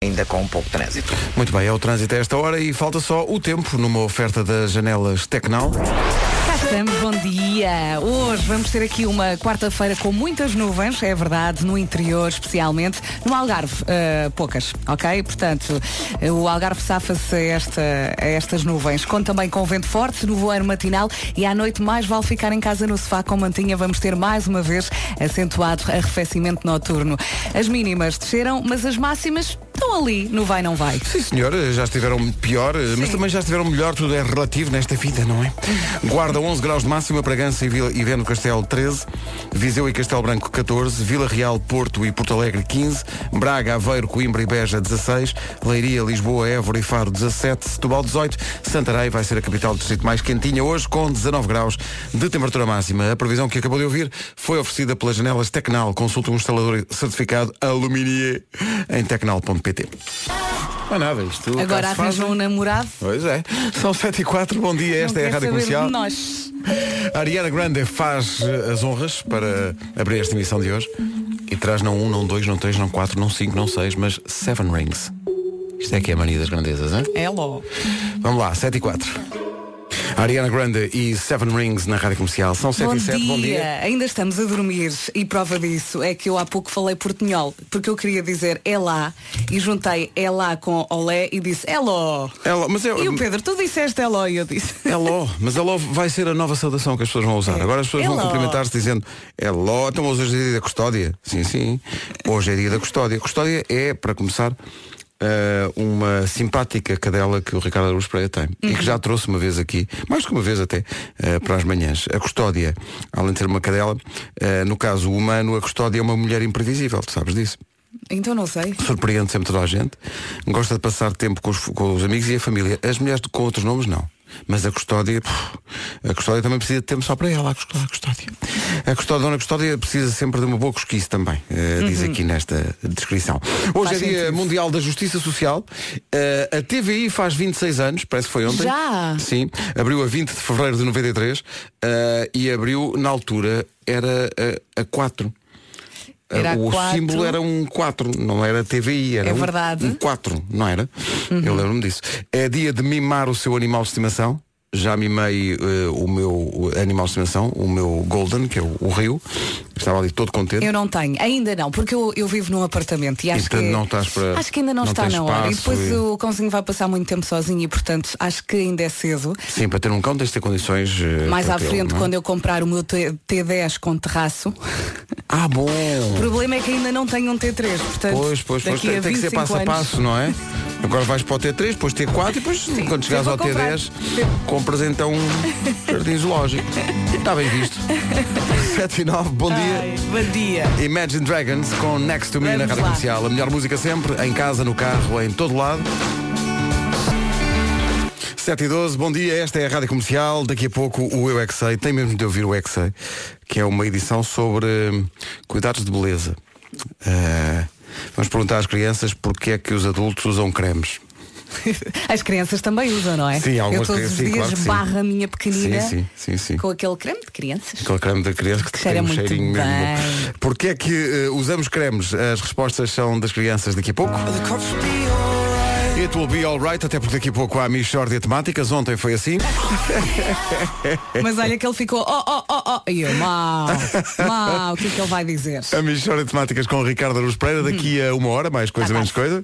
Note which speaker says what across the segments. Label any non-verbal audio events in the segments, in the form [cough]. Speaker 1: ainda com um pouco de trânsito.
Speaker 2: Muito bem, é o trânsito a esta hora e falta só o tempo numa oferta das janelas Tecnal.
Speaker 3: Cá estamos, bom dia. Hoje vamos ter aqui uma quarta-feira com muitas nuvens, é verdade, no interior especialmente. No Algarve, eh, poucas, ok? Portanto, eh, o Algarve safa-se a, esta, a estas nuvens. Conta também com vento forte, no voeiro matinal e à noite mais vale ficar em casa no sofá com mantinha. Vamos ter mais uma vez acentuado arrefecimento noturno. As mínimas desceram, mas as máximas estão ali, no vai não vai.
Speaker 2: Sim, senhor, já estiveram pior, eh, mas também já estiveram melhor, tudo é relativo nesta vida, não é? Guarda 11 graus de máxima, Bragança e, Vila, e Viana do Castelo 13, Viseu e Castelo Branco 14, Vila Real, Porto e Porto Alegre 15, Braga, Aveiro, Coimbra e Beja 16, Leiria, Lisboa, Évora e Faro 17, Setúbal 18, Santarém vai ser a capital do distrito mais quentinha hoje com 19 graus de temperatura máxima. A previsão que acabou de ouvir foi oferecida pelas janelas Tecnal. Consulta um instalador certificado Aluminier em tecnal.pt. Não é nada, isto
Speaker 3: Agora
Speaker 2: cá se faz,
Speaker 3: arranjam um
Speaker 2: hein?
Speaker 3: namorado.
Speaker 2: Pois é. São 7 e 4, bom dia, esta
Speaker 3: não
Speaker 2: é a
Speaker 3: quer
Speaker 2: Rádio
Speaker 3: saber de
Speaker 2: Comercial.
Speaker 3: Nós.
Speaker 2: A Ariana Grande faz eh, as honras para abrir esta emissão de hoje e traz não um, não dois, não três, não quatro, não cinco, não seis, mas Seven Rings. Isto é que é a mania das grandezas, hein?
Speaker 3: É logo.
Speaker 2: Vamos lá, 7 e 4. Ariana Grande e Seven Rings na Rádio Comercial. São 7
Speaker 3: Bom
Speaker 2: e
Speaker 3: dia.
Speaker 2: 7, bom dia.
Speaker 3: Ainda estamos a dormir e prova disso é que eu há pouco falei portunhol, porque eu queria dizer é lá e juntei é lá com olé e disse hello.
Speaker 2: Hello, mas é, eu-
Speaker 3: E o Pedro, tu disseste hello e eu disse.
Speaker 2: Hello, É mas hello vai ser a nova saudação que as pessoas vão usar. Agora as pessoas vão
Speaker 3: Hello.
Speaker 2: cumprimentar-se dizendo Hello, então hoje é dia da custódia. Sim, sim. Hoje é dia da custódia. Custódia é, para começar, eh, uma simpática cadela que o Ricardo Aruz Pereira tem e que já trouxe uma vez aqui, mais que uma vez até, eh, para as manhãs. A custódia, além de ser uma cadela, eh, no caso humano, a custódia é uma mulher imprevisível, tu sabes disso
Speaker 3: Então não sei.
Speaker 2: surpreende sempre toda a gente, gosta de passar tempo com os, com os amigos e a família. As mulheres com outros nomes não. Mas a custódia, puf, a custódia também precisa de tempo só para ela, a custó- a custódia. A custódia, dona custódia precisa sempre de uma boa cosquice também, eh, diz aqui nesta descrição. Hoje
Speaker 3: Uhum. Faz
Speaker 2: é dia
Speaker 3: sentido.
Speaker 2: mundial da justiça social. Eh, a TVI faz 26 anos, parece que foi ontem.
Speaker 3: Já?
Speaker 2: Sim, abriu a 20 de fevereiro de 93 eh, e abriu, na altura, era eh, a 4.
Speaker 3: Era a
Speaker 2: o
Speaker 3: quatro.
Speaker 2: símbolo era um 4, não era TVI, era
Speaker 3: É
Speaker 2: um-
Speaker 3: verdade. Uhum.
Speaker 2: um 4, não era? Eu lembro-me disso. É dia de mimar o seu animal de estimação. Já mimei eh, o meu animal de estimação, o meu Golden, que é o, o Rio. Estava ali todo contente.
Speaker 3: Eu não tenho, ainda não, porque eu, eu vivo num apartamento e acho
Speaker 2: portanto,
Speaker 3: que
Speaker 2: não estás para-
Speaker 3: acho que ainda não,
Speaker 2: não
Speaker 3: está
Speaker 2: tens
Speaker 3: na hora. E
Speaker 2: espaço
Speaker 3: depois
Speaker 2: e-
Speaker 3: o cãozinho vai passar muito tempo sozinho e portanto acho que ainda é cedo.
Speaker 2: Sim, para ter um cão tens de ter condições. eh,
Speaker 3: Mais
Speaker 2: para
Speaker 3: à
Speaker 2: tê-lo,
Speaker 3: frente,
Speaker 2: não é?
Speaker 3: quando eu comprar o meu T- T10 com terraço,
Speaker 2: Ah, bom!
Speaker 3: O problema é que ainda não tenho um T3, portanto,
Speaker 2: Pois, pois, pois.
Speaker 3: daqui
Speaker 2: Tem,
Speaker 3: a
Speaker 2: tem que ser
Speaker 3: 25
Speaker 2: passo a
Speaker 3: anos-
Speaker 2: passo, não é? Agora vais para o T3, depois T4 e depois quando chegares
Speaker 3: vou
Speaker 2: ao
Speaker 3: comprar.
Speaker 2: T10 compras então um jardim zoológico. Está bem
Speaker 3: [laughs]
Speaker 2: visto. 7 e 9, bom dia.
Speaker 3: Ai, bom dia.
Speaker 2: Imagine Dragons com Next to Me na
Speaker 3: Vamos
Speaker 2: Rádio
Speaker 3: lá.
Speaker 2: Comercial. A melhor música sempre, em casa, no carro, em todo lado. 7 e 12, bom dia, esta é a Rádio Comercial. Daqui a pouco o Eu é Que Sei, tem mesmo de ouvir o Eu é Que Sei, que é uma edição sobre hum, cuidados de beleza. Eh, vamos perguntar às crianças porque é que os adultos usam cremes.
Speaker 3: [laughs] As crianças também usam, não é?
Speaker 2: Sim, algumas
Speaker 3: Eu todos
Speaker 2: crianças,
Speaker 3: os
Speaker 2: sim,
Speaker 3: dias
Speaker 2: claro que sim.
Speaker 3: barra a minha pequenina
Speaker 2: Sim, sim, sim, sim.
Speaker 3: com aquele creme de crianças.
Speaker 2: Aquele creme da criança que,
Speaker 3: cheira
Speaker 2: tem um
Speaker 3: muito
Speaker 2: cheirinho mesmo. bom.
Speaker 3: bem.
Speaker 2: Porquê é que eh, usamos cremes? As respostas são das crianças daqui a pouco. It will be alright, até porque daqui a pouco há a Michórdia Temáticas. Ontem foi assim. É.
Speaker 3: Mas olha que ele ficou, oh, oh, oh, oh, e eu,
Speaker 2: [laughs]
Speaker 3: mau, mau, o que é que ele vai dizer?
Speaker 2: A Michórdia Temáticas com o Ricardo Aruz Pereira. Daqui a uma hora, mais coisa,
Speaker 3: Tá
Speaker 2: menos coisa.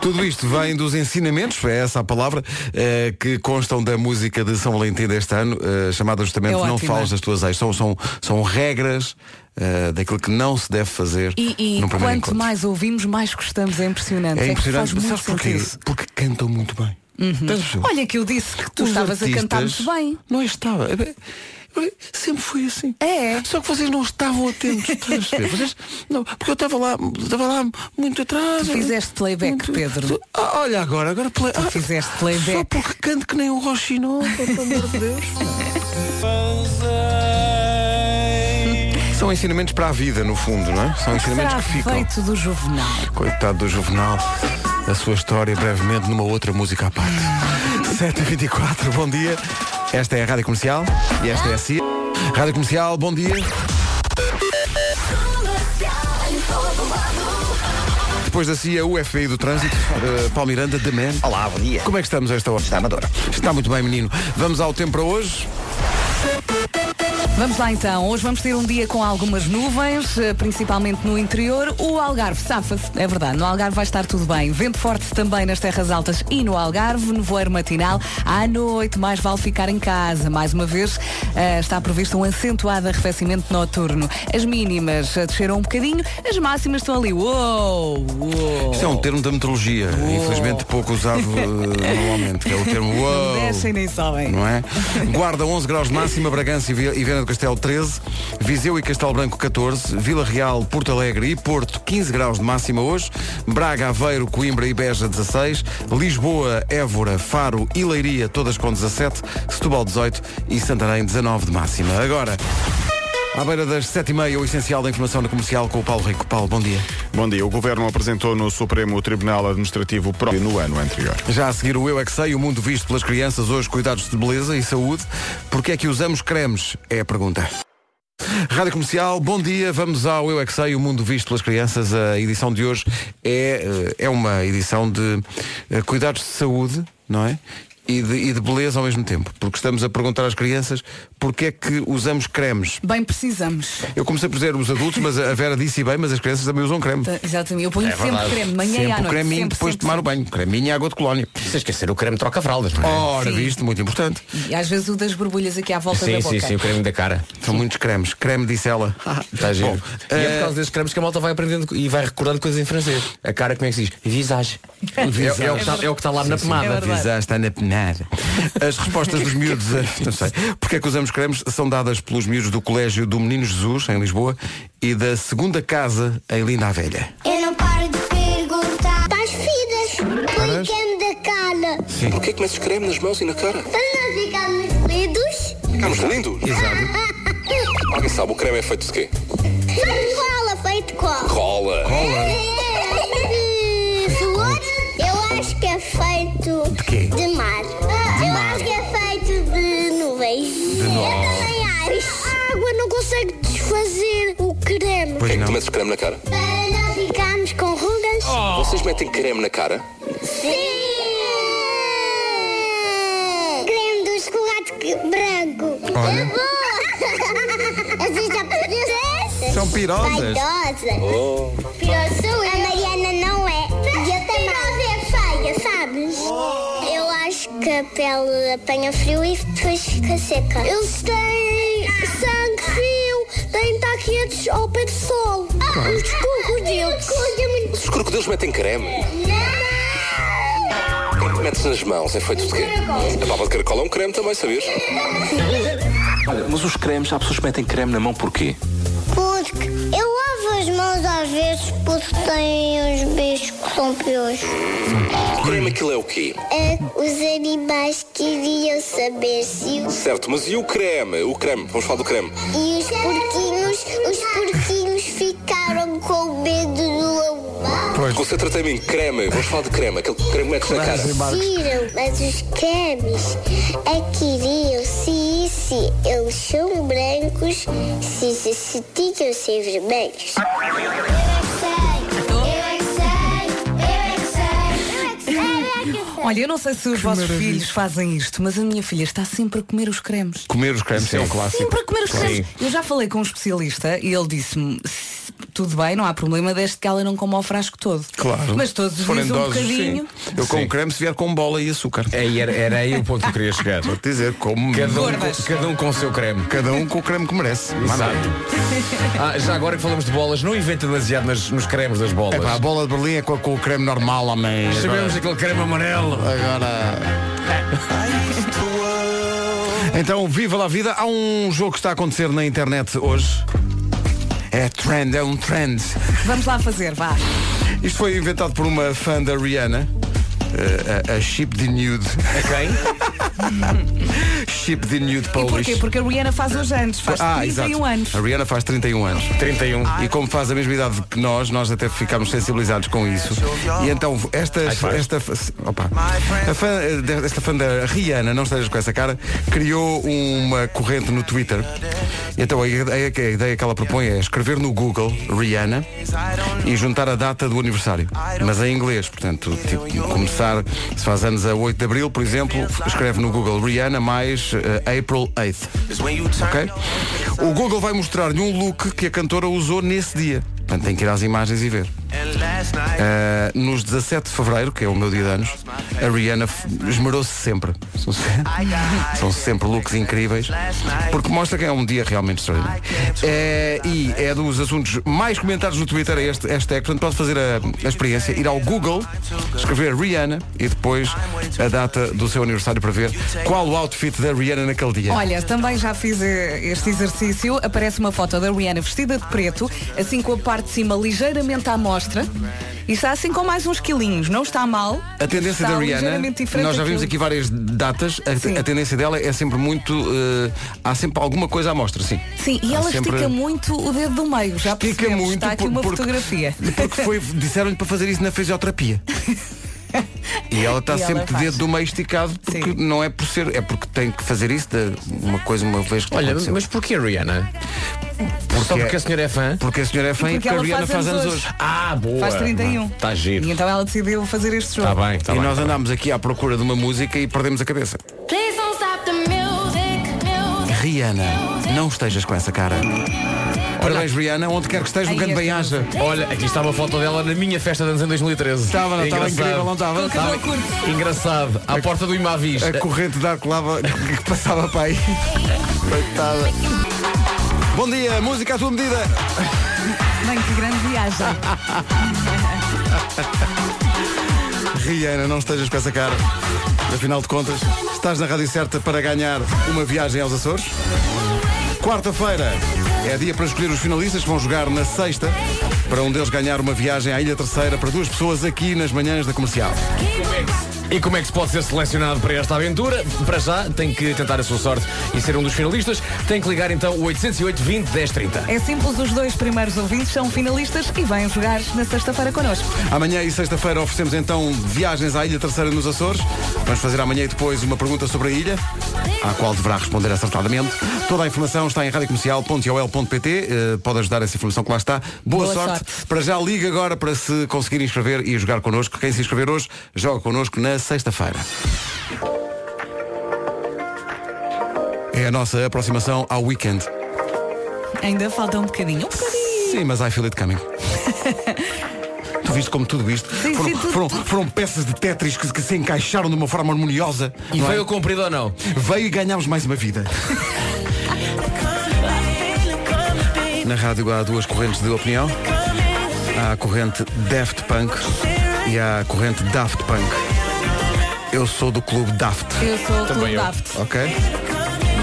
Speaker 2: Tudo isto vem dos ensinamentos, é essa a palavra, eh, que constam da música de São Valentim deste ano, eh, chamada justamente
Speaker 3: É
Speaker 2: Não
Speaker 3: ótima.
Speaker 2: Fales das Tuas Ex. São, são, são regras eh, daquilo que não se deve fazer
Speaker 3: E, e
Speaker 2: no primeiro
Speaker 3: quanto
Speaker 2: encontro.
Speaker 3: mais ouvimos, mais gostamos, é impressionante.
Speaker 2: É
Speaker 3: que
Speaker 2: impressionante,
Speaker 3: faz
Speaker 2: mas
Speaker 3: muito
Speaker 2: sabes porquê?
Speaker 3: sentido. Uhum.
Speaker 2: Porque cantam muito bem. Tantas pessoas.
Speaker 3: Olha que eu disse que tu
Speaker 2: Os
Speaker 3: estavas a cantar
Speaker 2: artistas-
Speaker 3: muito bem.
Speaker 2: Não estava. É bem, eu- Sempre foi assim.
Speaker 3: É.
Speaker 2: Só que vocês não estavam atentos. estás a perceber? Vocês- não, porque eu estava lá, estava lá muito atrás.
Speaker 3: Tu fizeste playback, Pedro.
Speaker 2: Tu- Ah, olha agora, agora play, ah,
Speaker 3: fizeste
Speaker 2: Só
Speaker 3: playback.
Speaker 2: porque canto que nem o Rochinol, pelo amor de Deus. São ensinamentos para a vida, no fundo, não é? São ensinamentos
Speaker 3: Será
Speaker 2: que ficam.
Speaker 3: feito do juvenal.
Speaker 2: Coitado do Juvenal. A sua história brevemente numa outra música à parte. 7h24, bom dia. Esta é a Rádio Comercial e esta é a CIA. Rádio Comercial, bom dia. Depois da CIA, o FBI do Trânsito, uh, Paulo Miranda, The Man.
Speaker 1: Olá, bom dia.
Speaker 2: Como é que estamos a esta hora?
Speaker 1: Está amadora.
Speaker 2: Está muito bem, menino. Vamos ao tempo para hoje.
Speaker 3: Vamos lá então, hoje vamos ter um dia com algumas nuvens, eh, principalmente no interior. O Algarve safa-se, é verdade, no Algarve vai estar tudo bem. Vento forte também nas terras altas e no Algarve, nevoeiro matinal. À noite, mais vale ficar em casa. Mais uma vez, eh, está previsto um acentuado arrefecimento noturno. As mínimas eh, desceram um bocadinho, as máximas estão ali. Uou, uou.
Speaker 2: Isto é um termo da meteorologia, infelizmente pouco usado eh, normalmente, que é o termo uou.
Speaker 3: [laughs] Não descem nem sobem.
Speaker 2: Não é? Guarda 11 graus de máxima, Bragança e Vi- e Viana do Castelo 13, Viseu e Castelo Branco 14, Vila Real, Porto Alegre e Porto 15 graus de máxima hoje, Braga, Aveiro, Coimbra e Beja 16, Lisboa, Évora, Faro e Leiria todas com 17, Setúbal 18 e Santarém 19 de máxima. Agora, à beira das 7h30, o essencial da informação da comercial com o Paulo Rico. Paulo, bom dia.
Speaker 4: Bom dia. O Governo apresentou no Supremo Tribunal Administrativo próprio no ano anterior.
Speaker 2: Já a seguir o Eu É Que Sei, o mundo visto pelas crianças, hoje cuidados de beleza e saúde. Porquê é que usamos cremes? É a pergunta. Rádio Comercial, bom dia, vamos ao Eu É Que Sei, o mundo visto pelas crianças. A edição de hoje é, eh, é uma edição de eh, cuidados de saúde, não é? E de, e de beleza ao mesmo tempo. Porque estamos a perguntar às crianças porquê é que usamos cremes.
Speaker 3: Bem precisamos.
Speaker 2: Eu comecei por dizer os adultos, mas a Vera disse bem, mas as crianças também usam creme.
Speaker 3: Tá, Exatamente, eu ponho
Speaker 1: É
Speaker 3: sempre
Speaker 1: verdade.
Speaker 3: creme, de manhã e à
Speaker 2: Sempre o
Speaker 3: noite.
Speaker 2: creminho
Speaker 3: sempre,
Speaker 2: depois de
Speaker 3: sempre,
Speaker 2: tomar o banho. Creminho e água de colónia.
Speaker 1: Se esquecer o creme troca fraldas, não é?
Speaker 2: Ora,
Speaker 3: Sim.
Speaker 2: visto, muito importante.
Speaker 3: E às vezes o das borbulhas aqui à volta da
Speaker 1: sim,
Speaker 3: boca.
Speaker 1: sim, sim, o creme da cara.
Speaker 2: São muitos cremes. Creme, disse [laughs] ela.
Speaker 1: Está giro.
Speaker 2: Bom,
Speaker 1: e é por causa desses cremes que a malta vai aprendendo e vai recordando coisas em francês. A cara, como é que se diz? Visage. É, é o que está lá na
Speaker 3: é
Speaker 1: pomada.
Speaker 3: verdade.
Speaker 2: Avisar está na penada. As respostas dos miúdos, a- [laughs] não sei, porque é que usamos cremes, são dadas pelos miúdos do Colégio do Menino Jesus, em Lisboa, e da Segunda Casa, em Linda a Velha.
Speaker 5: Eu não paro de perguntar. Das filhas,
Speaker 2: Paras?
Speaker 5: põe creme da cara.
Speaker 6: Porquê que metes creme nas mãos e na cara?
Speaker 5: Para não ficarmos lindos.
Speaker 6: Ficamos lindos! Alguém sabe, o creme é feito de quê?
Speaker 5: Feito cola, feito cola.
Speaker 6: Cola!
Speaker 5: É, de flor. Eu acho que é feito de,
Speaker 2: quê?
Speaker 5: mar. Eu acho que é feito de nuvens. Eu também acho. A água não consegue desfazer o creme.
Speaker 6: Porquê
Speaker 2: Pois
Speaker 6: é que tu
Speaker 2: não.
Speaker 6: metes creme na cara?
Speaker 5: Para não ficarmos com rugas.
Speaker 2: Oh.
Speaker 6: Vocês metem creme na cara?
Speaker 5: Sim! Creme do chocolate que- branco.
Speaker 2: Olha.
Speaker 5: É bom! [laughs] Assim já percebes?
Speaker 2: São pirosas.
Speaker 5: Vaidosas.
Speaker 6: Oh!
Speaker 5: Pirosa sou eu. é. A Mariana não é. E eu também. é feia, sabes? Eu acho que a pele apanha frio e depois fica seca. Eles têm sangue frio, têm taquetes ao pé do sol. Os crocodilos.
Speaker 6: Os crocodilos metem creme?
Speaker 5: Não!
Speaker 6: O que é que metes nas mãos? É feito de quê? A baba de caracol é um creme também, sabias? Olha, mas os cremes, há pessoas que metem creme na mão porquê?
Speaker 5: Porque eu lavo as mãos às vezes porque tem uns bichos que são piores.
Speaker 6: O creme aquilo é o quê?
Speaker 5: É, os animais queriam saber se os,
Speaker 6: Certo, mas e o creme? O creme, vamos falar do creme.
Speaker 5: e os porquinhos, os porquinhos ficaram com medo do amor.
Speaker 2: Pois.
Speaker 6: Concentra-te em mim, creme, vamos falar de creme, aquele creme que metes na cara.
Speaker 5: Tiram, mas os cremes é que queriam se, se eles são brancos, se se, se tinham ser vermelhos. Eu é que sei, eu é que sei, eu é que sei, eu é que sei.
Speaker 3: Olha, eu não sei se os vossos filhos fazem isto, mas a minha filha está sempre a comer os cremes.
Speaker 2: Comer os cremes é um clássico.
Speaker 3: Sempre a comer os cremes. Eu já falei com um especialista e ele disse-me "S- tudo bem, não há problema, desde que ela não coma o frasco todo.
Speaker 2: Claro.
Speaker 3: Mas todos os
Speaker 2: Se forem
Speaker 3: dias um
Speaker 2: doses,
Speaker 3: bocadinho.
Speaker 2: sim. Eu como
Speaker 1: Sim.
Speaker 2: creme se vier com bola e açúcar.
Speaker 1: Aí era, era aí o ponto que eu queria chegar.
Speaker 2: Vou-te dizer, como
Speaker 1: Cada um,
Speaker 3: Gordas.
Speaker 1: cada um com o seu creme.
Speaker 2: cada um com o creme que merece. Mas nada.
Speaker 1: Ah, já agora que falamos de bolas, não inventa demasiado nas- nos cremes das bolas.
Speaker 2: Epá, a bola de Berlim é com, com o creme normal, homem.
Speaker 1: Sabemos aquele creme amarelo.
Speaker 2: Agora. Então, viva lá a vida. Há um jogo que está a acontecer na internet hoje. É trend, é um trend.
Speaker 3: Vamos lá fazer, vá.
Speaker 2: Isto foi inventado por uma fã [laughs] da Rihanna. eh, A, a Chip de Nude.
Speaker 1: É quem?
Speaker 2: Ship the Nude
Speaker 3: E
Speaker 2: Polish.
Speaker 3: porquê? Porque a Rihanna faz os anos, faz
Speaker 2: ah,
Speaker 3: 31
Speaker 2: exato.
Speaker 3: anos.
Speaker 2: A Rihanna faz 31 anos.
Speaker 1: 31.
Speaker 2: E como faz a mesma idade que nós, nós até ficámos sensibilizados com isso. E então, esta,
Speaker 1: Ai, faz.
Speaker 2: esta, opa, a fã, eh, de- esta fã da Rihanna, não estejas com essa cara, criou uma corrente no Twitter. Então, a ideia, que- a ideia que ela propõe é escrever no Google Rihanna e juntar a data do aniversário. Mas em inglês, portanto, tipo, começar, se faz anos a 8 de abril, por exemplo, escreve no Google Rihanna mais eh, April 8th. Ok? O Google vai mostrar-lhe um look que a cantora usou nesse dia. Portanto, tem que ir às imagens e ver. Ah, nos 17 de Fevereiro, que é o meu dia de anos, a Rihanna f- esmerou-se sempre. São, se- [laughs] são sempre looks incríveis. Porque mostra que é um dia realmente extraordinário. É, e é dos assuntos mais comentados no Twitter é este hashtag. Portanto, pode fazer a, a experiência, ir ao Google, escrever Rihanna e depois a data do seu aniversário para ver qual o outfit da Rihanna naquele dia.
Speaker 3: Olha, também já fiz eh, este exercício. Aparece uma foto da Rihanna vestida de preto, assim com a parte de cima ligeiramente à mostra. E está assim com mais uns quilinhos. Não está mal.
Speaker 2: A tendência
Speaker 3: está
Speaker 2: da Rihanna,
Speaker 3: ligeiramente diferente
Speaker 2: nós já vimos aqui
Speaker 3: daquilo.
Speaker 2: várias datas,
Speaker 3: Sim.
Speaker 2: a, a tendência dela é sempre muito. eh, há sempre alguma coisa à mostra, sim.
Speaker 3: Sim, e
Speaker 2: Há
Speaker 3: ela
Speaker 2: sempre-
Speaker 3: estica muito o dedo do meio. Já
Speaker 2: Estica
Speaker 3: percebemos.
Speaker 2: muito
Speaker 3: Está aqui
Speaker 2: por-
Speaker 3: uma
Speaker 2: porque-
Speaker 3: fotografia.
Speaker 2: Porque foi- [laughs] disseram-lhe para fazer isso na fisioterapia. E ela está
Speaker 3: [laughs] E ela
Speaker 2: sempre de
Speaker 3: faz.
Speaker 2: dedo do meio esticado porque
Speaker 3: Sim.
Speaker 2: não é por ser, é porque tem que fazer isso de uma coisa uma vez que
Speaker 1: Olha,
Speaker 2: aconteceu.
Speaker 1: mas porquê Rihanna? Só
Speaker 2: Porque-
Speaker 1: porque a senhora é fã?
Speaker 2: Porque a senhora é fã e,
Speaker 3: porque
Speaker 2: porque a
Speaker 3: ela
Speaker 2: Rihanna
Speaker 3: faz
Speaker 2: faz
Speaker 3: anos
Speaker 2: anos
Speaker 3: hoje.
Speaker 2: hoje. Tá
Speaker 1: Ah, boa.
Speaker 3: Faz 31.
Speaker 1: Está
Speaker 3: E
Speaker 1: giro.
Speaker 3: então ela decidiu fazer este jogo.
Speaker 1: Está bem, está
Speaker 2: e
Speaker 1: bem.
Speaker 2: nós
Speaker 1: tá bem.
Speaker 2: andámos aqui à procura de uma música e perdemos a cabeça.
Speaker 7: Please don't stop the music, music.
Speaker 2: Rihanna, não estejas com essa cara. Parabéns, Rihanna, onde quer que estejas, um
Speaker 3: Ai,
Speaker 2: grande
Speaker 3: é
Speaker 2: bem-aja.
Speaker 1: Olha, aqui está uma foto dela na minha festa de anos em 2013.
Speaker 2: Estava, não estava
Speaker 1: Engraçado.
Speaker 2: incrível, não estava?
Speaker 3: Com cabelo curto.
Speaker 1: Engraçado. À porta do Imavis. é
Speaker 2: A corrente de ar que, lava, [laughs] que passava para aí. Coitada. Bom dia, música à tua medida. [laughs]
Speaker 3: Bem, que grande viagem.
Speaker 2: Rihanna, não estejas com essa cara. Afinal de contas, estás na rádio certa para ganhar uma viagem aos Açores. Quarta-feira é dia para escolher os finalistas que vão jogar na sexta para um deles ganhar uma viagem à Ilha Terceira para duas pessoas aqui nas manhãs da comercial.
Speaker 1: E como é que se pode ser selecionado para esta aventura? Para já, tem que tentar a sua sorte e ser um dos finalistas. Tem que ligar então o 808 20 10 30.
Speaker 3: É simples, os dois primeiros ouvintes são finalistas e vêm jogar na sexta-feira connosco.
Speaker 2: Amanhã e sexta-feira oferecemos então viagens à Ilha Terceira nos Açores. Vamos fazer amanhã e depois uma pergunta sobre a ilha, à qual deverá responder acertadamente. Toda a informação está em radiocomercial.ol.pt. Eh, pode ajudar essa informação que lá está. Boa,
Speaker 3: Boa
Speaker 2: sorte. Para já, liga agora para se conseguir inscrever e jogar connosco. Quem se inscrever hoje, joga connosco na sexta-feira. É a nossa aproximação ao weekend.
Speaker 3: Ainda falta um bocadinho. Um bocadinho.
Speaker 2: Sim, mas I feel it coming. tu viste como tudo isto
Speaker 3: Sim,
Speaker 2: foram,
Speaker 3: sim, tudo,
Speaker 2: foram, foram peças de Tetris que, que se encaixaram de uma forma harmoniosa.
Speaker 1: E
Speaker 2: não é?
Speaker 1: veio cumprido ou não?
Speaker 2: Veio e ganhámos mais uma
Speaker 1: [laughs]
Speaker 2: vida. Na rádio há duas correntes de opinião. Há a corrente Daft Punk e há a corrente Daft Punk. Eu sou do clube Daft,
Speaker 3: Eu sou o Clube Daft.
Speaker 2: ok?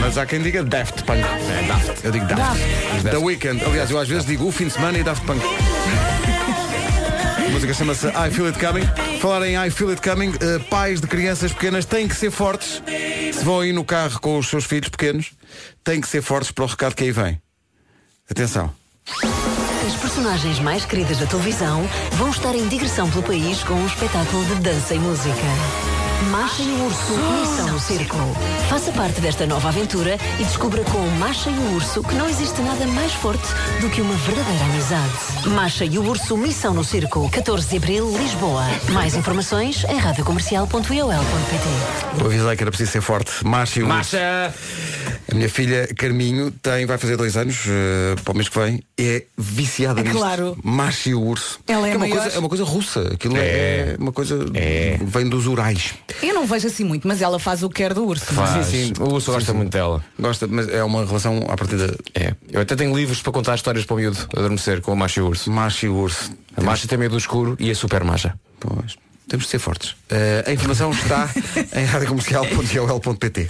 Speaker 2: Mas há quem diga Daft Punk. É Daft. Eu digo Daft.
Speaker 3: Daft.
Speaker 2: The Weeknd. Aliás, eu às vezes digo o fim de semana e Daft Punk. A música chama-se I Feel It Coming. Falar em I Feel It Coming, eh, pais de crianças pequenas têm que ser fortes. Se vão aí no carro com os seus filhos pequenos, têm que ser fortes para o recado que aí vem. Atenção.
Speaker 8: As personagens mais queridas da televisão vão estar em digressão pelo país com um espetáculo de dança e música. Macha e o Urso, Missão no Circo. Faça parte desta nova aventura e descubra com o Macha e o Urso que não existe nada mais forte do que uma verdadeira amizade. Macha e o Urso, Missão no Circo. 14 de Abril, Lisboa. Mais informações em radiocomercial.iol.pt
Speaker 2: Eu avisei que era preciso ser forte. Macho e urso.
Speaker 1: Marcha!
Speaker 2: A minha filha Carminho tem, vai fazer dois anos, eh, para o mês que vem, é viciada nisto.
Speaker 3: Claro.
Speaker 2: Macho e o urso.
Speaker 3: Ela é
Speaker 2: Que uma
Speaker 3: maior.
Speaker 2: coisa, é uma coisa russa. Aquilo é,
Speaker 1: É.
Speaker 2: uma coisa.
Speaker 1: É.
Speaker 2: Vem dos Urais.
Speaker 3: Eu não vejo assim muito, mas ela faz o que quer do urso.
Speaker 1: Faz.
Speaker 2: Sim, sim.
Speaker 1: O urso gosta muito dela.
Speaker 2: Gosta, mas é uma relação à partida.
Speaker 1: É. Eu até tenho livros para contar histórias para o miúdo adormecer com o macho e o urso.
Speaker 2: Macho e o urso.
Speaker 1: A macha tem medo do escuro e a super macha.
Speaker 2: Pois. [laughs] Temos de ser fortes. Eh, a informação está em radiocomercial.ol.pt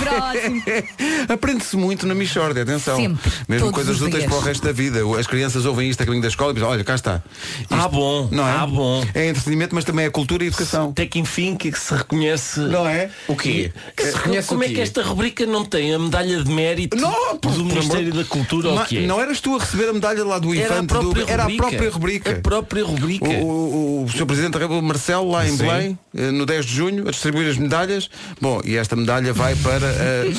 Speaker 3: Próximo.
Speaker 1: É.
Speaker 2: [laughs] Aprende-se muito na Michórdia, atenção.
Speaker 3: Sempre.
Speaker 2: Mesmo
Speaker 3: Todos
Speaker 2: coisas
Speaker 3: os
Speaker 2: úteis
Speaker 3: dias.
Speaker 2: para o resto da vida. As crianças ouvem isto a caminho da escola e dizem, olha, cá está. Isto-
Speaker 9: Ah, bom.
Speaker 2: Não é?
Speaker 9: Ah, bom.
Speaker 2: É entretenimento, mas também é cultura e educação.
Speaker 9: Até que enfim que se reconhece.
Speaker 2: Não é?
Speaker 1: O quê?
Speaker 9: Que se-
Speaker 1: Reconhece
Speaker 9: como
Speaker 1: o
Speaker 9: é
Speaker 1: quê?
Speaker 9: que esta rubrica não tem a medalha de mérito
Speaker 2: Não, por-
Speaker 9: do
Speaker 2: por
Speaker 9: Ministério
Speaker 2: amor-
Speaker 9: da Cultura ou
Speaker 2: Ma-
Speaker 9: o que é?
Speaker 2: Não eras tu a receber a medalha lá do
Speaker 9: era a
Speaker 2: infante
Speaker 9: própria
Speaker 2: do...
Speaker 9: rubrica.
Speaker 2: Era a própria rubrica.
Speaker 9: A própria rubrica.
Speaker 2: O, o, o, Sr. Presidente da República, Marcelo, lá em
Speaker 9: Sim.
Speaker 2: Belém, eh, no 10 de junho, a distribuir as medalhas. Bom, e esta medalha vai para. eh,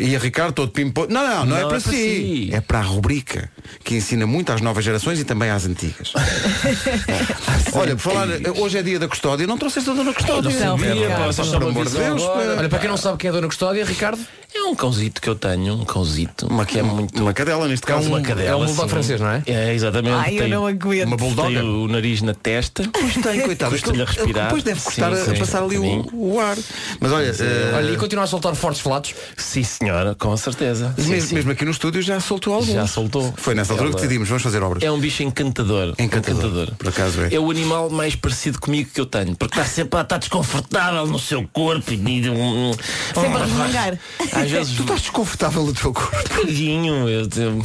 Speaker 2: e a Ricardo todo pimpo. Não, não, não, é para, si. É para a rubrica, que ensina muito às novas gerações e também às
Speaker 9: [laughs]
Speaker 2: antigas. Olha, por falar, eh, hoje é dia da custódia. Não trouxeste a dona custódia.
Speaker 3: Não sabia,
Speaker 2: É,
Speaker 9: pá, só
Speaker 2: por
Speaker 9: estava
Speaker 2: amor de
Speaker 9: avisado
Speaker 2: Deus.
Speaker 9: agora.
Speaker 2: pá.
Speaker 1: Olha, para quem não sabe quem é a dona Custódia, Ricardo,
Speaker 9: É um cãozito que eu tenho, um cãozito. Uma que é muito.
Speaker 2: Uma cadela, neste
Speaker 1: é
Speaker 2: caso.
Speaker 1: um, é um bulldog
Speaker 9: assim.
Speaker 1: francês, não é?
Speaker 9: É, exatamente.
Speaker 3: Ai, eu
Speaker 9: tem,
Speaker 3: não aguento.
Speaker 2: Uma bulldoga.
Speaker 9: tem o nariz na testa. [laughs]
Speaker 2: Tem, coitado.
Speaker 9: Custa-lhe a
Speaker 2: aquilo-
Speaker 9: respirar.
Speaker 2: Depois deve custar
Speaker 9: Sim,
Speaker 2: a- a
Speaker 9: sim,
Speaker 2: passar ali
Speaker 9: um é.
Speaker 2: o, o ar. Mas olha, eh,
Speaker 1: Olha, e continua a soltar fortes flatos.
Speaker 9: Sim, senhora, com certeza.
Speaker 2: Mas
Speaker 9: Sim,
Speaker 2: mesmo,
Speaker 9: sim.
Speaker 2: mesmo aqui no estúdio já soltou alguns.
Speaker 9: Já soltou.
Speaker 2: Foi nessa altura
Speaker 9: Ela-
Speaker 2: que decidimos, vamos fazer obras.
Speaker 9: É um bicho encantador.
Speaker 2: Encantador, por acaso é.
Speaker 9: o animal mais parecido comigo que eu tenho. Porque está sempre a estar desconfortável no seu corpo. E... um, Sempre
Speaker 3: a resmungar.
Speaker 9: Às vezes...
Speaker 2: [laughs] Tu estás desconfortável do teu corpo.
Speaker 9: Tadinho, eu... eu...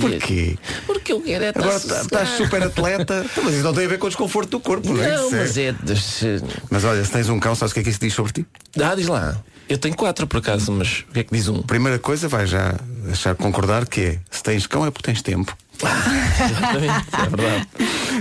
Speaker 2: Porquê?
Speaker 9: Porque eu quero é estar
Speaker 2: Agora tá- estás
Speaker 9: sossegado.
Speaker 2: super atleta. Então, [laughs] Mas isso não tem a ver com o desconforto do corpo, não é?
Speaker 9: Não,
Speaker 2: Isso é-
Speaker 9: mas é... de-
Speaker 2: Mas olha, se tens um cão, sabes o que é que isso diz sobre ti?
Speaker 9: Ah, diz lá. Eu tenho quatro por acaso, mas o que é que diz um?
Speaker 2: Primeira coisa, vais já achar concordar que é se tens cão é porque tens tempo.
Speaker 9: é verdade.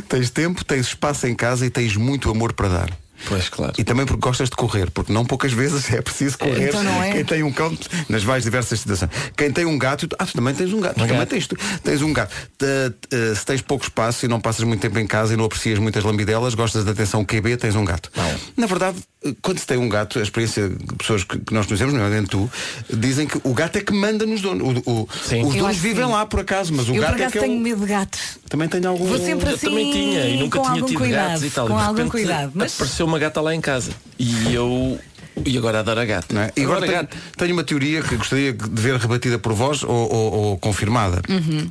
Speaker 2: Tens tempo, tens espaço em casa e tens muito amor para dar.
Speaker 9: Pois claro.
Speaker 2: E também porque gostas de correr, porque não poucas vezes é preciso correr.
Speaker 3: Então não é?
Speaker 2: Quem tem um cão, nas mais diversas situações. Quem tem um gato, ah, tu também tens um gato, tu também
Speaker 9: gato.
Speaker 2: tens tu. Tens um gato. Te- te- se tens pouco espaço e não passas muito tempo em casa e não aprecias muitas lambidelas, gostas de atenção QB, tens um gato. Na verdade, quando se tem um gato, a experiência de pessoas que, que nós conhecemos, nomeadamente tu, dizem que o gato é que manda nos donos. O- o-
Speaker 9: Sim.
Speaker 2: os
Speaker 9: Eu
Speaker 2: donos
Speaker 3: acho que
Speaker 2: vivem
Speaker 3: sim.
Speaker 2: lá por acaso, mas o
Speaker 3: Eu por
Speaker 2: gato é
Speaker 3: acaso
Speaker 2: que é
Speaker 3: tenho
Speaker 2: o...
Speaker 3: Um medo de gatos.
Speaker 2: Também tem algum.
Speaker 3: Vou sempre
Speaker 9: Eu
Speaker 3: assim,
Speaker 9: também tinha e nunca
Speaker 3: com
Speaker 9: tinha
Speaker 3: algum
Speaker 9: tido
Speaker 3: cuidado,
Speaker 9: gatos e [laughs] tal.
Speaker 3: Com
Speaker 9: de
Speaker 3: algum
Speaker 9: repente
Speaker 3: cuidado. Mas
Speaker 9: apareceu uma gata lá em casa e eu e agora adoro a gata.
Speaker 2: Não é? E agora
Speaker 9: Adoro a
Speaker 2: tenho,
Speaker 9: gata.
Speaker 2: tenho uma teoria que gostaria de ver rebatida por vós ou, ou- ou confirmada.
Speaker 3: Uhum.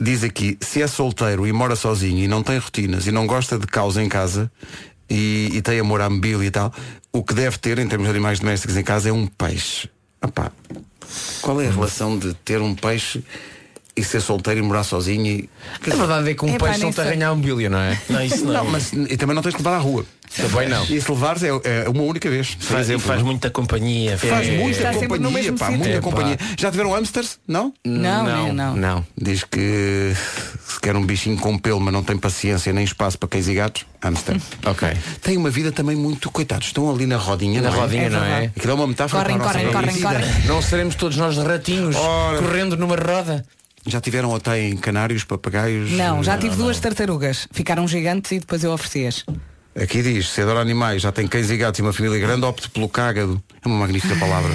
Speaker 2: Diz aqui, se é solteiro e mora sozinho e não tem rotinas e não gosta de caos em casa e, e tem amor à mobília e tal, o que deve ter em termos de animais domésticos em casa é um peixe. Opá, qual é a relação de ter um peixe e ser solteiro e morar sozinho? E...
Speaker 1: A verdade é que um
Speaker 3: Epá,
Speaker 1: peixe
Speaker 3: nem
Speaker 1: não te
Speaker 3: sei.
Speaker 1: arranha a mobília, não é?
Speaker 9: Não, isso não.
Speaker 2: Não, mas e também não tens que levar à rua.
Speaker 1: Também não.
Speaker 2: E se levares é, é uma única vez. por
Speaker 9: faz,
Speaker 2: exemplo. é?
Speaker 9: faz muita companhia.
Speaker 2: Faz
Speaker 9: é-
Speaker 2: muita
Speaker 3: Está sempre no
Speaker 2: companhia,
Speaker 3: mesmo
Speaker 2: pá,
Speaker 3: sítio.
Speaker 2: muita
Speaker 1: É, pá.
Speaker 2: companhia. Já tiveram hamsters? Não?
Speaker 3: não, não,
Speaker 1: não.
Speaker 3: não.
Speaker 1: não.
Speaker 2: Diz que se quer um bichinho com pelo, mas não tem paciência nem espaço para cães e gatos, hamster.
Speaker 1: [laughs] Ok.
Speaker 2: Tem uma vida também muito, coitados, estão ali na rodinha,
Speaker 1: Na
Speaker 2: não é?
Speaker 1: rodinha, não é?
Speaker 2: Aquilo é uma metáfora
Speaker 3: Correm,
Speaker 2: para a nossa
Speaker 3: correm,
Speaker 2: vida.
Speaker 3: correm, correm.
Speaker 1: Não seremos todos nós ratinhos
Speaker 2: Ora.
Speaker 1: correndo numa roda.
Speaker 2: Já tiveram hotel em canários, papagaios?
Speaker 3: Não, já tive duas tartarugas. Ficaram gigantes e depois eu ofereci-as.
Speaker 2: Aqui diz, se adora animais, já tem cães e gatos e uma família grande, opte pelo cágado. É uma magnífica palavra.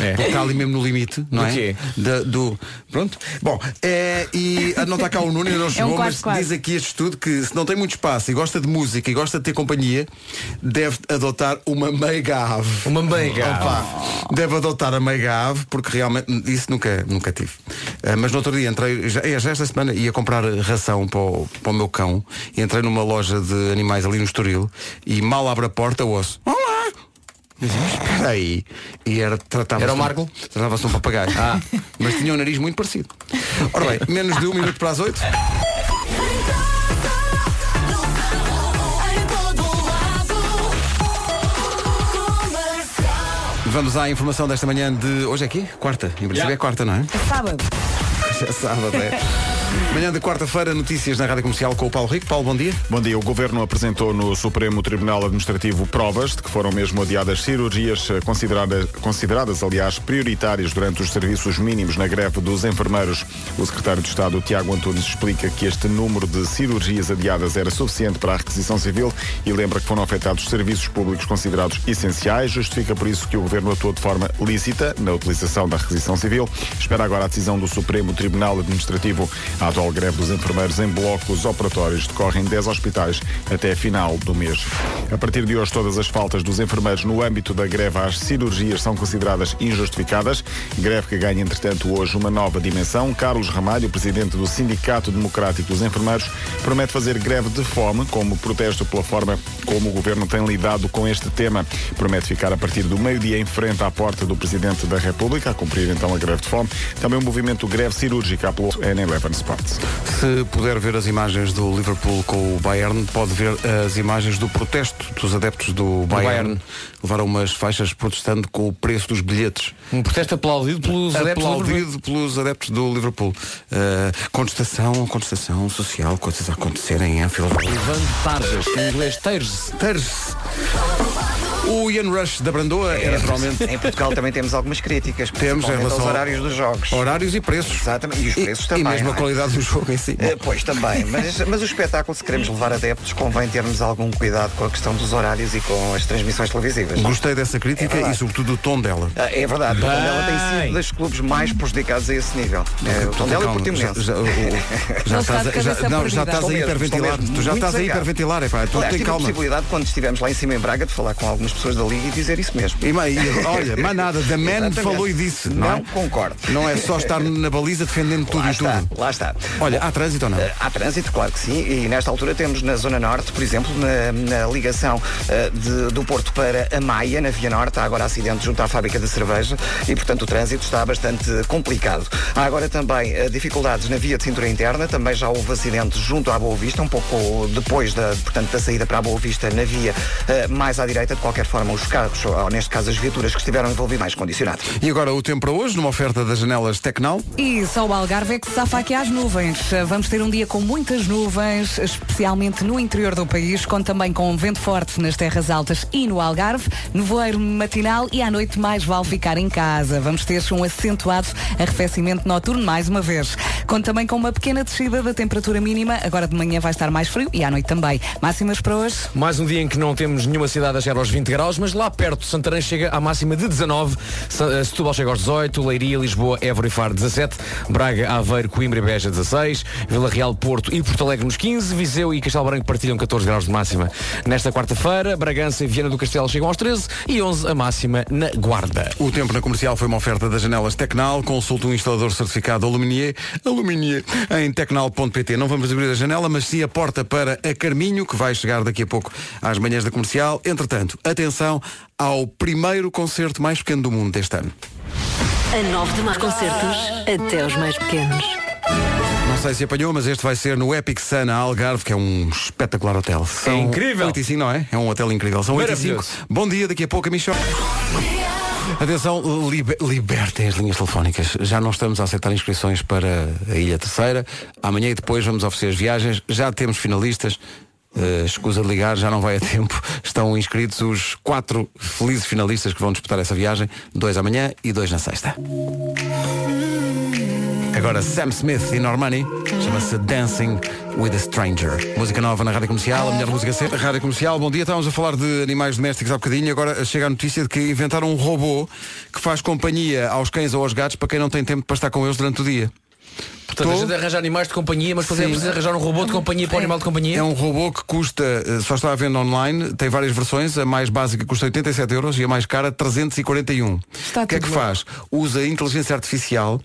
Speaker 1: é.
Speaker 2: Porque está ali mesmo no limite, não
Speaker 1: Do
Speaker 2: é?
Speaker 1: quê?
Speaker 2: Da- do. Pronto. Bom, é, e ah, não está cá o Nuno, ainda não chegou,
Speaker 3: É um quase,
Speaker 2: mas
Speaker 3: quase.
Speaker 2: diz aqui este estudo que se não tem muito espaço e gosta de música e gosta de ter companhia, deve adotar uma meiga ave.
Speaker 1: Uma meiga.
Speaker 2: Opa, deve adotar a meiga ave porque realmente isso nunca, nunca tive. Ah, mas no outro dia entrei, já, é, já esta semana ia comprar ração para o, para o meu cão e entrei numa loja de animais ali no Estoril e mal abro a porta ouço. Olá! Eu disse, "Mas Espera aí. E era, tratava
Speaker 1: Era o Marco? Ah.
Speaker 2: Tratava-se de um papagaio. Mas tinha um nariz muito parecido. Ora bem, menos de um minuto para as oito. Vamos à informação desta manhã de. Hoje é aqui? Quarta. Em princípio é quarta, não é? [laughs]
Speaker 3: Sábado.
Speaker 2: É sábado, é. Manhã de quarta-feira, notícias na Rádio Comercial com o Paulo Rico. Paulo, bom dia.
Speaker 4: Bom dia. O Governo apresentou no Supremo Tribunal Administrativo provas de que foram mesmo adiadas cirurgias eh, consideradas, consideradas, aliás, prioritárias durante os serviços mínimos na greve dos enfermeiros. O secretário de Estado, Tiago Antunes, explica que este número de cirurgias adiadas era suficiente para a requisição civil e lembra que foram afetados serviços públicos considerados essenciais. Justifica por isso que o Governo atuou de forma lícita na utilização da requisição civil. Espera agora a decisão do Supremo Tribunal Administrativo. A atual greve dos enfermeiros em bloco, os operatórios decorrem em 10 hospitais até a final do mês. A partir de hoje, todas as faltas dos enfermeiros no âmbito da greve às cirurgias são consideradas injustificadas. Greve que ganha, entretanto, hoje uma nova dimensão. Carlos Ramalho, presidente do Sindicato Democrático dos Enfermeiros, promete fazer greve de fome como protesto pela forma como o governo tem lidado com este tema. Promete ficar a partir do meio-dia em frente à porta do presidente da República, a cumprir então a greve de fome. Também o movimento Greve Cirúrgica apelou é na Eleven Sports.
Speaker 2: Se puder ver as imagens do Liverpool com o Bayern, pode ver as imagens do protesto dos adeptos do Bayern.
Speaker 1: Bayern.
Speaker 2: Levaram umas faixas protestando com o preço dos bilhetes.
Speaker 1: Um protesto aplaudido pelos adeptos do Liverpool.
Speaker 2: aplaudido pelos adeptos do Liverpool. Eh, contestação, contestação social, coisas a acontecerem em Anfield.
Speaker 1: Ivan Tarjas, em inglês Tarjas.
Speaker 2: Terce. O Ian é Rush da Brandoa era naturalmente
Speaker 10: É. Em Portugal também temos algumas críticas,
Speaker 2: Temos, em
Speaker 10: principalmente
Speaker 2: relação
Speaker 10: aos
Speaker 2: ao-
Speaker 10: horários dos jogos.
Speaker 2: horários e preços.
Speaker 10: Exatamente, e os
Speaker 2: E-
Speaker 10: preços
Speaker 2: e
Speaker 10: também.
Speaker 2: mesmo a
Speaker 10: não é?
Speaker 2: qualidade do jogo em si.
Speaker 10: Eh, Pois também, mas, mas o espetáculo, se queremos levar adeptos, convém termos algum cuidado com a questão dos horários e com as transmissões televisivas. é?
Speaker 2: Gostei dessa crítica e
Speaker 10: verdade.
Speaker 2: sobretudo do tom dela.
Speaker 10: Ah, É verdade, o Tondela tem
Speaker 1: Bem.
Speaker 10: sido dos clubes mais prejudicados a esse nível. É, o Tondela e o
Speaker 2: Calma,
Speaker 10: Portimonense. [laughs]
Speaker 2: já- já- o- o- já
Speaker 3: Não está
Speaker 2: estás
Speaker 3: de
Speaker 2: a-
Speaker 3: Um cabeça
Speaker 2: já- Não, já
Speaker 3: perdida.
Speaker 2: estás
Speaker 10: Estou
Speaker 2: a
Speaker 10: mesmo,
Speaker 2: hiperventilar.
Speaker 10: estou mesmo
Speaker 2: Tu já
Speaker 10: muito
Speaker 2: estás a
Speaker 10: zangado.
Speaker 2: hiperventilar, é pá. Então
Speaker 10: Aliás,
Speaker 2: tem
Speaker 10: tive a
Speaker 2: calma.
Speaker 10: possibilidade, quando estivemos lá em cima em Braga, de falar com algumas pessoas da Liga e dizer isso mesmo.
Speaker 2: E, ma- e,
Speaker 10: [laughs]
Speaker 2: olha, mais nada, da Man
Speaker 10: Exatamente.
Speaker 2: falou e disse. Não,
Speaker 10: Não
Speaker 2: é?
Speaker 10: concordo.
Speaker 2: Não é só estar na baliza defendendo tudo
Speaker 10: lá
Speaker 2: e tudo.
Speaker 10: está, lá está.
Speaker 2: Olha, há trânsito ou não?
Speaker 10: Eh, Há trânsito, claro que sim, e nesta altura temos na Zona Norte, por exemplo, na, na ligação eh, de- do Porto para a Maia, na Via Norte, há agora acidente junto à fábrica de cerveja e, portanto, o trânsito está bastante complicado. Há agora também eh, dificuldades na via de cintura interna, também já houve acidente junto à Boa Vista, um pouco depois da, portanto, da saída para a Boa Vista na via eh, mais à direita, de qualquer forma, os carros, ou neste caso as viaturas que estiveram envolvidas, mais condicionado.
Speaker 2: E agora o tempo para hoje, numa oferta das janelas Tecnal.
Speaker 3: E só o Algarve é que se safa aqui às nuvens. Vamos ter um dia com muitas nuvens, especialmente no interior do país, com também com um vento forte nas terras altas e no Algarve, nevoeiro matinal e à noite mais vale ficar em casa. Vamos ter um acentuado arrefecimento noturno mais uma vez. Conto também com uma pequena descida da temperatura mínima, agora de manhã vai estar mais frio e à noite também. Máximas para hoje?
Speaker 1: Mais um dia em que não temos nenhuma cidade a chegar aos 20 graus, mas lá perto Santarém chega à máxima de 19, Sa- eh, Setúbal chega aos 18, Leiria, Lisboa, Évora e Faro 17, Braga, Aveiro, Coimbra e Beja 16, Vila Real, Porto e Porto Alegre nos 15, Viseu e Castelo Branco partilham 14 graus de máxima. Nesta quarta-feira, Bragança e Viana do Castelo chegam aos 13 e 11 a máxima na Guarda.
Speaker 2: O tempo na comercial foi uma oferta das janelas Tecnal. Consulte um instalador certificado Aluminier, Aluminier em tecnal.pt. Não vamos abrir a janela, mas sim a porta para a Carminho, que vai chegar daqui a pouco às manhãs da comercial. Entretanto, atenção ao primeiro concerto mais pequeno do mundo deste ano.
Speaker 8: A 9 de março, concertos até os mais pequenos.
Speaker 2: Não sei se apanhou, mas este vai ser no Epic Sana Algarve, que é um espetacular hotel. São
Speaker 1: incrível.
Speaker 2: 8 e 5, não é? É um hotel incrível. São 8 e 5.
Speaker 1: Maravilhoso.
Speaker 2: Bom dia, daqui a pouco a Michel. Atenção, libe- libertem as linhas telefónicas. Já não estamos a aceitar inscrições para a Ilha Terceira. Amanhã e depois vamos oferecer as viagens. Já temos finalistas. Eh, escusa de ligar, já não vai a tempo. [laughs] Estão inscritos os quatro felizes finalistas que vão disputar essa viagem. Dois amanhã e dois na sexta. Agora Sam Smith e Normani chama-se Dancing with a Stranger. Música nova na Rádio Comercial, a melhor música sempre. Rádio Comercial, bom dia. Estávamos a falar de animais domésticos há bocadinho e agora chega a notícia de que inventaram um robô que faz companhia aos cães ou aos gatos para quem não tem tempo para estar com eles durante o dia.
Speaker 1: Portanto,
Speaker 2: Tô.
Speaker 1: a gente arranja animais de companhia, mas depois é
Speaker 2: Sim.
Speaker 1: preciso arranjar um robô de companhia para o animal de companhia.
Speaker 2: É um robô que custa, eh, só está à venda online, tem várias versões, a mais básica custa 87 euros e a mais cara 341.
Speaker 3: Está
Speaker 2: o que é
Speaker 3: tudo
Speaker 2: que
Speaker 3: bem.
Speaker 2: faz? Usa a inteligência artificial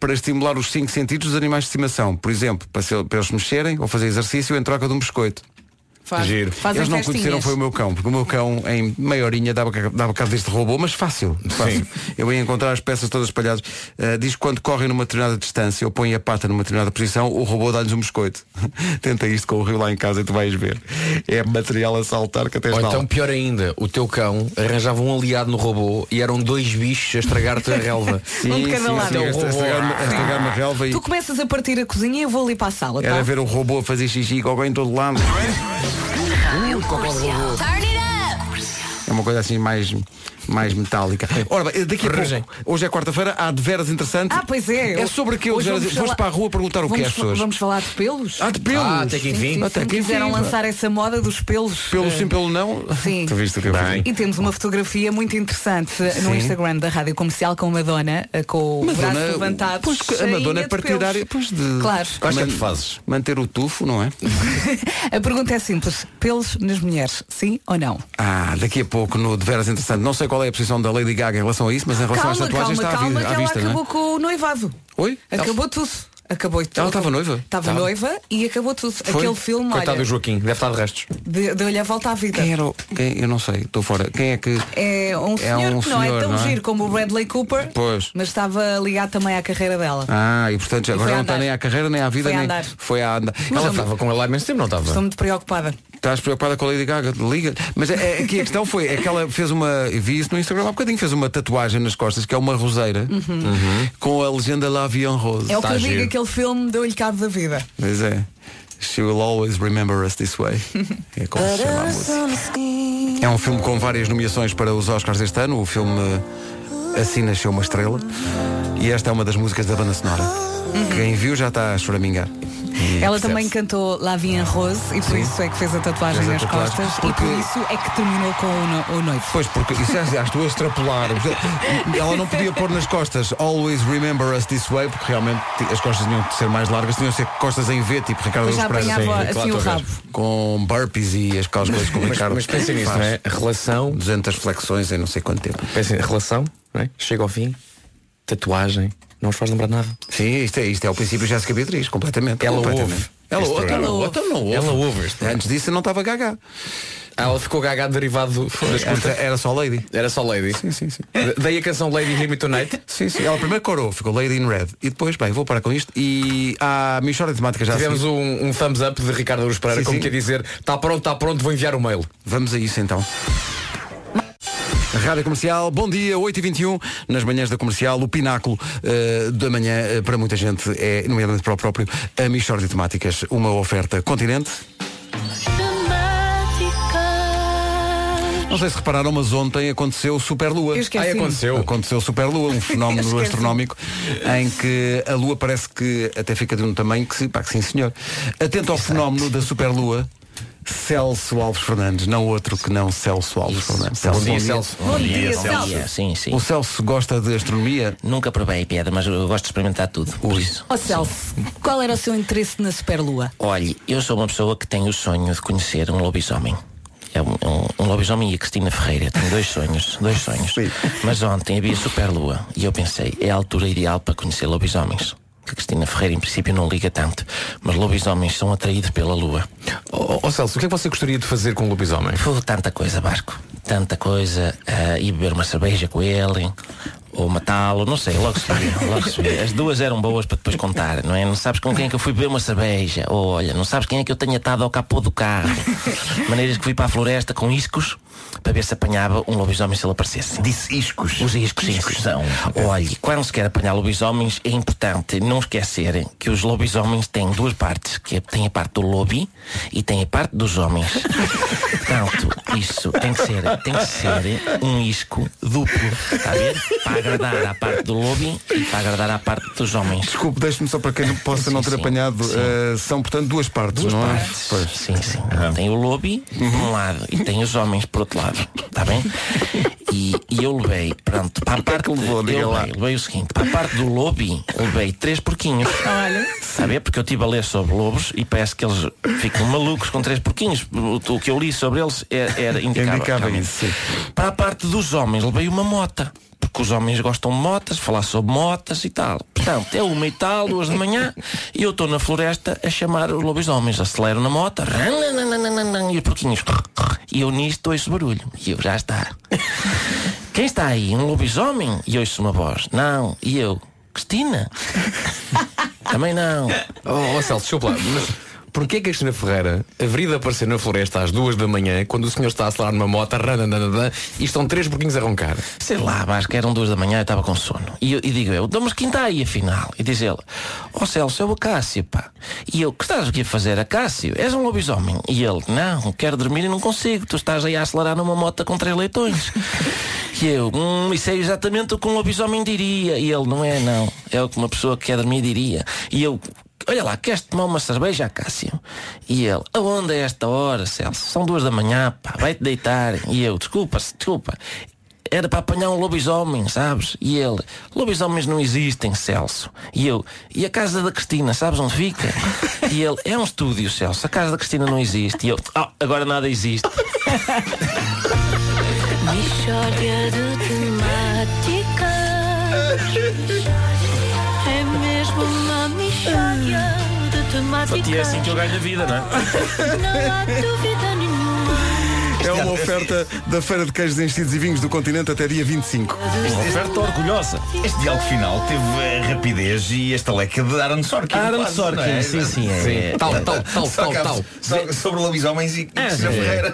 Speaker 2: para estimular os cinco sentidos dos animais de estimação. Por exemplo, para, se- para eles mexerem ou fazer exercício em troca de um biscoito.
Speaker 3: Faz,
Speaker 1: Giro.
Speaker 3: fazem
Speaker 2: eles não
Speaker 3: festinhas.
Speaker 2: conheceram foi o meu cão, porque o meu cão em meia horinha dava, ca- dava cabo deste robô, mas fácil.
Speaker 3: [laughs]
Speaker 2: fácil. Eu ia encontrar as peças todas espalhadas. Ah, diz que quando correm numa determinada distância ou põem a pata numa determinada posição, o robô dá-lhes um biscoito. [laughs] Tenta isto com o rio lá em casa e tu vais ver. É material a saltar que até
Speaker 1: Ou
Speaker 2: esmala.
Speaker 1: então, pior ainda, o teu cão arranjava um aliado no robô e eram dois bichos a estragar-te
Speaker 3: [laughs]
Speaker 1: a relva.
Speaker 3: Um de cada
Speaker 2: [laughs] sim,
Speaker 3: lado.
Speaker 2: sim, esta- esta gama- esta gama relva e
Speaker 3: Tu começas a partir a cozinha e eu vou ali para a sala,
Speaker 2: era
Speaker 3: tá?
Speaker 2: ver um robô a fazer xixi com alguém em todo lado. Uh,
Speaker 8: Rádio comercial.
Speaker 7: Turn it up.
Speaker 2: É uma coisa assim mais mais metálica.
Speaker 1: É.
Speaker 2: Ora bem, daqui a pouco, hoje é quarta-feira, há de veras interessante.
Speaker 3: Ah, pois é.
Speaker 2: É sobre que eu
Speaker 3: Hoje
Speaker 2: já
Speaker 3: vamos
Speaker 2: foste
Speaker 3: falar-
Speaker 2: para a rua perguntar o que é
Speaker 3: Vamos
Speaker 2: às
Speaker 3: fa-
Speaker 2: pessoas.
Speaker 3: Vamos falar de pelos?
Speaker 2: Ah, de pelos. Ah, até que
Speaker 3: Sim,
Speaker 2: enfim.
Speaker 3: sim,
Speaker 2: Até
Speaker 3: sim,
Speaker 2: que
Speaker 3: quiseram
Speaker 2: enfim.
Speaker 3: lançar essa moda dos pelos.
Speaker 2: Pelo
Speaker 3: eh,
Speaker 2: sim, pelo não.
Speaker 3: Sim.
Speaker 2: Tu viste o que eu fiz?
Speaker 3: E temos uma fotografia muito interessante no
Speaker 2: Sim.
Speaker 3: Instagram da Rádio Comercial com Madonna, eh, com o
Speaker 2: Madonna,
Speaker 3: braço levantado.
Speaker 2: Pois que a
Speaker 3: cheinha
Speaker 2: Madonna é
Speaker 3: de
Speaker 2: partidária
Speaker 3: pelos.
Speaker 2: pois de
Speaker 3: Claro.
Speaker 1: é
Speaker 2: man- Manter o tufo, não é?
Speaker 3: [laughs] A pergunta é simples. Pelos nas mulheres, sim ou não?
Speaker 2: Ah, daqui a pouco no de veras interessante. Não sei qual é a posição da Lady Gaga em relação a isso, mas em relação às
Speaker 3: calma, calma,
Speaker 2: tatuagens está à vi-
Speaker 3: calma,
Speaker 2: à,
Speaker 3: que ela
Speaker 2: vista,
Speaker 3: acabou
Speaker 2: não é?
Speaker 3: com o noivado.
Speaker 2: Oi?
Speaker 3: Acabou tudo. Acabou tudo.
Speaker 2: Ela estava noiva?
Speaker 3: Estava
Speaker 2: Estava.
Speaker 3: noiva e acabou tudo. Aquele filme,
Speaker 1: Coitado do
Speaker 3: olha,
Speaker 1: Joaquim, deve estar de restos.
Speaker 3: de- deu-lhe a volta à vida.
Speaker 2: Quem era o... quem- Eu não sei, estou fora. Quem é que...
Speaker 3: É um senhor
Speaker 2: um
Speaker 3: que não
Speaker 2: senhor,
Speaker 3: é tão
Speaker 2: não é?
Speaker 3: giro como o Bradley Cooper,
Speaker 2: Pois.
Speaker 3: mas estava ligado também à carreira dela.
Speaker 2: Ah, e portanto
Speaker 3: E foi
Speaker 2: agora
Speaker 3: a
Speaker 2: não está
Speaker 3: andar.
Speaker 2: nem à carreira, nem à vida,
Speaker 3: Foi a
Speaker 2: nem...
Speaker 3: andar.
Speaker 2: Foi a andar.
Speaker 3: Mas
Speaker 2: Ela
Speaker 3: eu-
Speaker 2: estava
Speaker 1: com ela há imenso tempo, não
Speaker 3: Estou
Speaker 1: estava?
Speaker 3: muito preocupada.
Speaker 2: Estás preocupada com a Lady Gaga? Liga. Mas é, é que a questão foi, é que ela fez uma, vi isso no Instagram há bocadinho, fez uma tatuagem nas costas, que é uma roseira, com a legenda La Vie en Rose.
Speaker 3: Uhum. É o que
Speaker 2: Uhum. Tá
Speaker 3: eu
Speaker 2: giro.
Speaker 3: digo, aquele filme deu-lhe cabo da vida.
Speaker 2: Pois é. She will always remember us this way. É como se chama a música. É um filme com várias nomeações para os Oscars este ano. O filme eh, Assim Nasceu Uma Estrela. E esta é uma das músicas da banda sonora. Quem viu já está a choramingar. E
Speaker 3: Uhum. Ela
Speaker 2: percebe-se.
Speaker 3: também cantou La Vie en Rose e por isso é que fez a tatuagem
Speaker 2: Ah, Fez a
Speaker 3: nas
Speaker 2: tatuagem,
Speaker 3: costas
Speaker 2: porque-
Speaker 3: e por isso é que terminou com o, no- o noivo.
Speaker 2: Pois, porque isso é- já já estou a extrapolar. Ela não podia pôr nas costas Always Remember Us This Way, porque realmente as costas tinham de ser mais largas, tinham de ser costas em V, tipo Ricardo
Speaker 3: Pois já
Speaker 2: Luz Pereira.
Speaker 3: apanhava assim
Speaker 1: claro,
Speaker 3: o
Speaker 1: estou a
Speaker 3: rabo.
Speaker 2: Com burpees e as calças com o
Speaker 1: Mas,
Speaker 2: Ricardo.
Speaker 1: mas pensem nisso,
Speaker 2: faz
Speaker 1: não é? A relação,
Speaker 2: 200 flexões em não sei quanto tempo.
Speaker 1: pensem, a relação, não é? Chega ao fim, tatuagem, não os faz lembrar de nada.
Speaker 2: Sim, isto é, isto é o princípio de Jéssica Beatriz, completamente.
Speaker 1: Ela
Speaker 2: completamente.
Speaker 1: ouve
Speaker 2: Ela
Speaker 1: este
Speaker 2: ouve.
Speaker 1: programa.
Speaker 2: Ela ouve. Então não ouve.
Speaker 1: Ela ouve este programa.
Speaker 2: Antes disso eu não estava gaga.
Speaker 1: Ah, ela ficou gagado derivado das
Speaker 2: Era,
Speaker 1: costas.
Speaker 2: era só Lady.
Speaker 1: Era só Lady.
Speaker 2: Sim, sim, sim.
Speaker 1: Daí a canção Lady Hear Me Tonight.
Speaker 2: Sim, sim. Ela primeiro corou, ficou Lady in Red. E depois, bem, vou parar com isto. E a Michora de Temática já a
Speaker 1: Tivemos
Speaker 2: seguir.
Speaker 1: um, um thumbs up de Ricardo Aruz Pereira,
Speaker 2: Sim,
Speaker 1: como
Speaker 2: sim.
Speaker 1: quer dizer, está pronto, está pronto, vou enviar o mail.
Speaker 2: Vamos a isso então. Rádio Comercial, bom dia, 8h21, nas manhãs da comercial, o pináculo eh, da manhã eh, para muita gente é, nomeadamente para o próprio, a Michora de Temáticas, uma oferta continente. Não sei se repararam, mas ontem aconteceu Superlua.
Speaker 3: Eu esqueci.
Speaker 1: Ai, aconteceu.
Speaker 3: [laughs]
Speaker 2: Aconteceu Superlua, um fenómeno
Speaker 3: Esqueci.
Speaker 2: astronómico em que a Lua parece que até fica de um tamanho que, se- pá, que sim senhor. Atento ao fenómeno da Superlua, Celso Alves Fernandes, não outro que não Celso Alves Fernandes. Celso, bom dia.
Speaker 3: Bom dia, Celso.
Speaker 9: Sim, sim.
Speaker 2: O Celso gosta de astronomia.
Speaker 9: Nunca provei a pedra, mas eu gosto de experimentar tudo. Por isso.
Speaker 3: Ó Celso, qual era o seu interesse na Superlua?
Speaker 9: Olhe, eu sou uma pessoa que tem o sonho de conhecer um lobisomem. É um, um- um lobisomem e a Cristina Ferreira. Tenho dois sonhos, dois sonhos. Mas ontem havia superlua e eu pensei, é a altura ideal para conhecer lobisomens. Que a Cristina Ferreira em princípio não liga tanto, mas lobisomens são atraídos pela lua.
Speaker 1: Ó ó, Celso, o que é que você gostaria de fazer com o lobisomem?
Speaker 9: Pô, tanta coisa, Vasco. Tanta coisa. eh, ir beber uma cerveja com ele. Ou matá-lo, não sei, logo se vê, logo se vê. As duas eram boas para depois contar, não é? Não sabes com quem é que eu fui beber uma cerveja. Ou olha, não sabes quem é que eu tenho atado ao capô do carro. Maneiras que fui para a floresta com iscos para ver se apanhava um lobisomem se ele aparecesse. Disse iscos. Os iscos, sim, iscos são. Olhe, quando se quer apanhar lobisomens, é importante não esquecer que os lobisomens têm duas partes, que é- tem a parte do lobby e tem a parte dos homens. Portanto, isso tem que ser, tem que ser um isco duplo, está a ver? Para agradar à parte do lobby e para agradar à parte dos homens.
Speaker 2: Desculpe, deixe-me só para quem não possa
Speaker 9: Sim,
Speaker 2: não ter
Speaker 9: sim,
Speaker 2: apanhado.
Speaker 9: sim.
Speaker 2: eh, são, portanto, duas partes, não é? Uhum. Pois.
Speaker 9: Sim, sim. Tem o lobby por um lado e tem os homens por outro lado. Está bem? E, e eu levei, pronto, para a parte.
Speaker 2: é levou?
Speaker 9: eu
Speaker 2: Diga lá.
Speaker 9: levei, levei o seguinte, para a parte do lobby, levei três porquinhos.
Speaker 3: Olha,
Speaker 9: Está a ver? Porque eu estive a ler sobre lobos e parece que eles ficam malucos com três porquinhos. O, o que eu li sobre eles era, era indicava.
Speaker 2: [laughs] Indicava
Speaker 9: realmente.
Speaker 2: isso, sim.
Speaker 9: Para a parte dos homens, levei uma mota. Porque os homens gostam de motas, falar sobre motas e tal. Portanto, é uma e tal, duas de manhã, e eu estou na floresta a chamar os lobisomens. Acelero na mota, e os porquinhos. E eu nisto ouço barulho. E eu já está. Quem está aí? Um lobisomem? E ouço uma voz. Não. E eu? Cristina? Também não.
Speaker 1: Ó ó, Oh, Celso, desculpa lá, mas porquê é que a Cristina Ferreira haveria de aparecer na floresta às duas da manhã quando o senhor está a acelerar numa moto rananana, e estão três burquinhos a roncar?
Speaker 9: Sei lá, Vasco, eram duas da manhã, eu estava com sono. E, eu, e digo eu, damos quem está aí afinal? E diz ele, ó Celso, é o Acácio, pá. E eu, que estás aqui a fazer, Acácio? És um lobisomem. E ele, não, quero dormir e não consigo, tu estás aí a acelerar numa moto com três leitões. E eu, hum, isso é exatamente o que um lobisomem diria. E ele, não é não, é o que uma pessoa que quer dormir diria. E eu, olha lá, queres tomar uma cerveja, Cássio? E ele, aonde é esta hora, Celso? São duas da manhã, pá, vai-te deitar. E eu, desculpa, desculpa. Era para apanhar um lobisomem, sabes? E ele, lobisomens não existem, Celso. E eu, e a casa da Cristina, sabes onde fica? E ele, é um estúdio, Celso, a casa da Cristina não existe. E eu, ah, agora nada existe.
Speaker 7: Mixórdia de temáticas É mesmo uma mixórdia de temáticas
Speaker 9: E é assim [laughs] que eu ganho a vida, não é?
Speaker 7: Não há dúvida nenhuma
Speaker 2: É uma oferta da Feira de Queijos Enchidos e Vinhos do Continente até dia 25.
Speaker 11: Uma oferta
Speaker 9: orgulhosa.
Speaker 11: Este diálogo final teve a rapidez e esta leca de Aaron Sorkin.
Speaker 9: Aaron
Speaker 11: quase,
Speaker 9: Sorkin,
Speaker 11: não é?
Speaker 9: sim, sim, é.
Speaker 11: Sim.
Speaker 9: Tal, tal, tal,
Speaker 11: Só
Speaker 9: tal,
Speaker 11: que há-
Speaker 9: tal.
Speaker 11: só- Sobre lobisomens e e Cristina Ferreira.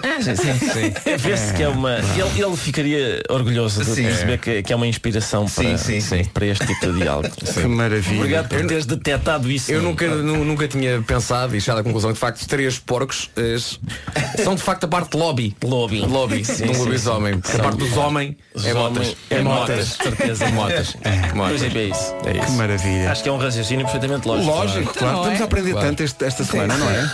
Speaker 11: [laughs]
Speaker 9: Vê-se que é
Speaker 11: um-
Speaker 9: uma. Ele, ele ficaria orgulhoso de
Speaker 11: Sim.
Speaker 9: perceber que, que é uma inspiração para,
Speaker 11: Sim, sim, sim.
Speaker 9: para este tipo de diálogo.
Speaker 2: Que maravilha.
Speaker 9: Obrigado por teres detectado isso. é? Ah.
Speaker 1: Eu nunca, nu- nunca tinha pensado e chegado à conclusão que de facto três porcos eh, são de facto a parte lobby.
Speaker 9: Lobby.
Speaker 1: Lobby,
Speaker 9: Sim,
Speaker 1: de um
Speaker 9: sim,
Speaker 1: lobisomem.
Speaker 9: sim.
Speaker 1: A parte dos homens
Speaker 9: Os
Speaker 1: é
Speaker 9: homens-
Speaker 1: motas.
Speaker 9: É motas, de certeza.
Speaker 1: É motas.
Speaker 9: Pois é, é isso. É
Speaker 2: Que
Speaker 9: isso.
Speaker 2: maravilha.
Speaker 9: Acho que é um raciocínio perfeitamente lógico.
Speaker 2: Lógico, claro.
Speaker 3: Não é?
Speaker 2: Estamos a aprender
Speaker 1: Claro.
Speaker 2: tanto este- esta semana, não [laughs] é?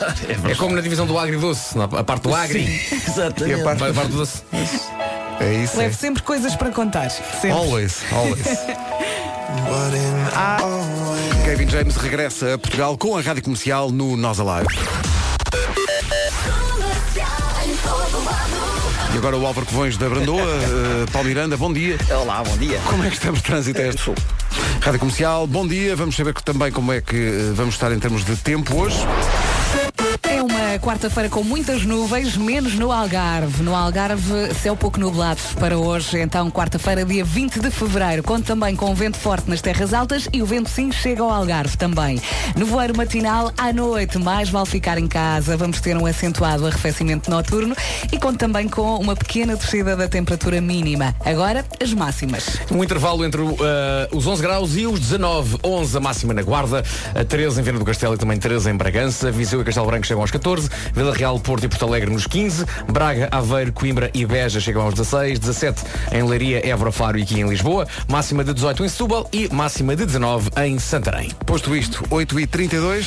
Speaker 1: É como na divisão do agridoce, na- é? a parte do agri.
Speaker 9: Exatamente.
Speaker 1: A parte- a parte do doce.
Speaker 2: É isso.
Speaker 3: Leve
Speaker 2: É.
Speaker 3: sempre coisas para contar. Sempre.
Speaker 2: Always, always. Kevin James regressa a Portugal com a rádio comercial no Nós Alive. E agora o Álvaro Covões da Brandoa, eh, Paulo Miranda, bom dia.
Speaker 10: Olá, bom dia.
Speaker 2: Como é que estamos de trânsito a este sul? Rádio Comercial, bom dia. Vamos saber que- também como é que eh, vamos estar em termos de tempo hoje.
Speaker 3: É uma quarta-feira com muitas nuvens, menos no Algarve. No Algarve, céu pouco nublado para hoje, então quarta-feira, dia 20 de fevereiro. Conto também com vento forte nas terras altas e o vento sim chega ao Algarve também. Nevoeiro matinal à noite, mais vale ficar em casa. Vamos ter um acentuado arrefecimento noturno e conto também com uma pequena descida da temperatura mínima. Agora, as máximas.
Speaker 1: Um intervalo entre uh, os 11 graus e os 19. 11 a máxima na Guarda, a 13 em Viana do Castelo e também 13 em Bragança. Viseu e Castelo Branco chegam aos 14. Vila Real, Porto e Porto Alegre nos 15. Braga, Aveiro, Coimbra e Beja chegam aos 16. 17 em Leiria, Évora, Faro e aqui em Lisboa. Máxima de 18 em Setúbal e máxima de 19 em Santarém.
Speaker 2: Posto isto,
Speaker 1: [laughs]
Speaker 2: 8h32.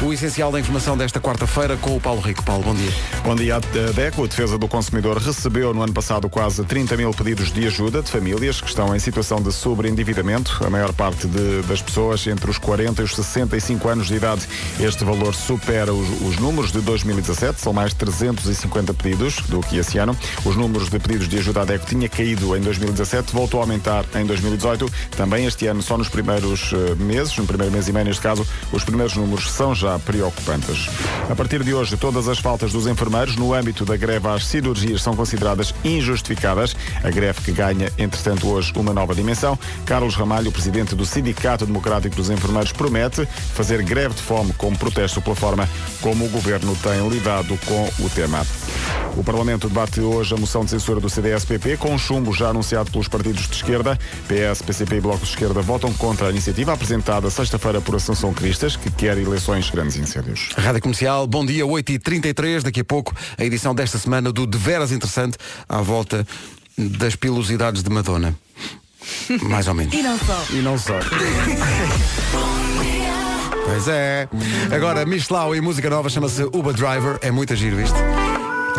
Speaker 2: O essencial da informação desta quarta-feira com o Paulo Rico. Paulo, bom dia.
Speaker 4: Bom dia, a DECO, a Defesa do Consumidor, recebeu no ano passado quase 30 mil pedidos de ajuda de famílias que estão em situação de sobreendividamento. A maior parte de- das pessoas entre os 40 e os 65 anos de idade. Este valor supera os, os números de 2017, são mais 350 pedidos do que esse ano. Os números de pedidos de ajuda à DECO tinha caído em 2017, voltou a aumentar em 2018. Também este ano, só nos primeiros eh, meses, no primeiro mês e meio neste caso, os primeiros números são já preocupantes. A partir de hoje, todas as faltas dos enfermeiros no âmbito da greve às cirurgias são consideradas injustificadas. A greve que ganha, entretanto, hoje uma nova dimensão. Carlos Ramalho, presidente do Sindicato Democrático dos Enfermeiros, promete fazer greve de fome como protesto pela forma como o governo tem lidado com o tema. O Parlamento debate hoje a moção de censura do CDS-PP com chumbo já anunciado pelos partidos de esquerda. PS, PCP e Bloco de Esquerda votam contra a iniciativa apresentada sexta-feira por Assunção Cristas, que quer eleições grandes incêndios.
Speaker 2: Rádio Comercial, bom dia, 8h33. Daqui a pouco, a edição desta semana do De Veras Interessante à volta das pilosidades de Madonna. Mais ou menos.
Speaker 3: E não só.
Speaker 2: E não só. pois é. Agora, Michelau e música nova chama-se Uber Driver. É muito giro isto.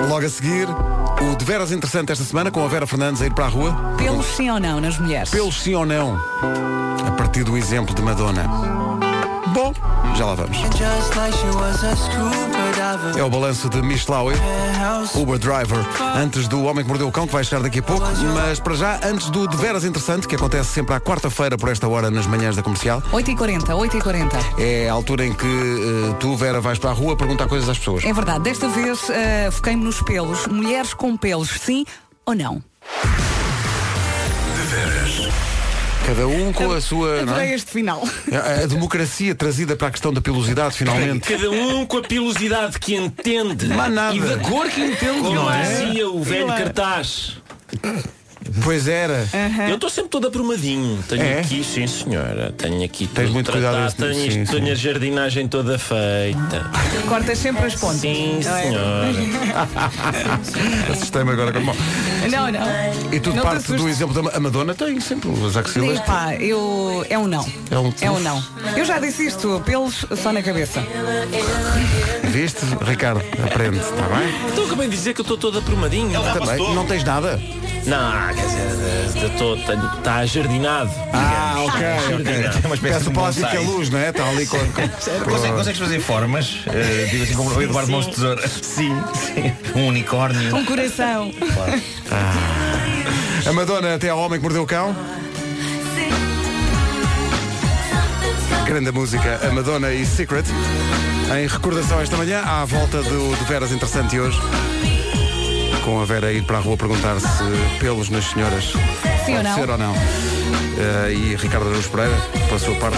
Speaker 2: Logo a seguir, o De Veras Interessante esta semana com a Vera Fernandes a ir para a rua.
Speaker 3: Pelos sim ou não nas mulheres.
Speaker 2: Pelos sim ou não. A partir do exemplo de Madonna. Bom, já lá vamos. É o balanço de Michelau. Uber Driver, antes do Homem que Mordeu o Cão, que vai chegar daqui a pouco, mas para já, antes do De Veras Interessante, que acontece sempre à quarta-feira por esta hora nas manhãs da comercial,
Speaker 3: 8h40, 8h40.
Speaker 2: é a altura em que eh, tu, Vera, vais para a rua perguntar coisas às pessoas.
Speaker 3: É verdade, desta vez eh, foquei-me nos pelos. Mulheres com pelos, sim ou não?
Speaker 2: Cada um com a sua. Não
Speaker 3: Adorei
Speaker 2: é?
Speaker 3: este final.
Speaker 2: A a democracia trazida para a questão da pilosidade, [laughs] finalmente.
Speaker 9: Cada um com a pilosidade que entende
Speaker 2: Mas nada.
Speaker 9: e da cor que entende,
Speaker 2: Como
Speaker 9: não
Speaker 2: é?
Speaker 9: dizia o velho cartaz.
Speaker 2: Pois era.
Speaker 9: Eu estou sempre todo aprumadinho. Tenho
Speaker 2: É?
Speaker 9: aqui, sim senhora. Tenho aqui tudo
Speaker 2: Tens muito cuidado
Speaker 9: tratado.
Speaker 2: a esse-
Speaker 9: Tenho, isto-
Speaker 2: sim, sim.
Speaker 9: tenho a jardinagem toda feita.
Speaker 3: [laughs] Cortas sempre as pontas.
Speaker 9: Sim
Speaker 3: não é?
Speaker 9: senhora.
Speaker 2: [laughs] Assustei-me agora com. Bom,
Speaker 3: Não, não.
Speaker 2: E tudo
Speaker 3: Não te
Speaker 2: parte do
Speaker 3: assustes.
Speaker 2: exemplo da Ma- a Madonna tem sempre os axilas.
Speaker 3: Epá, eu. É um não.
Speaker 2: É um-
Speaker 3: é um não. Eu já disse isto, pelos só na cabeça.
Speaker 2: Viste, Ricardo? Aprende, está bem?
Speaker 9: Estou Então acabei de dizer que eu estou todo aprumadinho.
Speaker 2: Também. Não tens nada.
Speaker 9: Não, quer dizer, está ajardinado.
Speaker 2: Ah, ok.
Speaker 11: É uma espécie
Speaker 2: Peço
Speaker 9: um
Speaker 11: de
Speaker 2: o palácio
Speaker 11: bonsai.
Speaker 2: que a luz, não é? Está ali com.
Speaker 11: Consegue- consegues fazer formas? Eh, digo assim como o Eduardo Mãos de Tesoura. Sim, sim. Um unicórnio.
Speaker 3: Um coração.
Speaker 2: Ah. A Madonna até ao homem que mordeu o cão. Grande música, a Madonna e Secret. Em recordação esta manhã, à volta do, do Veras Interessante hoje. Com a Vera a ir para a rua perguntar se pelos nas senhoras
Speaker 3: Sim ou
Speaker 2: pode
Speaker 3: não?
Speaker 2: ser ou não. Eh, e Ricardo Araújo Pereira, pela sua parte,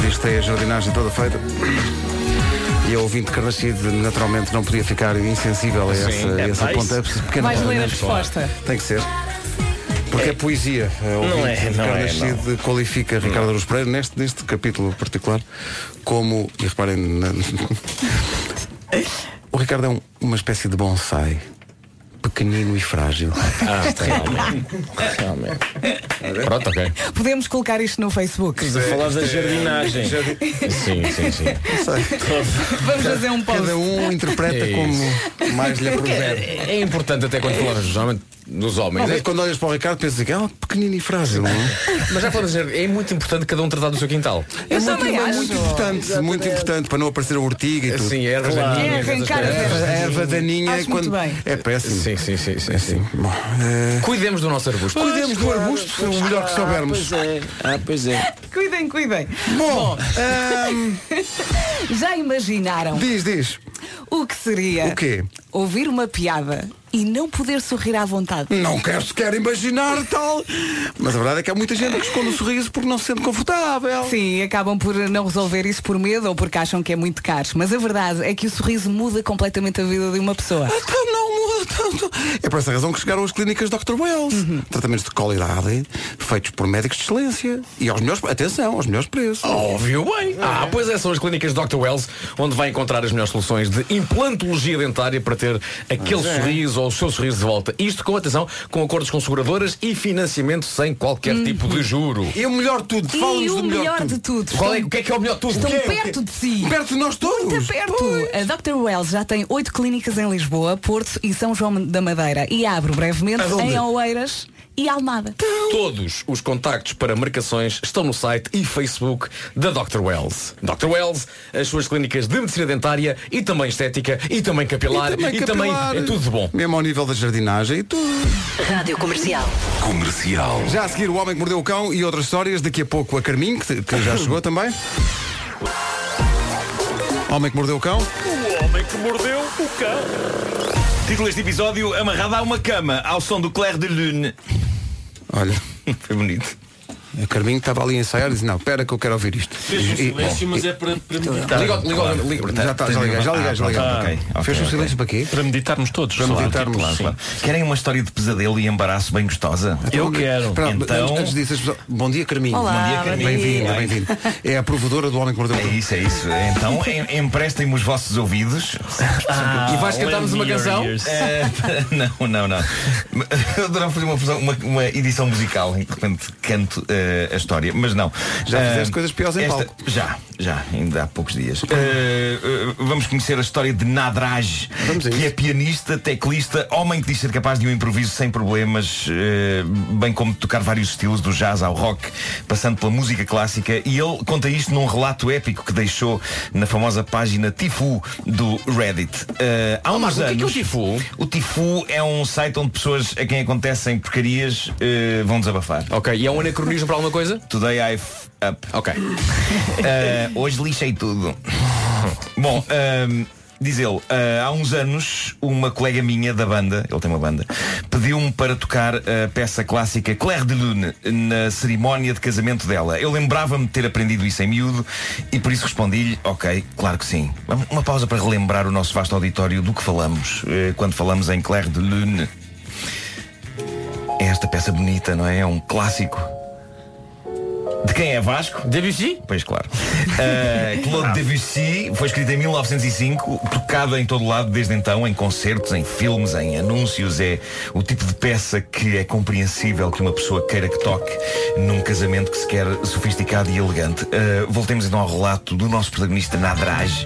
Speaker 2: diz que tem a jardinagem toda feita. E eu, ouvinte Carnascido, naturalmente não podia ficar insensível a essa,
Speaker 9: é
Speaker 2: essa
Speaker 9: pá,
Speaker 2: ponta. Pequena
Speaker 3: Vais
Speaker 2: ponta,
Speaker 3: ler a
Speaker 2: né?
Speaker 3: resposta.
Speaker 2: Tem que ser. Porque é, poesia. É,
Speaker 9: Não é, não
Speaker 2: Ricardo
Speaker 9: é,
Speaker 2: Nascide qualifica Ricardo Aruz Pereira neste, neste capítulo particular como, e reparem, na- [laughs] o Ricardo é um- uma espécie de bonsai. Pequenino e frágil.
Speaker 9: Ah, realmente. realmente.
Speaker 1: Pronto, ok.
Speaker 3: [laughs] Podemos colocar isto no Facebook.
Speaker 9: Estamos a falar
Speaker 3: [laughs]
Speaker 9: da jardinagem. Sim, sim, sim.
Speaker 3: Vamos fazer É um post.
Speaker 2: Cada um interpreta
Speaker 1: É isso.
Speaker 2: como mais lhe aprover.
Speaker 1: É, é importante até quando falamos geralmente dos homens. É-
Speaker 2: Quando olhas para o Ricardo pensas que é pequenino e frágil, não é?
Speaker 1: mas já falamos, é muito importante cada um tratar do seu quintal.
Speaker 3: Eu
Speaker 2: muito,
Speaker 3: também
Speaker 2: é
Speaker 3: acho.
Speaker 2: muito importante, muito importante para não aparecer a urtiga e tudo.
Speaker 1: Sim, ervas
Speaker 9: Claro.
Speaker 1: daninhas,
Speaker 3: É
Speaker 1: essas
Speaker 3: arrancar
Speaker 1: coisas.
Speaker 3: as ervas.
Speaker 2: A erva daninha
Speaker 3: Acho muito
Speaker 2: quando
Speaker 3: bem.
Speaker 2: é péssimo.
Speaker 1: Sim, sim, sim, sim, sim.
Speaker 2: Bom, eh,
Speaker 1: Cuidemos do nosso arbusto.
Speaker 2: Cuidemos do arbusto, o melhor que soubermos.
Speaker 9: Ah, pois é. Ah, pois é.
Speaker 3: Cuidem, cuidem.
Speaker 2: Bom, ahm,
Speaker 3: [laughs] Já imaginaram
Speaker 2: diz, diz.
Speaker 3: o que seria
Speaker 2: O quê?
Speaker 3: ouvir uma piada e não poder sorrir à vontade?
Speaker 2: Não quero sequer imaginar tal. Mas a verdade é que há muita gente que esconde o sorriso porque não se sente confortável.
Speaker 3: Sim, acabam por não resolver isso por medo ou porque acham que é muito caro. Mas a verdade é que o sorriso muda completamente a vida de uma pessoa.
Speaker 2: Então não muda tanto. É por essa razão que chegaram as clínicas Dr. Wells.
Speaker 3: Uhum.
Speaker 2: Tratamentos de qualidade, feitos por médicos de excelência. E aos melhores, atenção, aos melhores preços.
Speaker 1: Óbvio, bem. Ah, pois é, são as clínicas Dr. Wells, onde vai encontrar as melhores soluções de implantologia dentária para ter aquele
Speaker 2: é.
Speaker 1: sorriso ou o seu sorriso de volta. Isto com atenção, com acordos com seguradoras e financiamento sem qualquer tipo de juro.
Speaker 2: Uhum. E o melhor de tudo,
Speaker 3: e
Speaker 2: fala-nos
Speaker 3: o
Speaker 2: do
Speaker 3: melhor
Speaker 2: de
Speaker 3: de tudo,
Speaker 1: Qual é,
Speaker 3: estão
Speaker 1: o que é que é o melhor de tudo?
Speaker 3: Estão
Speaker 1: O que é?
Speaker 3: perto de si.
Speaker 2: tudo. Perto de nós todos.
Speaker 3: Muito perto. A Dr. Wells já tem oito clínicas em Lisboa, Porto e São João da Madeira e abre brevemente em Oeiras e Almada.
Speaker 1: Todos os contactos para marcações estão no site e Facebook da Dr. Wells. Dr. Wells, as suas clínicas de medicina dentária e também estética e também capilar e também,
Speaker 2: capilar.
Speaker 1: é tudo de bom.
Speaker 2: Mesmo ao nível da jardinagem e tudo.
Speaker 8: Rádio Comercial.
Speaker 11: Comercial.
Speaker 2: Já a seguir o Homem que Mordeu o Cão e outras histórias, daqui a pouco a Carminho, que, que já chegou também. Homem que Mordeu o Cão.
Speaker 11: O homem que mordeu o cão. Título deste episódio: Amarrada a uma cama, ao som do Claire de Lune.
Speaker 2: Olha,
Speaker 11: [laughs] Foi bonito.
Speaker 2: a Carminho estava ali a ensaiar e disse, não, espera que eu quero ouvir isto.
Speaker 3: um
Speaker 2: E- e-
Speaker 9: mas é para, para
Speaker 1: Liga, liga,
Speaker 11: Claro.
Speaker 1: liga.
Speaker 2: já, está, já liguei, já liguei, já liguei.
Speaker 11: Ah, ok, ok,
Speaker 2: Fez um
Speaker 11: ok.
Speaker 2: silêncio para quê?
Speaker 9: Para meditarmos todos.
Speaker 2: Para
Speaker 9: sei lá,
Speaker 2: meditarmos,
Speaker 9: tipo lá,
Speaker 2: sim.
Speaker 9: claro.
Speaker 11: Querem uma história de pesadelo e embaraço bem gostosa?
Speaker 9: Eu quero.
Speaker 2: Espera,
Speaker 11: Então-
Speaker 2: antes, antes disso, as pessoas- bom dia Carminho.
Speaker 3: Olá,
Speaker 11: Bom dia,
Speaker 3: bom
Speaker 11: Carminho.
Speaker 2: Bem-vinda,
Speaker 11: Bom dia.
Speaker 2: bem-vinda. É a provedora do Homem que Mordeu o
Speaker 11: É
Speaker 2: Cão.
Speaker 11: isso, é isso. Então em- emprestem-me os vossos ouvidos.
Speaker 1: E vais
Speaker 9: Ah,
Speaker 1: cantar-nos uma
Speaker 9: lend me your
Speaker 1: canção?
Speaker 9: ears.
Speaker 11: Eh, não, não, não. Eu adorava fazer uma, fusão- uma, uma edição musical em que de repente canto eh, a história, mas não.
Speaker 2: Já
Speaker 11: Eh,
Speaker 2: fizeste coisas piores em palco.
Speaker 11: Já, já, ainda há poucos dias. Eh, eh, vamos conhecer a história de Nadraj,
Speaker 2: Vamos a
Speaker 11: que
Speaker 2: isso.
Speaker 11: é pianista, teclista, homem que diz ser capaz de um improviso sem problemas, eh, bem como de tocar vários estilos, do jazz ao rock, passando pela música clássica, e ele conta isto num relato épico que deixou na famosa página Tifu do Reddit. Eh, há uns
Speaker 1: Marco, o que é que é o
Speaker 11: anos,
Speaker 1: Tifu?
Speaker 11: o Tifu é um site onde pessoas a quem acontecem porcarias eh, vão desabafar.
Speaker 1: Ok, e é um anacronismo para alguma coisa?
Speaker 11: Today I f up.
Speaker 1: Ok.
Speaker 11: [laughs] Eh, hoje lixei tudo. Bom, ehm, diz ele, eh, há uns anos uma colega minha da banda, ele tem uma banda, pediu-me para tocar a peça clássica Claire de Lune na cerimónia de casamento dela. Eu lembrava-me de ter aprendido isso em miúdo e por isso respondi-lhe, ok, claro que sim. Vamos uma pausa para relembrar o nosso vasto auditório do que falamos eh, quando falamos em Claire de Lune. É esta peça bonita, não é? É um clássico. De quem é Vasco?
Speaker 9: Debussy?
Speaker 11: Pois claro. Ah, Claude Debussy foi escrito em 1905, tocado em todo lado desde então, em concertos, em filmes, em anúncios. É o tipo de peça que é compreensível que uma pessoa queira que toque num casamento que se quer sofisticado e elegante. Ah, voltemos então ao relato do nosso protagonista Nadraj.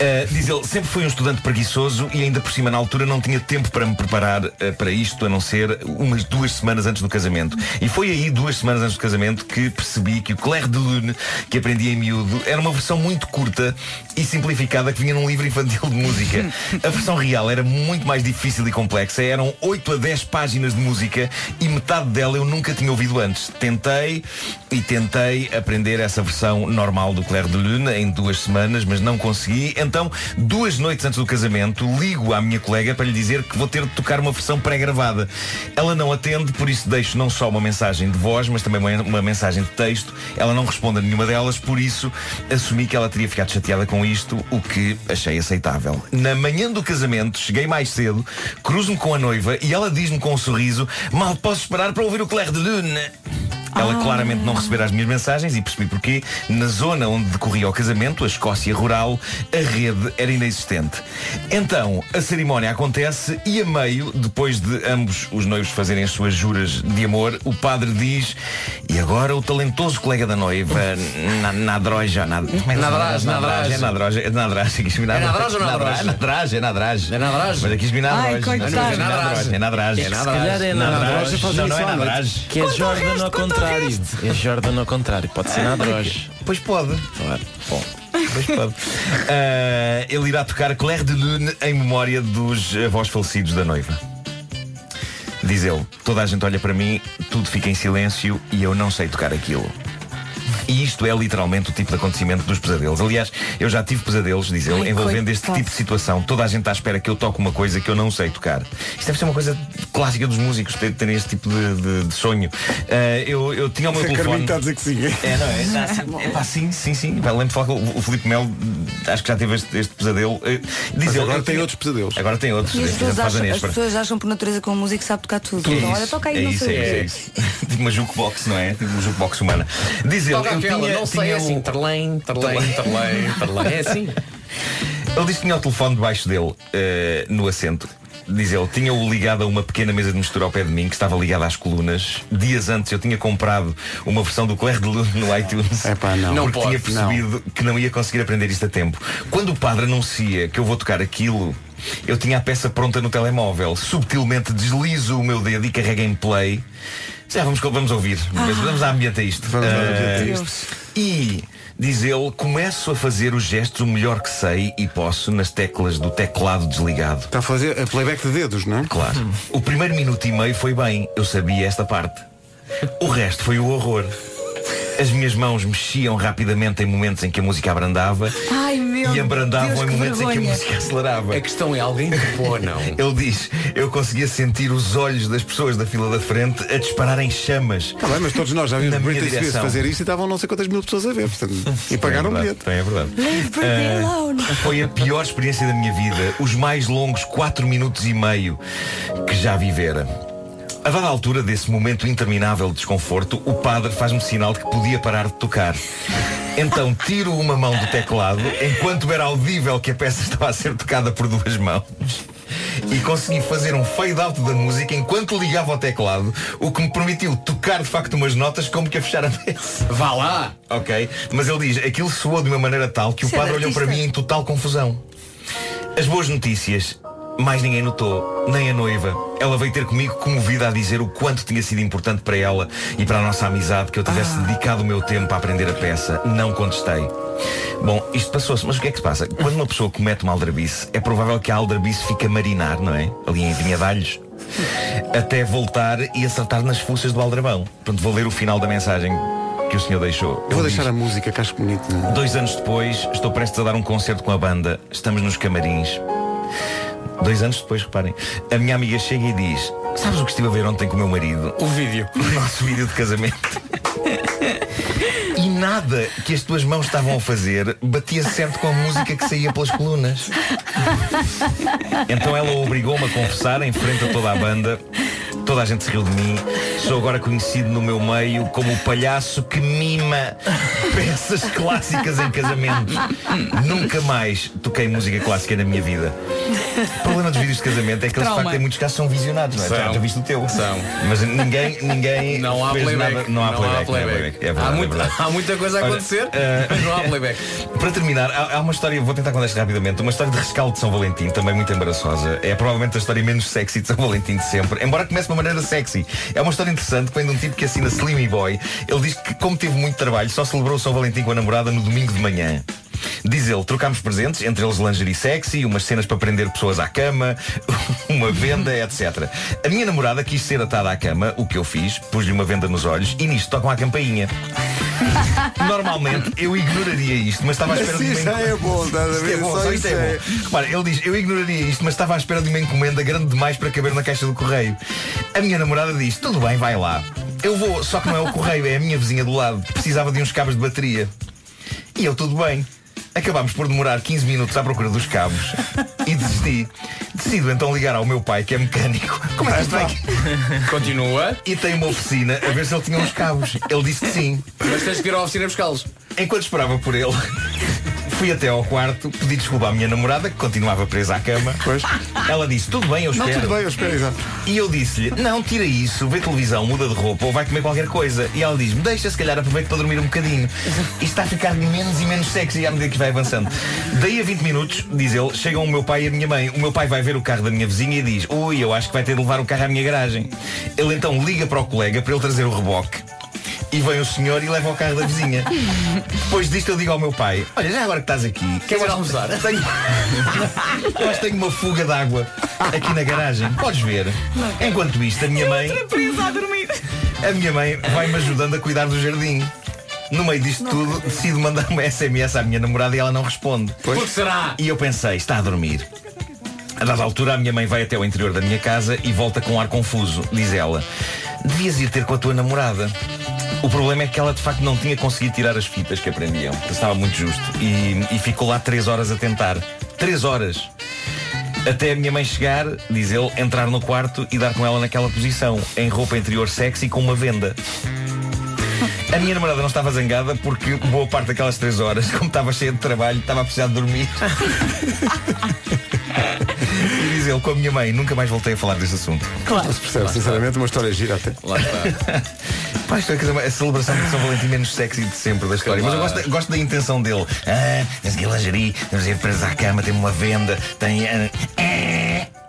Speaker 11: Uh, diz ele, sempre fui um estudante preguiçoso e ainda por cima na altura não tinha tempo para me preparar uh, para isto, a não ser umas duas semanas antes do casamento. E foi aí, duas semanas antes do casamento, que percebi que o Claire de Lune, que aprendi em miúdo, era uma versão muito curta e simplificada que vinha num livro infantil de música. A versão real era muito mais difícil e complexa, eram 8 a 10 páginas de música e metade dela eu nunca tinha ouvido antes. Tentei e tentei aprender essa versão normal do Claire de Lune em duas semanas, mas não consegui. Então, duas noites antes do casamento, ligo à minha colega para lhe dizer que vou ter de tocar uma versão pré-gravada. Ela não atende, por isso deixo não só uma mensagem de voz, mas também uma, uma mensagem de texto. Ela não responde a nenhuma delas, por isso assumi que ela teria ficado chateada com isto, o que achei aceitável. Na manhã do casamento, cheguei mais cedo, cruzo-me com a noiva e ela diz-me com um sorriso: Mal posso esperar para ouvir o Claire de Lune. Ela claramente não recebera as minhas mensagens e percebi porquê. Na zona onde decorria o casamento, a Escócia rural, a rede era inexistente. Então, a cerimónia acontece e a meio, depois de ambos os noivos fazerem as suas juras de amor, o padre diz e agora o talentoso colega da noiva, na, Nadroja, na, como é que se chama?
Speaker 1: Nadraj, Nadraj.
Speaker 11: É Nadroja, é Nadraj, aqui escreve Nadraj.
Speaker 1: Nadraj ou Nadroja?
Speaker 11: É Nadraj, é Nadraj.
Speaker 1: É Nadraj?
Speaker 11: Mas aqui escreve Nadraj.
Speaker 3: Ai, coitado.
Speaker 11: É Nadraj, é Nadraj.
Speaker 9: É que se calhar é na
Speaker 11: Nadraj.
Speaker 9: Droja
Speaker 11: Não, não é Nadraj.
Speaker 9: Que é Jordan ao contrário. É Jordan ao contrário. Pode
Speaker 11: É,
Speaker 9: ser na Droja.
Speaker 11: Pois pode.
Speaker 9: Claro.
Speaker 11: Bom. Pois pode. Ah, ele irá tocar Claire de Lune em memória dos avós falecidos da noiva. Diz ele, toda a gente olha para mim, tudo fica em silêncio e eu não sei tocar aquilo. E isto é literalmente o tipo de acontecimento dos pesadelos. Aliás, eu já tive pesadelos, diz ele,
Speaker 3: Ai,
Speaker 11: envolvendo este
Speaker 3: coitado.
Speaker 11: tipo de situação. Toda a gente está à espera que eu toque uma coisa que eu não sei tocar. Isto deve ser uma coisa clássica dos músicos, ter- terem este tipo de, de- de sonho. Ah, eu, eu tinha o meu
Speaker 2: A Carminho
Speaker 11: telefone.
Speaker 2: está a dizer que sim.
Speaker 11: É, não, é, já,
Speaker 12: [laughs]
Speaker 11: sim, é pá, sim, sim, sim. Pá, lembro de falar com o, o Filipe Melo, acho que já teve este, este pesadelo. Eh, Diz
Speaker 2: Mas
Speaker 11: ele,
Speaker 2: agora
Speaker 11: eu
Speaker 2: tem
Speaker 11: tinha-
Speaker 2: outros pesadelos.
Speaker 11: Agora tem outros.
Speaker 12: E
Speaker 11: eh,
Speaker 12: as
Speaker 11: por exemplo,
Speaker 12: pessoas,
Speaker 11: faz a
Speaker 12: acham, as
Speaker 11: Nespera.
Speaker 12: pessoas acham por natureza que um músico sabe tocar tudo.
Speaker 11: É
Speaker 12: Então,
Speaker 11: isso,
Speaker 12: olha, toca aí,
Speaker 11: é
Speaker 12: não
Speaker 11: isso,
Speaker 12: sei o
Speaker 11: é,
Speaker 12: quê.
Speaker 11: é isso. [laughs] Tipo uma jukebox, não é? Tipo uma jukebox humana. Diz ele,
Speaker 1: Toca
Speaker 11: eu
Speaker 1: aquela,
Speaker 11: tinha,
Speaker 1: não sei, é
Speaker 11: tinha um
Speaker 1: assim,
Speaker 11: o-
Speaker 1: terlém, terlém, [laughs] terlém, terlém. É assim.
Speaker 11: Ele disse que tinha o telefone debaixo dele, eh, no assento. Diz ele, tinha-o ligado a uma pequena mesa de mistura ao pé de mim, que estava ligada às colunas. Dias antes eu tinha comprado uma versão do Claire de Lune no iTunes.
Speaker 2: Epá, não.
Speaker 11: Porque
Speaker 1: Não pode,
Speaker 11: tinha percebido que não ia conseguir aprender isto a tempo. Quando o padre anuncia que eu vou tocar aquilo, eu tinha a peça pronta no telemóvel. Subtilmente deslizo o meu dedo e carrego em play. Já vamos, vamos ouvir. Vamos dar ambiente a isto.
Speaker 2: Vamos dar
Speaker 11: Ah,
Speaker 2: ambiente
Speaker 3: a isto.
Speaker 11: e, diz ele, começo a fazer os gestos o melhor que sei e posso nas teclas do teclado desligado.
Speaker 2: Está a fazer a playback de dedos, não é?
Speaker 11: Claro. O primeiro minuto e meio foi bem, eu sabia esta parte. O resto foi o horror. As minhas mãos mexiam rapidamente em momentos em que a música abrandava
Speaker 3: Ai, meu
Speaker 11: e abrandavam
Speaker 3: Deus,
Speaker 11: em
Speaker 3: que
Speaker 11: momentos em que a
Speaker 3: vergonha.
Speaker 11: música acelerava.
Speaker 1: A questão é alguém que pô, não.
Speaker 11: [laughs] Ele diz, eu conseguia sentir os olhos das pessoas da fila da frente a dispararem chamas.
Speaker 2: Está Tá bem, mas todos nós já vimos
Speaker 11: Na minha
Speaker 2: Britney Spears
Speaker 11: direção.
Speaker 2: fazer isto e estavam não sei quantas mil pessoas a
Speaker 11: [laughs]
Speaker 2: ver. portanto, e pagaram o
Speaker 11: é verdade,
Speaker 2: bilhete.
Speaker 11: também é verdade.
Speaker 12: Leave Britney
Speaker 11: Ah,
Speaker 12: alone.
Speaker 11: Foi a pior experiência da minha vida, os mais longos 4 minutos e meio que já vivera. A dada altura desse momento interminável de desconforto, o padre faz-me sinal de que podia parar de tocar. Então tiro uma mão do teclado, enquanto era audível que a peça estava a ser tocada por duas mãos. E consegui fazer um fade-out da música enquanto ligava ao teclado, o que me permitiu tocar de facto umas notas como que a fechar a peça.
Speaker 1: Vá lá!
Speaker 11: Ok, mas ele diz, aquilo soou de uma maneira tal que o
Speaker 12: Isso é
Speaker 11: padre
Speaker 12: de
Speaker 11: olhou para
Speaker 12: artista.
Speaker 11: mim em total confusão. As boas notícias, mais ninguém notou, nem a noiva. Ela veio ter comigo comovida a dizer o quanto tinha sido importante para ela e para a nossa amizade que eu tivesse dedicado o meu tempo a aprender a peça. Não contestei. Bom, isto passou-se, mas o que é que se passa? Quando uma pessoa comete uma aldrabice, é provável que a aldrabice fique a marinar, não é? Ali em vinhadalhos. Até voltar e acertar nas fuças do aldrabão. Pronto, vou ler o final da mensagem que o senhor deixou.
Speaker 2: Eu vou
Speaker 11: Ele diz,
Speaker 2: deixar a música, que acho bonito. não é?
Speaker 11: Dois anos depois, estou prestes a dar um concerto com a banda. Estamos nos camarins. Dois anos depois, reparem, a minha amiga chega e diz: Sabes o que estive a ver ontem com o meu marido?
Speaker 1: O vídeo.
Speaker 11: [laughs] O nosso vídeo de casamento. E nada que as tuas mãos estavam a fazer batia certo com a música que saía pelas colunas. Então ela obrigou-me a confessar em frente a toda a banda Toda a gente se riu de mim. Sou agora conhecido no meu meio como o palhaço que mima peças clássicas em
Speaker 3: [laughs]
Speaker 11: casamentos. Nunca mais toquei música clássica na minha vida. O problema dos vídeos de casamento é que eles de
Speaker 3: Trauma.
Speaker 11: facto em muitos casos são visionados, não é?
Speaker 1: São.
Speaker 11: Já, já viste o teu. São. Mas ninguém, ninguém
Speaker 1: Não há
Speaker 11: fez
Speaker 1: playback.
Speaker 11: nada- Não há playback. não há playback. É verdade,
Speaker 1: há,
Speaker 11: é
Speaker 1: muito-
Speaker 11: verdade.
Speaker 1: há muita coisa a
Speaker 11: Olha,
Speaker 1: acontecer,
Speaker 11: eh,
Speaker 1: mas não há playback.
Speaker 11: Para terminar, há, há uma história, vou tentar contar isto rapidamente, uma história de rescaldo de São Valentim, também muito embaraçosa. É provavelmente a história menos sexy de São Valentim de sempre, embora comece de uma maneira sexy. É uma história interessante que vem de um tipo que assina Slimmy Boy. Ele diz que, como teve muito trabalho, só celebrou o São Valentim com a namorada no domingo de manhã. Diz ele, trocámos presentes, entre eles lingerie sexy, umas cenas para prender pessoas à cama, [laughs] uma venda, etc. A minha namorada quis ser atada à cama, o que eu fiz, pus-lhe uma venda nos olhos e nisto tocam a
Speaker 2: [laughs]
Speaker 11: campainha. Normalmente eu ignoraria isto, mas estava à espera de uma
Speaker 2: Isso já é bom, estás a
Speaker 11: isto
Speaker 2: ver?
Speaker 11: é bom,
Speaker 2: Só
Speaker 11: só
Speaker 2: isso
Speaker 11: isto é
Speaker 2: é.
Speaker 11: bom. Repara, ele diz, eu ignoraria isto, mas estava à espera de uma encomenda grande demais para caber na caixa do correio. A minha namorada diz, tudo bem, vai lá. Eu vou, só que não é o correio, é a minha vizinha do lado. Precisava de uns cabos de bateria. E eu, tudo bem. Acabámos por demorar 15 minutos à procura dos cabos e desisti. Decido então ligar ao meu pai, que é mecânico. [laughs] Como é que [laughs] isto vai?
Speaker 1: [laughs] Continua,
Speaker 11: E tem uma oficina a ver se ele tinha uns cabos. Ele disse que sim.
Speaker 1: mas tens que ir à oficina buscá-los.
Speaker 11: Enquanto esperava por ele, fui até ao quarto, pedi desculpa à minha namorada, que continuava presa à cama. Ela disse, tudo bem, eu
Speaker 2: Não,
Speaker 11: espero.
Speaker 2: tudo bem, eu espero, exato.
Speaker 11: E eu disse-lhe, não, tira isso, vê televisão, muda de roupa ou vai comer qualquer coisa. E ela diz-me, deixa, se calhar aproveito para dormir um bocadinho. Isto está a ficar menos e menos sexy à medida que vai avançando. Daí a 20 minutos, diz ele, chegam o meu pai e a minha mãe. O meu pai vai ver o carro da minha vizinha e diz, ui, eu acho que vai ter de levar o carro à minha garagem. Ele então liga para o colega para ele trazer o reboque. E vem o senhor e leva o carro da vizinha. Depois disto eu digo ao meu pai, olha, já agora que estás aqui, que
Speaker 1: vais
Speaker 11: eu acho- Tenho... [laughs] eu acho que tenho uma fuga de água aqui na garagem. Podes ver. Enquanto isto, a minha mãe.
Speaker 3: Presa a dormir.
Speaker 11: A minha mãe vai-me ajudando a cuidar do jardim. No meio disto tudo, decido mandar um uma SMS à minha namorada e ela não responde.
Speaker 1: Porque será?
Speaker 11: E eu pensei, está a dormir. A dada altura, a minha mãe vai até ao interior da minha casa e volta com um ar confuso. Diz ela, devias ir ter com a tua namorada. O problema é que ela de facto não tinha conseguido tirar as fitas que aprendiam. Estava muito justo. E, e ficou lá três horas a tentar. Três horas! Até a minha mãe chegar, diz ele, entrar no quarto e dar com ela naquela posição, em roupa interior sexy com uma venda. A minha namorada não estava zangada porque boa parte daquelas três horas, como estava cheia de trabalho, estava a precisar de dormir. e diz ele, com a minha mãe, nunca mais voltei a falar deste assunto.
Speaker 2: Não se percebe, sinceramente, uma história gira até.
Speaker 11: Pá, isto é que é a celebração de São Valentim menos sexy de sempre da história. Mas eu gosto, gosto da intenção dele. Ah, mas que lingerie, temos ir presos à cama, tem uma venda, tem. ah, ah.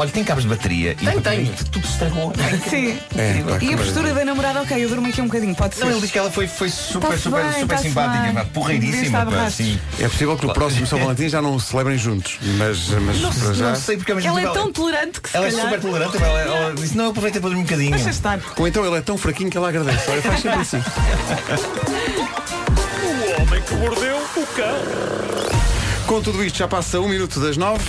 Speaker 11: Olha, tem cabos de bateria. Tem, tem. Tudo se estragou.
Speaker 3: Sim. e
Speaker 2: É, pá, que
Speaker 3: a
Speaker 2: maravilha.
Speaker 3: postura da namorada, ok, eu durmo aqui um bocadinho, pode ser.
Speaker 11: Não, ele diz que ela foi, foi super,
Speaker 3: Tá-se
Speaker 11: super,
Speaker 3: bem,
Speaker 11: super
Speaker 3: tá-se
Speaker 11: simpática,
Speaker 3: bem.
Speaker 11: pá, porreiríssima.
Speaker 3: Devia estar de
Speaker 11: pá,
Speaker 3: rastos.
Speaker 11: sim.
Speaker 2: É possível que o próximo São Valentim já não se celebrem juntos, mas, mas
Speaker 11: Não,
Speaker 2: para já.
Speaker 11: não sei porque ao mesmo
Speaker 3: Ela é
Speaker 11: tempo
Speaker 3: tão tolerante que se
Speaker 11: ela é
Speaker 3: calhar.
Speaker 11: super tolerante, ela, ela disse, não, aproveita para dormir um bocadinho.
Speaker 3: Deixa estar.
Speaker 2: Ou então ele é tão fraquinho que ela agradece. Olha, faz sempre assim. Com tudo isto, já passa um minuto das nove.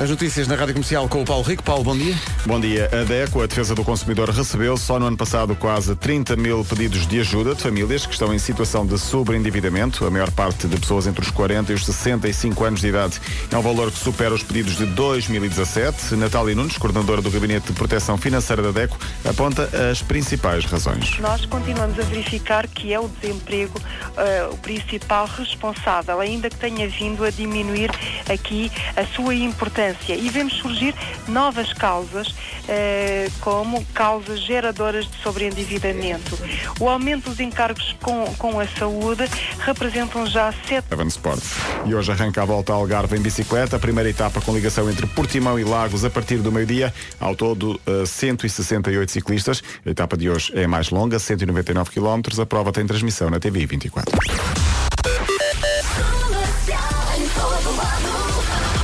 Speaker 2: As notícias na Rádio Comercial com o Paulo Rico. Paulo, bom dia.
Speaker 4: Bom dia. A DECO, a Defesa do Consumidor, recebeu só no ano passado quase 30 mil pedidos de ajuda de famílias que estão em situação de sobreendividamento. A maior parte de pessoas entre os 40 e os 65 anos de idade é um valor que supera os pedidos de 2017. Natália Nunes, coordenadora do Gabinete de Proteção Financeira da DECO, aponta as principais razões.
Speaker 7: Nós continuamos a verificar que é o desemprego eh, o principal responsável, ainda que tenha vindo a diminuir aqui a sua importância. E vemos surgir novas causas, eh, como causas geradoras de sobreendividamento. O aumento dos encargos com, com a saúde representam já 7
Speaker 4: Evan Sport. E hoje arranca a volta ao Algarve em bicicleta, a primeira etapa com ligação entre Portimão e Lagos a partir do meio-dia, ao todo eh, 168 ciclistas. A etapa de hoje é mais longa, 199 km, a prova tem transmissão na TV 24.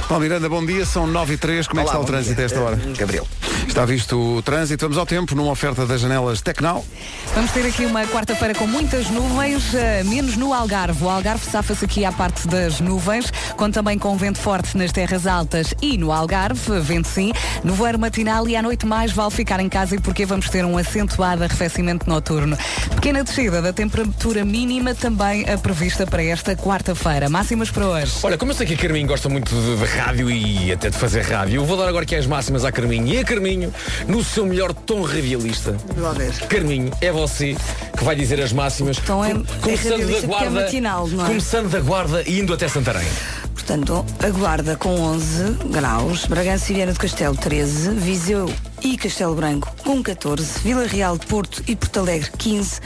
Speaker 2: Paulo Miranda, bom dia. São nove e três. Como é que
Speaker 10: Olá,
Speaker 2: está o
Speaker 10: bom
Speaker 2: trânsito
Speaker 10: dia.
Speaker 2: é a esta hora?
Speaker 10: Eh, Gabriel.
Speaker 2: Está visto o trânsito. Vamos ao tempo numa oferta das janelas Tecnal.
Speaker 3: Vamos ter aqui uma quarta-feira com muitas nuvens, eh, menos no Algarve. O Algarve safa-se aqui à parte das nuvens, conta também com vento forte nas terras altas e no Algarve, vento sim. No voeiro matinal e à noite mais vale ficar em casa e porque vamos ter um acentuado arrefecimento noturno. Pequena descida da temperatura mínima também eh, prevista para esta quarta-feira. Máximas para hoje.
Speaker 1: Olha, como eu sei que a Carminho gosta muito de, de rádio e até de fazer rádio, eu vou dar agora aqui as máximas à Carminho. E a Carminho, no seu melhor tom radialista. Carminho, é você que vai dizer as máximas.
Speaker 12: Então é,
Speaker 1: com-
Speaker 12: é radialista porque é matinal, não é?
Speaker 1: começando da guarda e indo até Santarém.
Speaker 12: Portanto, a Guarda com 11 graus, Bragança e Viana do Castelo 13, Viseu e Castelo Branco com 14, Vila Real, Porto e Porto Alegre 15,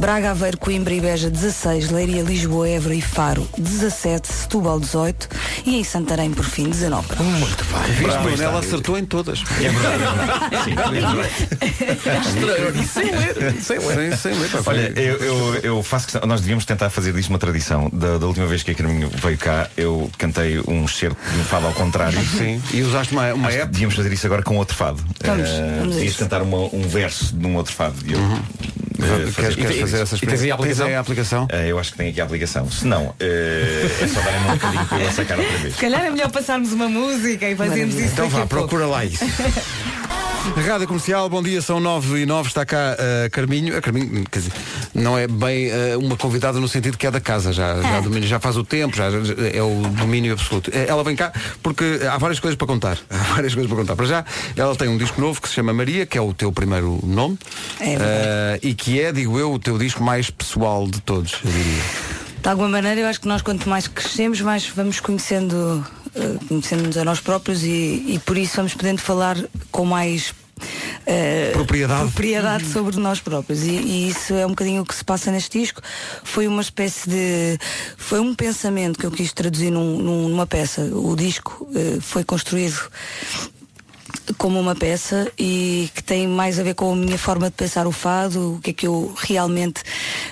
Speaker 12: Braga, Aveiro, Coimbra e Beja 16, Leiria, Lisboa, Évora e Faro 17, Setúbal 18 e em Santarém por fim 19 graus.
Speaker 2: Muito bem. Viste, Bruno, ela acertou em todas. É
Speaker 3: [laughs] é um
Speaker 2: sem ler. Sem, sem ler. pá, foi-
Speaker 11: Olha, eu, eu, eu faço questão. Nós devíamos tentar fazer disto uma tradição. Da, da última vez que a Carminho veio cá, eu cantei um excerto de um fado ao contrário.
Speaker 2: [laughs] Sim. E usaste uma, uma
Speaker 11: Acho que
Speaker 2: app.
Speaker 11: Devíamos fazer isso agora com outro fado.
Speaker 12: Vamos,
Speaker 11: Eh,
Speaker 12: vamos a
Speaker 11: devias
Speaker 12: isso.
Speaker 11: cantar uma- um verso de um outro fado. E eu, eh,
Speaker 2: Uhum. Queres,
Speaker 11: fazer-
Speaker 2: queres fazer essa
Speaker 1: e tens aí a
Speaker 2: experiência? Tens aí a aplicação?
Speaker 11: Eh, eu acho que tem aqui a aplicação. Se não, eh, é só darem-me um bocadinho para eu a sacar outra vez.
Speaker 3: Se calhar é melhor passarmos uma música e fazermos
Speaker 12: Maravilha.
Speaker 3: isso
Speaker 2: Então
Speaker 3: daqui a
Speaker 2: vá,
Speaker 3: pouco.
Speaker 2: procura lá isso.
Speaker 3: [laughs]
Speaker 2: Rádio Comercial, bom dia, são 9 e 9, está cá a Carminho. A Carminho, quer dizer, não é bem eh, uma convidada no sentido que é da casa, já, já, domina- já faz o tempo, já, já- é o domínio absoluto. Eh, Ela vem cá porque há várias coisas para contar. [laughs] Há várias coisas para contar. Para já, ela tem um disco novo que se chama Maria, que é o teu primeiro nome,
Speaker 12: É
Speaker 2: eh, e que é, digo eu, o teu disco mais pessoal de todos, eu diria.
Speaker 12: De alguma maneira, eu acho que nós quanto mais crescemos, mais vamos conhecendo, eh, conhecendo-nos a nós próprios e, e por isso vamos podendo falar com mais eh,
Speaker 2: Propriedade.
Speaker 12: propriedade sobre nós próprios. E, e isso é um bocadinho o que se passa neste disco. Foi uma espécie de. Foi um pensamento que eu quis traduzir num- num- numa peça. O disco eh, foi construído como uma peça e que tem mais a ver com a minha forma de pensar o fado, o que é que eu realmente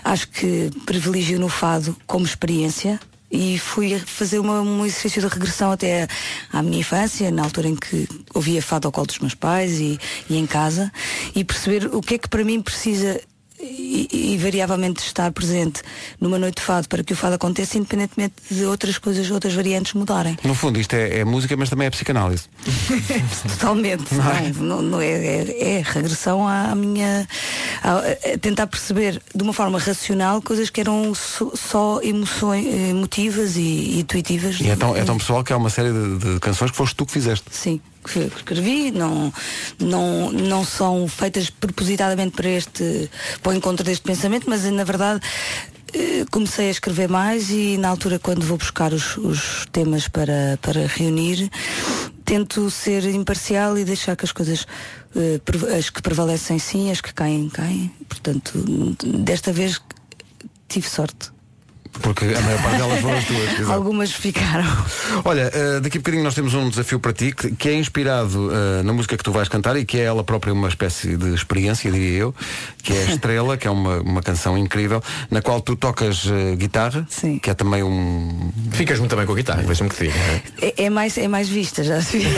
Speaker 12: acho que privilegio no fado como experiência. E fui fazer uma, um exercício de regressão até à minha infância, na altura em que ouvia fado ao colo dos meus pais e, e em casa, e perceber o que é que para mim precisa e, e variavelmente estar presente numa noite de fado para que o fado aconteça, independentemente de outras coisas, outras variantes mudarem.
Speaker 2: No fundo, isto é, é música, mas também é psicanálise.
Speaker 12: [laughs] Totalmente. Não, não, não é, é, é regressão à minha. A, a tentar perceber de uma forma racional coisas que eram so- só emoções eh, emotivas e, e intuitivas.
Speaker 2: E é tão, é tão pessoal que há uma série de- de canções que foste tu que fizeste.
Speaker 12: Sim, que que escrevi, não, não, não são feitas propositadamente para este para o encontro deste pensamento, mas eh, na verdade eh, comecei a escrever mais e na altura quando vou buscar os, os temas para, para reunir tento ser imparcial e deixar que as coisas eh, pre- as que prevalecem sim, as que caem, caem. Portanto, n- desta vez tive sorte.
Speaker 2: Porque a maior parte delas foram as
Speaker 12: [laughs]
Speaker 2: tuas. exato.
Speaker 12: Algumas ficaram.
Speaker 2: Olha, eh, daqui a bocadinho nós temos um desafio para ti que, que é inspirado eh, na música que tu vais cantar e que é ela própria uma espécie de experiência, diria eu, que é a Estrela, que é uma, uma canção incrível, na qual tu tocas eh, guitarra,
Speaker 12: Sim.
Speaker 2: que é também um.
Speaker 1: Ficas muito bem com a guitarra, deixa-me que te diga.
Speaker 12: É, é mais, é mais vista, já se viu.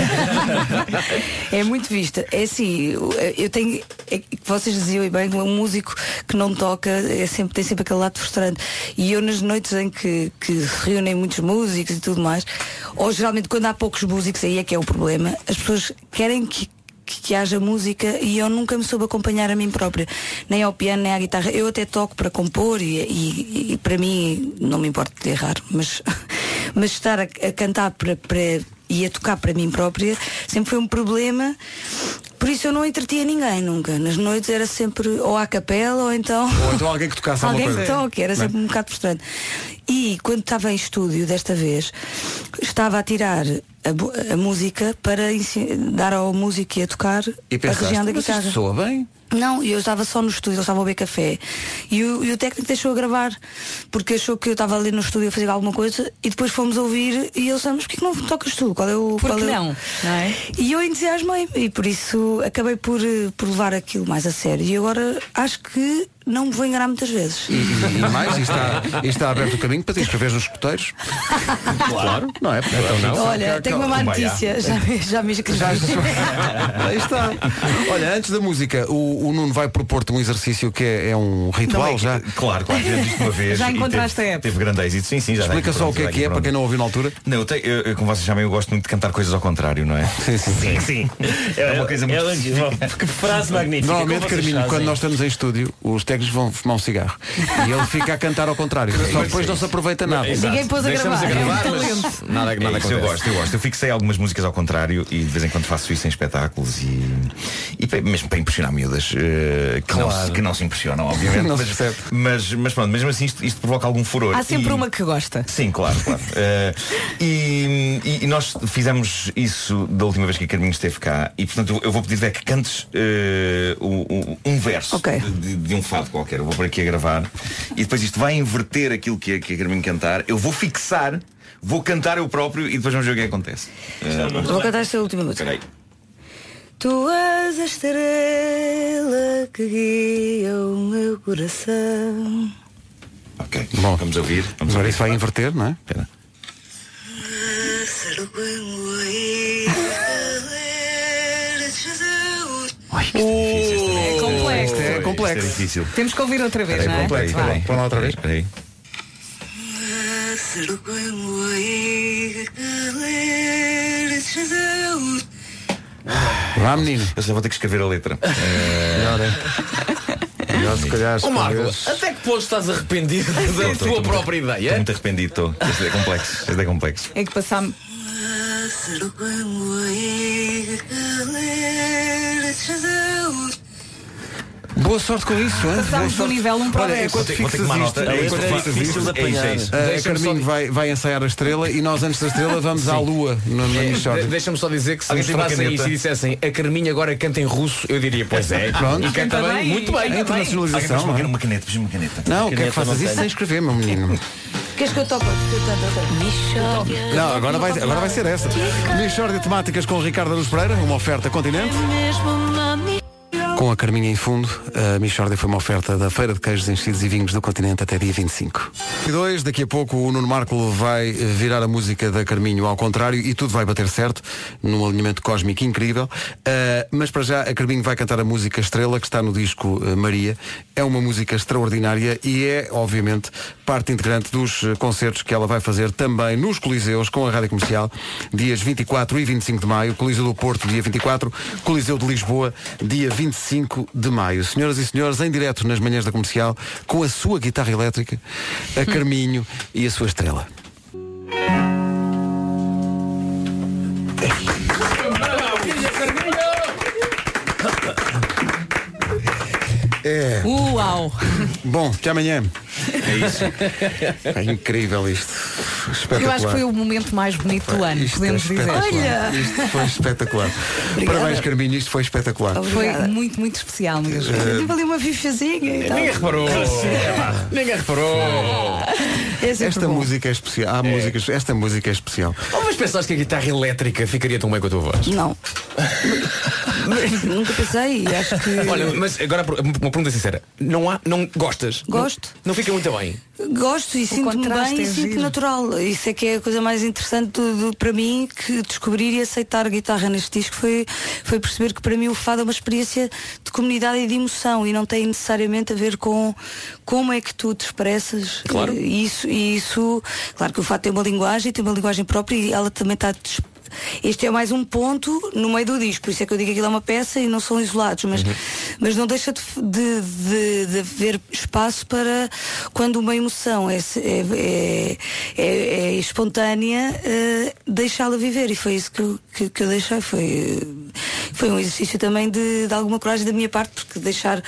Speaker 12: é muito vista. É assim, eu- eu tenho. é que vocês diziam e bem, um músico que não toca é sempre, tem sempre aquele lado frustrante. E eu nas noites em que, que se reúnem muitos músicos e tudo mais, ou geralmente quando há poucos músicos, aí é que é o problema, as pessoas querem que. Que, que haja música e eu nunca me soube acompanhar a mim própria, nem ao piano, nem à guitarra. Eu até toco para compor e, e- e para mim não me importa de errar, mas mas estar a, a cantar para, para- e a tocar para mim própria sempre foi um problema. Por isso eu não entretia ninguém nunca. Nas noites era sempre ou à capela ou então.
Speaker 2: Ou então alguém que tocasse alguma
Speaker 12: Alguém
Speaker 2: coisa.
Speaker 12: que toque, era sempre um bocado frustrante. E quando estava em estúdio desta vez, estava a tirar a, bu- a música para ensi- dar ao músico e a tocar
Speaker 2: E
Speaker 12: a
Speaker 2: pensaste,
Speaker 12: região da
Speaker 2: "Mas isto
Speaker 12: guitarra.
Speaker 2: soa bem?
Speaker 12: Não, eu estava só no estúdio, eles estavam a beber café. E o, e o técnico deixou a gravar, porque achou que eu estava ali no estúdio a fazer alguma coisa e depois fomos ouvir e eles disseram, mas porquê que não tocas tu? Qual é o.
Speaker 3: Porque
Speaker 12: qual é o-"
Speaker 3: não, não é?
Speaker 12: E eu entusiasmei e por isso acabei por, eh, por levar aquilo mais a sério. E agora acho que não me vou enganar muitas vezes.
Speaker 2: E, e- e mais, e está, e está aberto o caminho para te inscreveres nos escuteiros. [laughs] Claro. Não é? Então
Speaker 12: Olha, tenho uma má notícia, já, me- já me escrevi. [laughs]
Speaker 2: Aí está. Olha, antes da música, o, o Nuno vai propor-te um exercício que é, é um ritual já.
Speaker 11: Claro, claro, fizemos
Speaker 2: [laughs]
Speaker 11: isto uma vez.
Speaker 3: Já
Speaker 11: e
Speaker 3: encontraste
Speaker 11: teve,
Speaker 3: a app?
Speaker 11: Teve grande êxito, sim, sim. Já
Speaker 2: Explica
Speaker 11: tenho,
Speaker 2: só o
Speaker 11: pronto,
Speaker 2: que é
Speaker 11: já
Speaker 2: que é,
Speaker 11: tenho,
Speaker 2: para
Speaker 11: pronto.
Speaker 2: quem não ouviu na altura.
Speaker 11: Não, eu, tenho, eu, eu, como vocês sabem, eu gosto muito de cantar coisas ao contrário, não é? Sim, sim. sim, É uma coisa muito específica.
Speaker 9: [laughs] Que frase magnífica.
Speaker 2: Normalmente,
Speaker 9: Como vocês
Speaker 2: Carminho, quando
Speaker 9: fazem?
Speaker 2: nós estamos em estúdio, os técnicos vão fumar um cigarro. E ele fica a cantar ao contrário. Só depois não se aproveita nada.
Speaker 3: Ninguém pôs a
Speaker 1: Ah, Deixamos
Speaker 3: gravar.
Speaker 1: a gravar,
Speaker 3: é um
Speaker 1: mas
Speaker 3: talento.
Speaker 1: nada,
Speaker 11: É
Speaker 1: nada
Speaker 11: isso, eu
Speaker 1: acontece.
Speaker 11: gosto, eu gosto. Eu fixei algumas músicas ao contrário e de vez em quando faço isso em espetáculos e, e pa- mesmo para impressionar miúdas eh, que, não se, que não se impressionam, obviamente.
Speaker 2: [laughs] Não se
Speaker 11: mas,
Speaker 2: percebe.
Speaker 11: mas, mas pronto, mesmo assim isto, isto provoca algum furor.
Speaker 3: Há sempre
Speaker 11: E-
Speaker 3: uma que gosta.
Speaker 11: Sim, claro,
Speaker 12: [laughs]
Speaker 11: claro. Eh, e, e- e nós fizemos isso da última vez que a Carminho esteve cá e portanto eu- eu vou pedir é que cantes eh, o- o- um verso
Speaker 12: Ok.
Speaker 11: de, de- de um fado qualquer. Eu vou por aqui a gravar e depois isto vai inverter aquilo que a, que a Carminho cantar. Eu vou fixar, vou cantar eu próprio e depois vamos ver o que é que acontece. Eh,
Speaker 12: Vou cantar esta última música.
Speaker 11: Espera aí.
Speaker 12: Tu és a estrela que guia o meu coração.
Speaker 11: Ok,
Speaker 2: Bom.
Speaker 11: vamos ouvir. Vamos
Speaker 2: Agora
Speaker 11: ouvir.
Speaker 2: isso vai inverter, não é?
Speaker 11: Espera.
Speaker 3: É
Speaker 2: é
Speaker 3: complexo.
Speaker 2: Isto é
Speaker 11: Isto é
Speaker 2: complexo.
Speaker 11: difícil.
Speaker 3: Temos que ouvir outra vez,
Speaker 11: Espera
Speaker 3: não é?
Speaker 11: aí,
Speaker 2: complexo,
Speaker 11: espera aí,
Speaker 2: vá
Speaker 11: espera
Speaker 2: lá,
Speaker 11: aí,
Speaker 2: outra vez.
Speaker 11: espera aí.
Speaker 2: Vá, menino.
Speaker 11: Eu só vou ter que escrever a letra. Eh,
Speaker 2: Melhor, é? Melhor se calhar.
Speaker 1: Ó Marco,
Speaker 2: talvez.
Speaker 1: até que ponto estás arrependido da
Speaker 11: Estou
Speaker 1: tua
Speaker 11: muito-
Speaker 1: própria
Speaker 11: Estou
Speaker 1: ideia?
Speaker 11: muito arrependido, estou. Este é complexo. Este é complexo.
Speaker 3: É que passámos.
Speaker 2: Boa sorte com isso, hein?
Speaker 3: Passámos do nível 1 para o
Speaker 2: Olha,
Speaker 3: 10.
Speaker 2: enquanto
Speaker 11: Vou ter que tomar
Speaker 2: fixas isto,
Speaker 11: nota. É isso,
Speaker 2: enquanto
Speaker 11: vou-
Speaker 2: fixas
Speaker 11: difícil
Speaker 2: isto,
Speaker 11: de apanhar.
Speaker 2: é isso, é isso. a
Speaker 1: Deixa-me só
Speaker 2: Carminho vai, vai ensaiar a estrela e nós antes da estrela vamos à lua na, na Michordia.
Speaker 1: É, De- Deixa-me só dizer que se
Speaker 11: Alguém tem uma
Speaker 1: mostrassem
Speaker 11: caneta?
Speaker 1: isso e dissessem a Carminha agora canta em russo, eu diria, pois é,
Speaker 2: Pronto.
Speaker 1: e canta
Speaker 3: Canta
Speaker 1: bem,
Speaker 3: bem, canta
Speaker 1: muito bem.
Speaker 3: bem.
Speaker 11: Alguém pôs
Speaker 2: Internacionalização.
Speaker 11: uma,
Speaker 2: não é?
Speaker 11: uma caneta, pôs uma caneta.
Speaker 2: Não, o que é que
Speaker 9: não
Speaker 2: faças isso
Speaker 9: tenho.
Speaker 2: sem escrever,
Speaker 11: [laughs]
Speaker 2: meu menino?
Speaker 12: Queres que eu toque? Que eu toque?
Speaker 8: Michórdia
Speaker 2: Não, agora vai, agora vai ser essa. Michordia Temáticas com Ricardo Aruz Pereira, uma oferta continente.
Speaker 8: mesmo uma
Speaker 2: Com a Carminha em fundo, a Michordia foi uma oferta da Feira de Queijos Enchidos e Vinhos do Continente até dia 25. E dois, daqui a pouco o Nuno Marco vai eh, virar a música da Carminho ao contrário e tudo vai bater certo, num alinhamento cósmico incrível. Ah, mas para já a Carminho vai cantar a música Estrela, que está no disco eh, Maria. É uma música extraordinária e é, obviamente, parte integrante dos eh, concertos que ela vai fazer também nos Coliseus com a Rádio Comercial, dias 24 e 25 de maio, Coliseu do Porto, dia 24, Coliseu de Lisboa, dia 25 de maio. Senhoras e senhores, em direto nas manhãs da comercial, com a sua guitarra elétrica, a Carminho [laughs] e a sua estrela. É,
Speaker 3: Uh. Uau!
Speaker 2: bom, até amanhã. É isso. É incrível isto. Espetacular.
Speaker 3: Eu acho que foi o momento mais bonito do ano,
Speaker 2: Isto é
Speaker 3: podemos dizer.
Speaker 2: espetacular. Isto foi espetacular. Parabéns, Carminho, isto foi espetacular. É.
Speaker 3: Foi
Speaker 12: Obrigada.
Speaker 3: muito, muito especial mesmo.
Speaker 12: Eu tive ali uma bifazinha
Speaker 3: então.
Speaker 12: e tal.
Speaker 1: Ninguém reparou. Ninguém reparou.
Speaker 12: É sempre
Speaker 2: Esta
Speaker 12: bom.
Speaker 2: música é especial. Há músicas, esta música é especial.
Speaker 1: Oh, mas pensaste que a guitarra elétrica ficaria tão bem com a tua voz?
Speaker 12: Não. [laughs] Nunca pensei e acho que.
Speaker 1: Olha, mas agora uma pergunta sincera. Não há, não gostas?
Speaker 12: Gosto.
Speaker 1: Não, não fica muito bem.
Speaker 12: Gosto e sinto-me
Speaker 3: contraste
Speaker 12: bem
Speaker 3: é
Speaker 12: e sinto-me
Speaker 3: giro.
Speaker 12: natural. Isso é que é a coisa mais interessante do- do- para mim que descobrir e aceitar a guitarra neste disco foi, foi perceber que para mim o fado é uma experiência de comunidade e de emoção e não tem necessariamente a ver com como é que tu te expressas.
Speaker 1: Claro.
Speaker 12: Eh, Isso, e isso, claro que o fado tem uma linguagem, tem uma linguagem própria e ela também está des- este é mais um ponto no meio do disco, por isso é que eu digo que aquilo é uma peça e não são isolados, mas, mas não deixa de, de, de, de haver espaço para quando uma emoção é, é, é, é espontânea, eh, deixá-la viver. E foi isso que eu, que, que eu deixei. Foi, eh, foi um exercício também de, de alguma coragem da minha parte, porque deixar,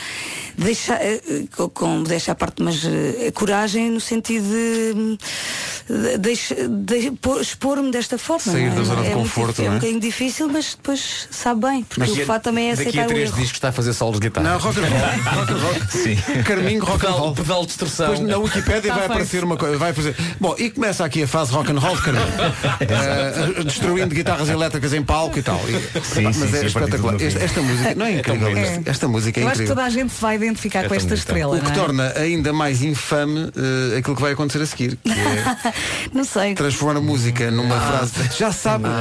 Speaker 12: deixar eh, eh, com, com deixar a parte, mas eh, a coragem no sentido de. hum, de- deixe- de- pô- expor-me desta forma.
Speaker 2: Sair
Speaker 12: não é?
Speaker 2: da zona de
Speaker 12: É muito
Speaker 2: conforto,
Speaker 12: difícil,
Speaker 2: não
Speaker 12: É
Speaker 2: é?
Speaker 12: um bocadinho difícil, mas depois sabe bem. Porque
Speaker 1: Mas
Speaker 12: o
Speaker 1: daqui a-
Speaker 12: fato também é
Speaker 1: Daqui a
Speaker 12: aceitar o
Speaker 1: três
Speaker 12: erro.
Speaker 1: discos está a fazer solos de guitarra.
Speaker 2: Não, rock and roll. rock and roll.
Speaker 11: Sim. [laughs]
Speaker 2: Carminho, rock and
Speaker 1: pedal,
Speaker 2: roll.
Speaker 1: pedal de distorção.
Speaker 2: Depois na Wikipédia
Speaker 3: Tá
Speaker 2: é vai
Speaker 3: feito.
Speaker 2: aparecer uma coisa, vai fazer. Bom, e começa aqui a fase rock and roll, de
Speaker 11: [laughs]
Speaker 2: Carminho. Eh, destruindo guitarras elétricas em palco e tal. E-
Speaker 11: Sim,
Speaker 2: Mas
Speaker 11: sim, sim,
Speaker 2: é
Speaker 11: a partir
Speaker 2: espetacular.
Speaker 11: do meu
Speaker 2: Esta,
Speaker 11: fim.
Speaker 2: esta música não é incrível.
Speaker 11: bonita.
Speaker 2: isto? Esta música é
Speaker 3: Eu acho que
Speaker 2: incrível.
Speaker 3: toda a gente se vai identificar com esta estrela.
Speaker 2: O
Speaker 3: não
Speaker 2: que
Speaker 3: é?
Speaker 2: torna ainda mais infame eh, aquilo que vai acontecer a seguir, que é
Speaker 12: Não sei.
Speaker 2: transformar a música numa
Speaker 1: Ah,
Speaker 2: frase. Já sabe, Nuno-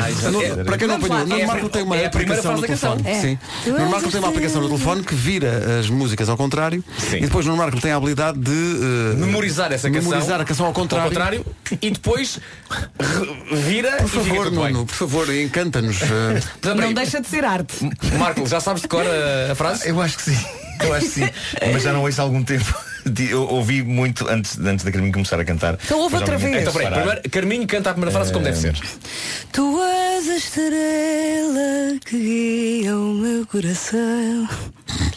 Speaker 2: para quem não
Speaker 3: Vamos
Speaker 2: apanhou,
Speaker 3: lá.
Speaker 2: Nuno
Speaker 3: É a
Speaker 2: Marco tem uma
Speaker 1: é a primeira
Speaker 2: aplicação no
Speaker 1: frase da canção.
Speaker 2: telefone.
Speaker 12: É.
Speaker 2: Sim.
Speaker 12: Eu
Speaker 2: Nuno Marco tem
Speaker 12: gostei.
Speaker 1: assim.
Speaker 2: uma aplicação no telefone que vira as músicas ao contrário
Speaker 11: Sim.
Speaker 2: e depois Nuno Marco tem a habilidade de eh,
Speaker 1: Memorizar essa canção.
Speaker 2: memorizar a canção ao contrário.
Speaker 1: Ao contrário. E depois re- vira
Speaker 2: Por
Speaker 1: e fica
Speaker 2: favor,
Speaker 1: tudo bem.
Speaker 2: Nuno, por favor, encanta-nos. eh,
Speaker 1: [laughs] Portanto,
Speaker 3: Não
Speaker 1: peraí,
Speaker 3: deixa de ser arte.
Speaker 2: Um
Speaker 1: Marco, já sabes de cor [laughs] a, a frase?
Speaker 11: Eu acho que sim. [laughs] Eu acho que sim.
Speaker 1: É.
Speaker 11: Mas já não ouço há algum tempo. [laughs] De- Eu ouvi muito antes, antes da Carminho começar a cantar.
Speaker 3: Então ouve
Speaker 11: Mas
Speaker 3: outra
Speaker 11: ao mesmo
Speaker 3: vez.
Speaker 11: tempo
Speaker 1: Então peraí,
Speaker 11: parar.
Speaker 1: primeiro Carminho canta a primeira frase como deve ser.
Speaker 12: Tu és a estrela que guia o meu coração.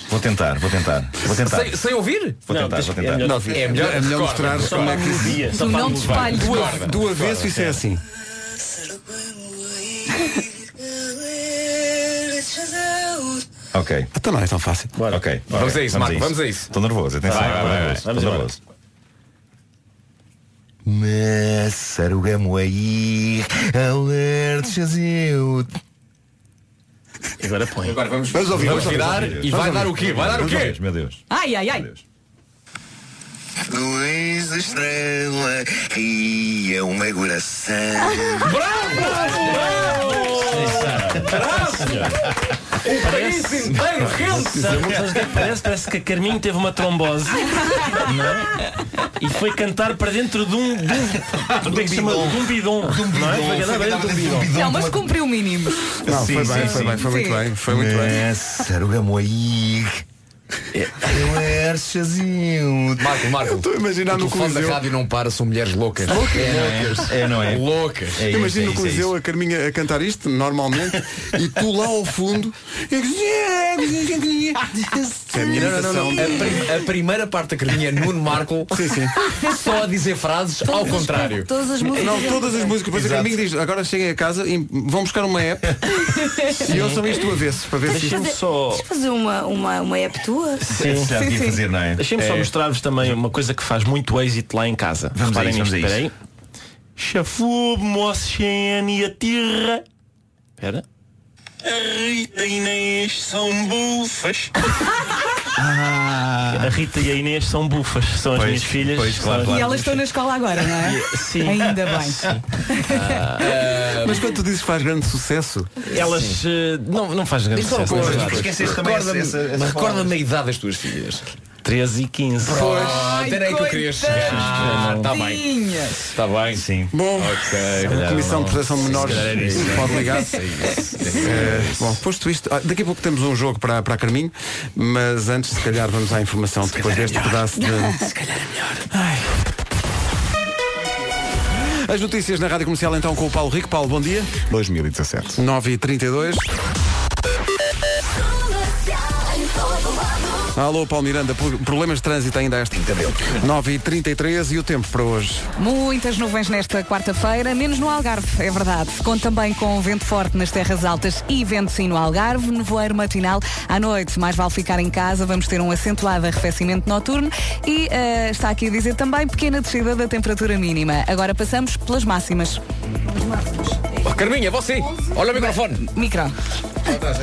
Speaker 11: Vou tentar, vou tentar. Vou tentar.
Speaker 1: Sem, sem ouvir?
Speaker 11: Vou tentar, vou tentar.
Speaker 2: Não, é melhor, é melhor mostrar como é que isso
Speaker 3: Tu
Speaker 1: um
Speaker 3: não te espalhes.
Speaker 2: do, av- do avesso isso é assim.
Speaker 11: Ok.
Speaker 2: Então não é tão fácil.
Speaker 11: Ok.
Speaker 1: Vamos
Speaker 11: ok,
Speaker 1: a isso, Marco, vamos a isso.
Speaker 11: Estou nervoso, atenção.
Speaker 9: Vai, vai, vai, vai.
Speaker 11: Estou
Speaker 9: Vamos embora.
Speaker 11: nervoso. Mas sarugamo aí, alertes eu.
Speaker 9: Agora põe.
Speaker 1: Agora vamos,
Speaker 2: Vamos ouvir,
Speaker 1: vamos
Speaker 2: vamos
Speaker 1: virar
Speaker 11: ouvir.
Speaker 1: e vai dar o quê? Vai dar o
Speaker 11: Meu
Speaker 1: quê?
Speaker 11: Deus, Meu Deus.
Speaker 3: Ai, ai,
Speaker 11: Meu
Speaker 3: ai.
Speaker 11: Deus.
Speaker 6: Tu és a estrela e é o meu coração.
Speaker 1: O país
Speaker 11: É
Speaker 1: inteiro rende-se.
Speaker 9: Sabe, sabes o que é que parece? Parece que a Carminho teve uma trombose não é? e foi cantar para dentro de um, de
Speaker 11: [laughs]
Speaker 9: um, como é que se chama? De um bidon. não é? Foi cantar para dentro de um bidon.
Speaker 11: É
Speaker 3: Não, mas cumpriu o mínimo.
Speaker 2: Não,
Speaker 11: Sim,
Speaker 2: foi
Speaker 11: sim,
Speaker 2: bem, foi
Speaker 11: sim.
Speaker 2: bem, foi muito
Speaker 3: Sim.
Speaker 2: bem, foi muito bem.
Speaker 11: Mas sarugamo aí, alertes eu.
Speaker 1: Marco, Marco.
Speaker 2: Estou a imaginar
Speaker 1: O
Speaker 2: no
Speaker 1: telefone da
Speaker 2: Coliseu.
Speaker 1: rádio não para, são mulheres loucas.
Speaker 11: É, não é?
Speaker 1: Loucas.
Speaker 11: É isso, é
Speaker 2: Imagina o
Speaker 11: isso, é isso.
Speaker 2: Coliseu a Carminha a cantar isto normalmente e tu lá ao fundo. É a minha
Speaker 1: Não, não, não,
Speaker 2: sensação
Speaker 1: não. A, prim- a primeira parte da carninha é
Speaker 2: [laughs]
Speaker 1: Nuno Marco só a dizer frases ao
Speaker 12: Todas as-
Speaker 1: contrário.
Speaker 12: Todas as músicas.
Speaker 2: Não, todas as músicas. Depois a Carminho diz, agora cheguem a casa e vão buscar uma app e ouçam isto do avesso para ver se isto.
Speaker 9: Deixa-me só,
Speaker 12: Deixa fazer uma, uma, uma app tua.
Speaker 11: Sim, já devia fazer, não é?
Speaker 9: deixa só mostrar-vos também uma coisa que faz muito êxito lá em casa.
Speaker 11: Vamos a
Speaker 9: Reparem
Speaker 11: isso,
Speaker 9: nisto,
Speaker 11: vamos a
Speaker 9: espera aí. Chafube, Mossien e a Tirra. Espera. A Rita e a Inês são bufas. São as
Speaker 11: Ah. Pois,
Speaker 9: minhas filhas.
Speaker 11: pois,
Speaker 9: São
Speaker 11: claro,
Speaker 9: as-
Speaker 11: claro.
Speaker 3: E elas estão na escola agora, não é?
Speaker 9: E- Sim.
Speaker 3: Ainda bem.
Speaker 2: Mas quando tu dizes que faz grande sucesso,
Speaker 9: Elas eh, não, não faz grande sucesso. na verdade.
Speaker 11: Esqueceste também essa-
Speaker 1: Recorda-me
Speaker 11: essa- essa
Speaker 1: mas recorda-me
Speaker 11: palavra.
Speaker 1: a idade das tuas filhas.
Speaker 9: 13 e 15.
Speaker 1: Ah, era aí que eu queria chegar. Está bem,
Speaker 3: Tadinhas.
Speaker 1: está bem.
Speaker 11: Sim.
Speaker 2: bom, a Comissão de Proteção de Menores
Speaker 1: calhar era isso,
Speaker 2: pode ligar. Eh, bom, posto isto, ah, daqui a pouco temos um jogo para, para Carminho, mas antes se calhar vamos à informação depois deste
Speaker 9: [laughs]
Speaker 2: pedaço de. As notícias na Rádio Comercial então com o Paulo Rico. Paulo, bom dia.
Speaker 4: 2017.
Speaker 2: 9h32. Alô, Paulo Miranda, pro- problemas de trânsito ainda a esta. 9h33 e o tempo para hoje.
Speaker 3: Muitas nuvens nesta quarta-feira, menos no Algarve, é verdade. Conto também com vento forte nas terras altas e vento sim no Algarve, nevoeiro matinal à noite. Mais vale ficar em casa, vamos ter um acentuado arrefecimento noturno e eh, está aqui a dizer também pequena descida da temperatura mínima. Agora passamos pelas máximas.
Speaker 1: Oh, Carminha, você! Olha o microfone!
Speaker 3: Micro.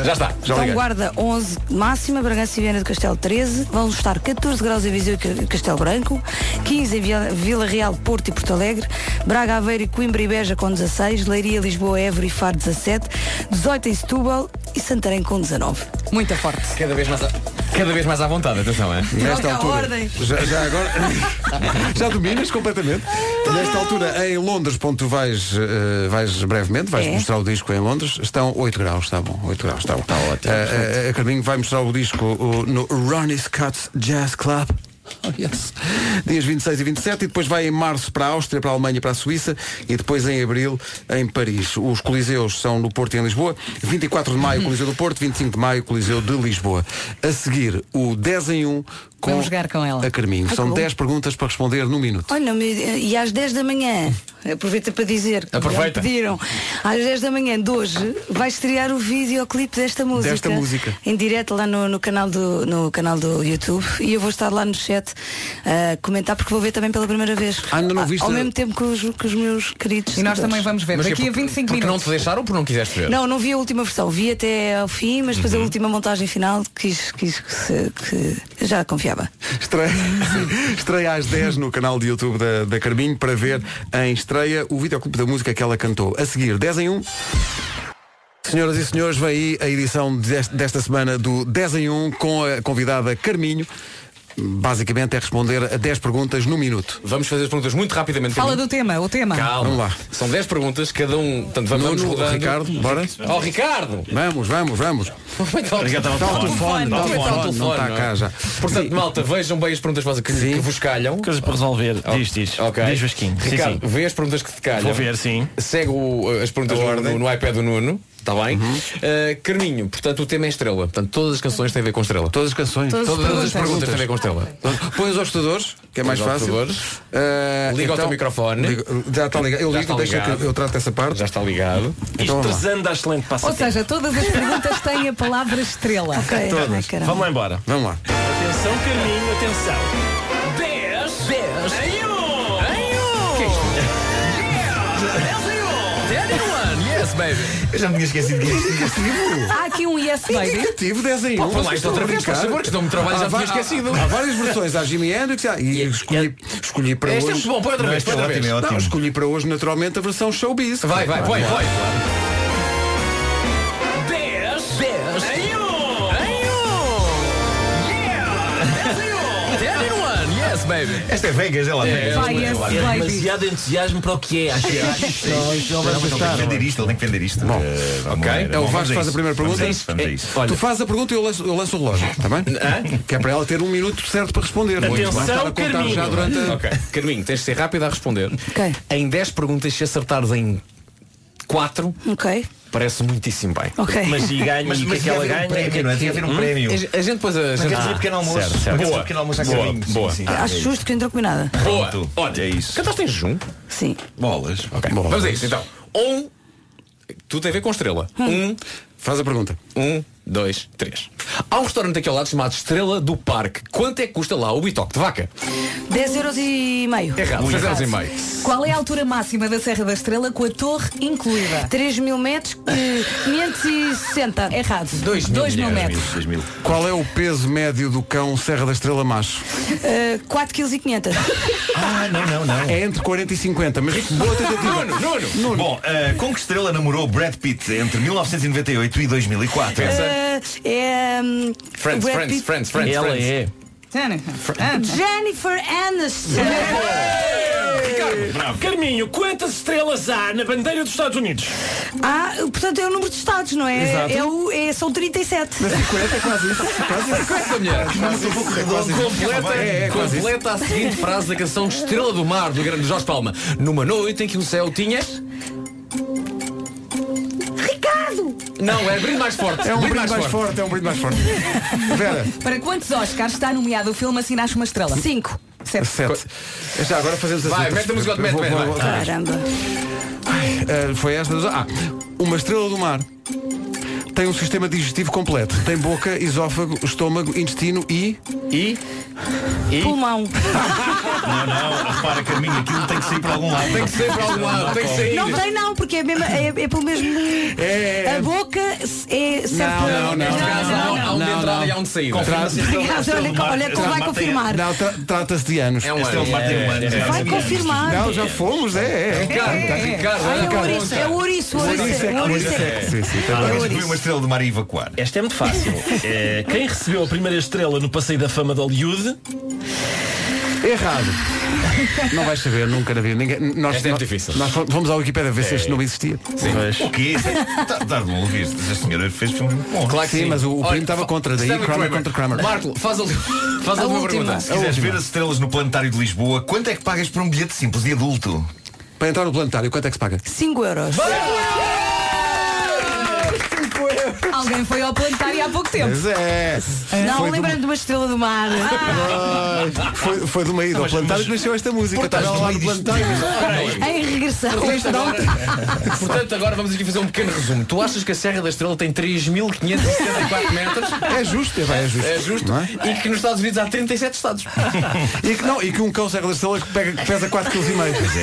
Speaker 1: Já está, já
Speaker 12: Então
Speaker 1: liguei.
Speaker 12: Guarda 11 de máxima, Bragança e Viana do Castelo 13, vão estar 14 graus em Viseu e Ca- Castelo Branco, 15 em Via- Vila Real, Porto e Porto Alegre, Braga, Aveiro e Coimbra e Beja com 16, Leiria, Lisboa, Évora e Faro 17, 18 em Setúbal e Santarém com 19.
Speaker 3: Muita forte.
Speaker 1: Cada vez mais, a- cada vez mais à vontade, atenção, é?
Speaker 2: Nesta
Speaker 12: Troca a
Speaker 2: altura.
Speaker 12: ordem.
Speaker 2: Já, já agora. [laughs] já dominas completamente. Nesta altura, em Londres, ponto tu vais, eh, vais brevemente, vais
Speaker 12: É.
Speaker 2: mostrar o disco em Londres, estão 8 graus, está bom. 8 graus, está bom. Ah, Está
Speaker 9: Tá ótimo.
Speaker 2: a Eh, Carminho vai mostrar o disco o- no Ronnie Scott's Jazz Club. Oh, yes. Dias 26 e 27 e depois vai em março para a Áustria, para a Alemanha, para a Suíça e depois em abril em Paris. Os coliseus são no Porto e em Lisboa. 24 de maio, Coliseu do Porto. 25 de maio, Coliseu de Lisboa. A seguir, o 10 em 1 com
Speaker 3: Vamos jogar com ela.
Speaker 2: a Carminho.
Speaker 12: Ai,
Speaker 2: São
Speaker 12: que bom.
Speaker 2: 10 perguntas para responder num minuto.
Speaker 12: Olha, meu- e às 10 da manhã, Aproveita para dizer que já me
Speaker 1: Aproveita.
Speaker 12: pediram. Às 10 da manhã de hoje vai estrear o videoclipe desta música.
Speaker 2: Desta música.
Speaker 12: Em direto lá no, no canal do, no canal do YouTube. E eu vou estar lá no chat a comentar porque vou ver também pela primeira vez.
Speaker 2: Ah, ainda não
Speaker 12: Ah,
Speaker 2: viste
Speaker 12: Ao
Speaker 2: a-
Speaker 12: mesmo tempo que os, que os meus queridos.
Speaker 3: E nós
Speaker 12: seguidores.
Speaker 3: também vamos ver.
Speaker 1: Mas
Speaker 12: é
Speaker 3: Daqui
Speaker 1: quê?
Speaker 3: a
Speaker 1: Porque-
Speaker 3: 25
Speaker 1: Porque não
Speaker 3: minutos.
Speaker 1: te deixaram ou porque não quiseste ver?
Speaker 12: Não, não vi a última versão, vi até ao fim, mas depois a última montagem final quis, quis que, se- que já confiava.
Speaker 2: Estreia, estreia às 10 no canal de YouTube da, da Carminho para ver em estreia o videoclipe da música que ela cantou. A seguir, 10 em 1. Senhoras e senhores, vem aí a edição deste- desta semana do 10 em 1 com a convidada Carminho. Basicamente é responder a 10 perguntas no minuto.
Speaker 1: Vamos fazer as perguntas muito rapidamente.
Speaker 3: Fala
Speaker 1: Carminho.
Speaker 3: do tema, o tema.
Speaker 1: Calma.
Speaker 2: Vamos lá.
Speaker 1: São 10 perguntas, cada um. Portanto, vamos
Speaker 2: Nuno,
Speaker 1: rodando.
Speaker 2: Ricardo, bora.
Speaker 1: Oh, Ricardo!
Speaker 2: Vamos, vamos, vamos.
Speaker 1: Como é que está o
Speaker 11: Obrigado, estava
Speaker 2: Está ao
Speaker 11: a falar.
Speaker 2: telefone, está ao
Speaker 1: Como é que está o
Speaker 2: telefone, não está
Speaker 1: telefone,
Speaker 2: cá
Speaker 1: é?
Speaker 2: já.
Speaker 1: Portanto, malta, vejam bem as perguntas que, vocês- que, que vos calham.
Speaker 9: Coisas para resolver. Diz, diz.
Speaker 1: Ok.
Speaker 9: Diz Vasquinho. Sim,
Speaker 1: Ricardo,
Speaker 9: sim.
Speaker 1: vê as perguntas que te calham.
Speaker 9: Vou ver, sim.
Speaker 1: Segue o- eh, as perguntas
Speaker 11: A
Speaker 1: no,
Speaker 11: ordem.
Speaker 1: no- no iPad do Nuno. Está bem? Uh, Carminho, portanto, o tema é estrela. Portanto, todas as canções têm a ver com estrela.
Speaker 2: Todas as canções.
Speaker 3: Todas as
Speaker 1: Todas as
Speaker 3: perguntas.
Speaker 1: perguntas têm a ver com estrela.
Speaker 2: Então, Põe os obstadores, que é mais
Speaker 1: Põe os
Speaker 2: fácil.
Speaker 1: obtutadores.
Speaker 2: Ah,
Speaker 1: Liga ao teu microfone.
Speaker 2: Liga- já está ligado. Eu
Speaker 1: Já
Speaker 2: ligo,
Speaker 1: está
Speaker 2: deixa
Speaker 1: ligado.
Speaker 2: que eu trato essa parte.
Speaker 1: Já está ligado.
Speaker 2: Então,
Speaker 9: Isto
Speaker 2: vá.
Speaker 9: trazendo a excelente
Speaker 3: Ou
Speaker 9: passatempo.
Speaker 3: seja, é. todas as perguntas têm a palavra estrela.
Speaker 12: Ok, ai,
Speaker 9: Todas.
Speaker 12: caramba.
Speaker 9: Vamos lá embora.
Speaker 2: Vamos lá.
Speaker 9: Atenção, Carminho, atenção. 10, 10, em 1, em 1.
Speaker 1: Yes, baby.
Speaker 11: Eu já me tinha esquecido disto.
Speaker 3: Há aqui um yes baby.
Speaker 2: Indicativo 10 em 1.
Speaker 1: Pá, lá isto outra vez, por favor, que dão-me trabalho, já
Speaker 2: Há
Speaker 1: tinha
Speaker 2: va-
Speaker 1: esquecido.
Speaker 2: Há várias versões. Há Jimi Hendrix há- e escolhi, escolhi para
Speaker 1: Este é muito
Speaker 2: hoje.
Speaker 1: bom, põe outra
Speaker 11: Não,
Speaker 1: vez,
Speaker 11: este
Speaker 1: põe
Speaker 11: é
Speaker 1: outra vez.
Speaker 11: ótimo, é ótimo.
Speaker 2: Não, escolhi para hoje naturalmente a versão showbiz.
Speaker 1: Vai, vai, põe, põe.
Speaker 9: 10, 10, em 1.
Speaker 11: É
Speaker 1: Yes, baby.
Speaker 11: Esta é Vegas, é lá. Vegas.
Speaker 3: Vai,
Speaker 11: Ele
Speaker 3: yes
Speaker 9: É
Speaker 3: baby.
Speaker 9: demasiado entusiasmo para o que é, acho que
Speaker 11: tem que vender isto, ele tem que vender isto. Bom,
Speaker 1: ok.
Speaker 2: Então o Vasco faz a primeira pergunta.
Speaker 11: Vamos a É, isso, vamos a
Speaker 1: É,
Speaker 11: isso.
Speaker 2: Tu fazes a pergunta e eu lanço, eu lanço o relógio, está bem? Que é para ela ter um minuto certo para responder. Não é?
Speaker 9: Atenção,
Speaker 2: Vai estar a contar
Speaker 9: Carminho.
Speaker 2: já durante a-
Speaker 1: Ok. Carminho, tens de ser rápido a responder.
Speaker 12: Ok.
Speaker 1: Em 10 perguntas, se acertares em 4,
Speaker 12: Ok,
Speaker 1: parece muitíssimo bem. Hum?
Speaker 12: ok.
Speaker 9: Mas e ganha,
Speaker 11: Mas,
Speaker 9: e o que é
Speaker 11: mas
Speaker 9: que
Speaker 11: tinha
Speaker 9: ela
Speaker 11: haver um
Speaker 9: ganha?
Speaker 11: prémio, não é? Tinha haver um prémio.
Speaker 1: A gente depois a gente-
Speaker 11: Aquele um pequeno almoço.
Speaker 9: certo, certo.
Speaker 11: Aquele pequeno almoço a
Speaker 9: Boa,
Speaker 11: Carminho. Sim,
Speaker 9: boa.
Speaker 11: sim.
Speaker 12: Acho justo que eu não estou combinada.
Speaker 1: Boa.
Speaker 11: Pronto.
Speaker 1: Olha,
Speaker 11: É isso.
Speaker 1: Cantaste em junho?
Speaker 12: Sim.
Speaker 11: Bolas.
Speaker 1: Ok. Vamos a isso, então. Um. Tudo tem a ver com estrela.
Speaker 2: Hum. Faz a pergunta.
Speaker 1: Um, um, dois, três. Há um restaurante aqui ao lado chamado Estrela do Parque. Quanto é que custa lá o bitoque de vaca?
Speaker 12: 10 euros e meio.
Speaker 1: Errado, seis euros e meio.
Speaker 3: Qual é a altura máxima da Serra da Estrela com a torre incluída?
Speaker 12: 3 mil metros, eh, 560.
Speaker 3: É Errado.
Speaker 1: Dois mil
Speaker 3: Dois mil
Speaker 1: milhões,
Speaker 3: metros.
Speaker 11: 2000.
Speaker 2: Qual é o peso médio do cão Serra da Estrela Macho?
Speaker 12: 4 kg Eh, e 500.
Speaker 11: Ah, não, não, não.
Speaker 2: É entre 40 e 50, mas
Speaker 11: [laughs]
Speaker 2: boa tentativa.
Speaker 1: Nuno, Nuno.
Speaker 11: Bom, eh, com que estrela namorou Brad Pitt entre 1998 e 2004?
Speaker 1: Pensa.
Speaker 12: é. hum,
Speaker 1: Friends,
Speaker 12: Brad
Speaker 1: friends,
Speaker 12: Pitt.
Speaker 1: friends, friends,
Speaker 9: Ela
Speaker 1: friends.
Speaker 9: é.
Speaker 12: Jennifer Aniston.
Speaker 11: [laughs]
Speaker 9: Carminho, quantas estrelas há na bandeira dos Estados Unidos?
Speaker 12: Ah, portanto é o número de estados, não é? é, o, é são 37.
Speaker 11: é
Speaker 1: Essa mulher. é Completa, completa a seguinte frase da canção Estrela do Mar do grande Jorge Palma. Numa noite em que o céu tinha. Ricardo! Não, é brinde mais forte.
Speaker 2: É um
Speaker 1: brinde
Speaker 2: brinde mais forte, é um brinde mais
Speaker 1: [laughs]
Speaker 2: forte. Vera,
Speaker 3: Para quantos Oscars está nomeado o filme Assinaste uma Estrela?
Speaker 12: 5.
Speaker 3: Sete.
Speaker 2: 7. É Já agora fazemos as
Speaker 1: Vai,
Speaker 2: outras.
Speaker 1: mete a música, mete,
Speaker 2: Vou-
Speaker 1: mete,
Speaker 2: vou-
Speaker 12: Caramba.
Speaker 2: Ah, Foi esta. dos- Ah, uma estrela do mar tem um sistema digestivo completo. Tem boca, esófago, estômago, intestino e.
Speaker 1: E [laughs]
Speaker 12: Pulmão.
Speaker 11: Não, não, repara, Carminho, aquilo tem que sair para algum lado.
Speaker 1: tem que sair para algum lado, tem que sair.
Speaker 12: Não tem não, porque é, mesmo, é, é pelo mesmo.
Speaker 2: É.
Speaker 12: A boca é serve para-
Speaker 2: não, não,
Speaker 1: Neste caso, há um- há um de
Speaker 2: não,
Speaker 1: entrada
Speaker 2: não.
Speaker 1: e há um de saída.
Speaker 12: Aliás, olha, olha como vai confirmar.
Speaker 2: Não, tra- trata-se de anos.
Speaker 1: É um
Speaker 11: Este é um
Speaker 1: ano.
Speaker 11: mar tem um ano.
Speaker 12: Vai confirmar.
Speaker 2: Não, já fomos, é, é. é.
Speaker 1: Ricardo, Ricardo,
Speaker 12: Ai,
Speaker 2: tá.
Speaker 12: é o
Speaker 1: Ricardo.
Speaker 12: ouriço, é o ouriço, o ouriço, é o ouriço. é-
Speaker 2: Sim, sim,
Speaker 9: tá
Speaker 2: tem
Speaker 11: Alguém
Speaker 2: razão.
Speaker 11: descobriu uma estrela do mar e evacuar.
Speaker 9: Esta é muito [laughs] fácil. É, quem recebeu a primeira estrela no passeio da fama de Hollywood?
Speaker 2: Errado. Não vais saber nunca na vida. Ninguém, nós,
Speaker 1: Esta é
Speaker 2: nós-
Speaker 1: difícil.
Speaker 2: Nós fomos à Wikipedia ver se este não existia.
Speaker 9: Pois.
Speaker 11: É. O quê? Está de louco isto. A senhora fez filme bom.
Speaker 1: Claro que
Speaker 2: Sim,
Speaker 1: sim,
Speaker 2: mas o- o
Speaker 1: Olha,
Speaker 2: primo estava
Speaker 1: fa-
Speaker 2: contra, daí
Speaker 1: Stanley
Speaker 2: Kramer contra Kramer.
Speaker 1: Marco, faz a,
Speaker 2: [laughs]
Speaker 1: faz a,
Speaker 12: A
Speaker 1: última
Speaker 12: última.
Speaker 1: pergunta.
Speaker 11: Se quiseres ver as estrelas no planetário de Lisboa, quanto é que pagas por um bilhete simples e adulto?
Speaker 2: Para entrar no planetário, quanto é que se paga?
Speaker 12: 5 euros.
Speaker 3: Alguém foi ao planetário há pouco tempo.
Speaker 2: Mas é.
Speaker 12: Não,
Speaker 2: foi, de
Speaker 12: lembrando
Speaker 2: uma,
Speaker 12: de uma estrela do mar.
Speaker 1: Ah.
Speaker 2: foi, foi de uma ida ao plantário que nasceu esta música. Estava lá no plantário.
Speaker 11: é,
Speaker 12: em regressão.
Speaker 2: um
Speaker 1: Portanto, agora vamos aqui fazer um pequeno resumo. Tu achas que a Serra da Estrela tem 3.574 metros?
Speaker 2: É justo, é, vai, é justo.
Speaker 1: É justo.
Speaker 2: Não é?
Speaker 1: E que nos Estados Unidos há 37 estados.
Speaker 2: [laughs] E, que, não, e que um cão Serra da Estrela que, pega- que pesa 4,5 kg.
Speaker 11: É,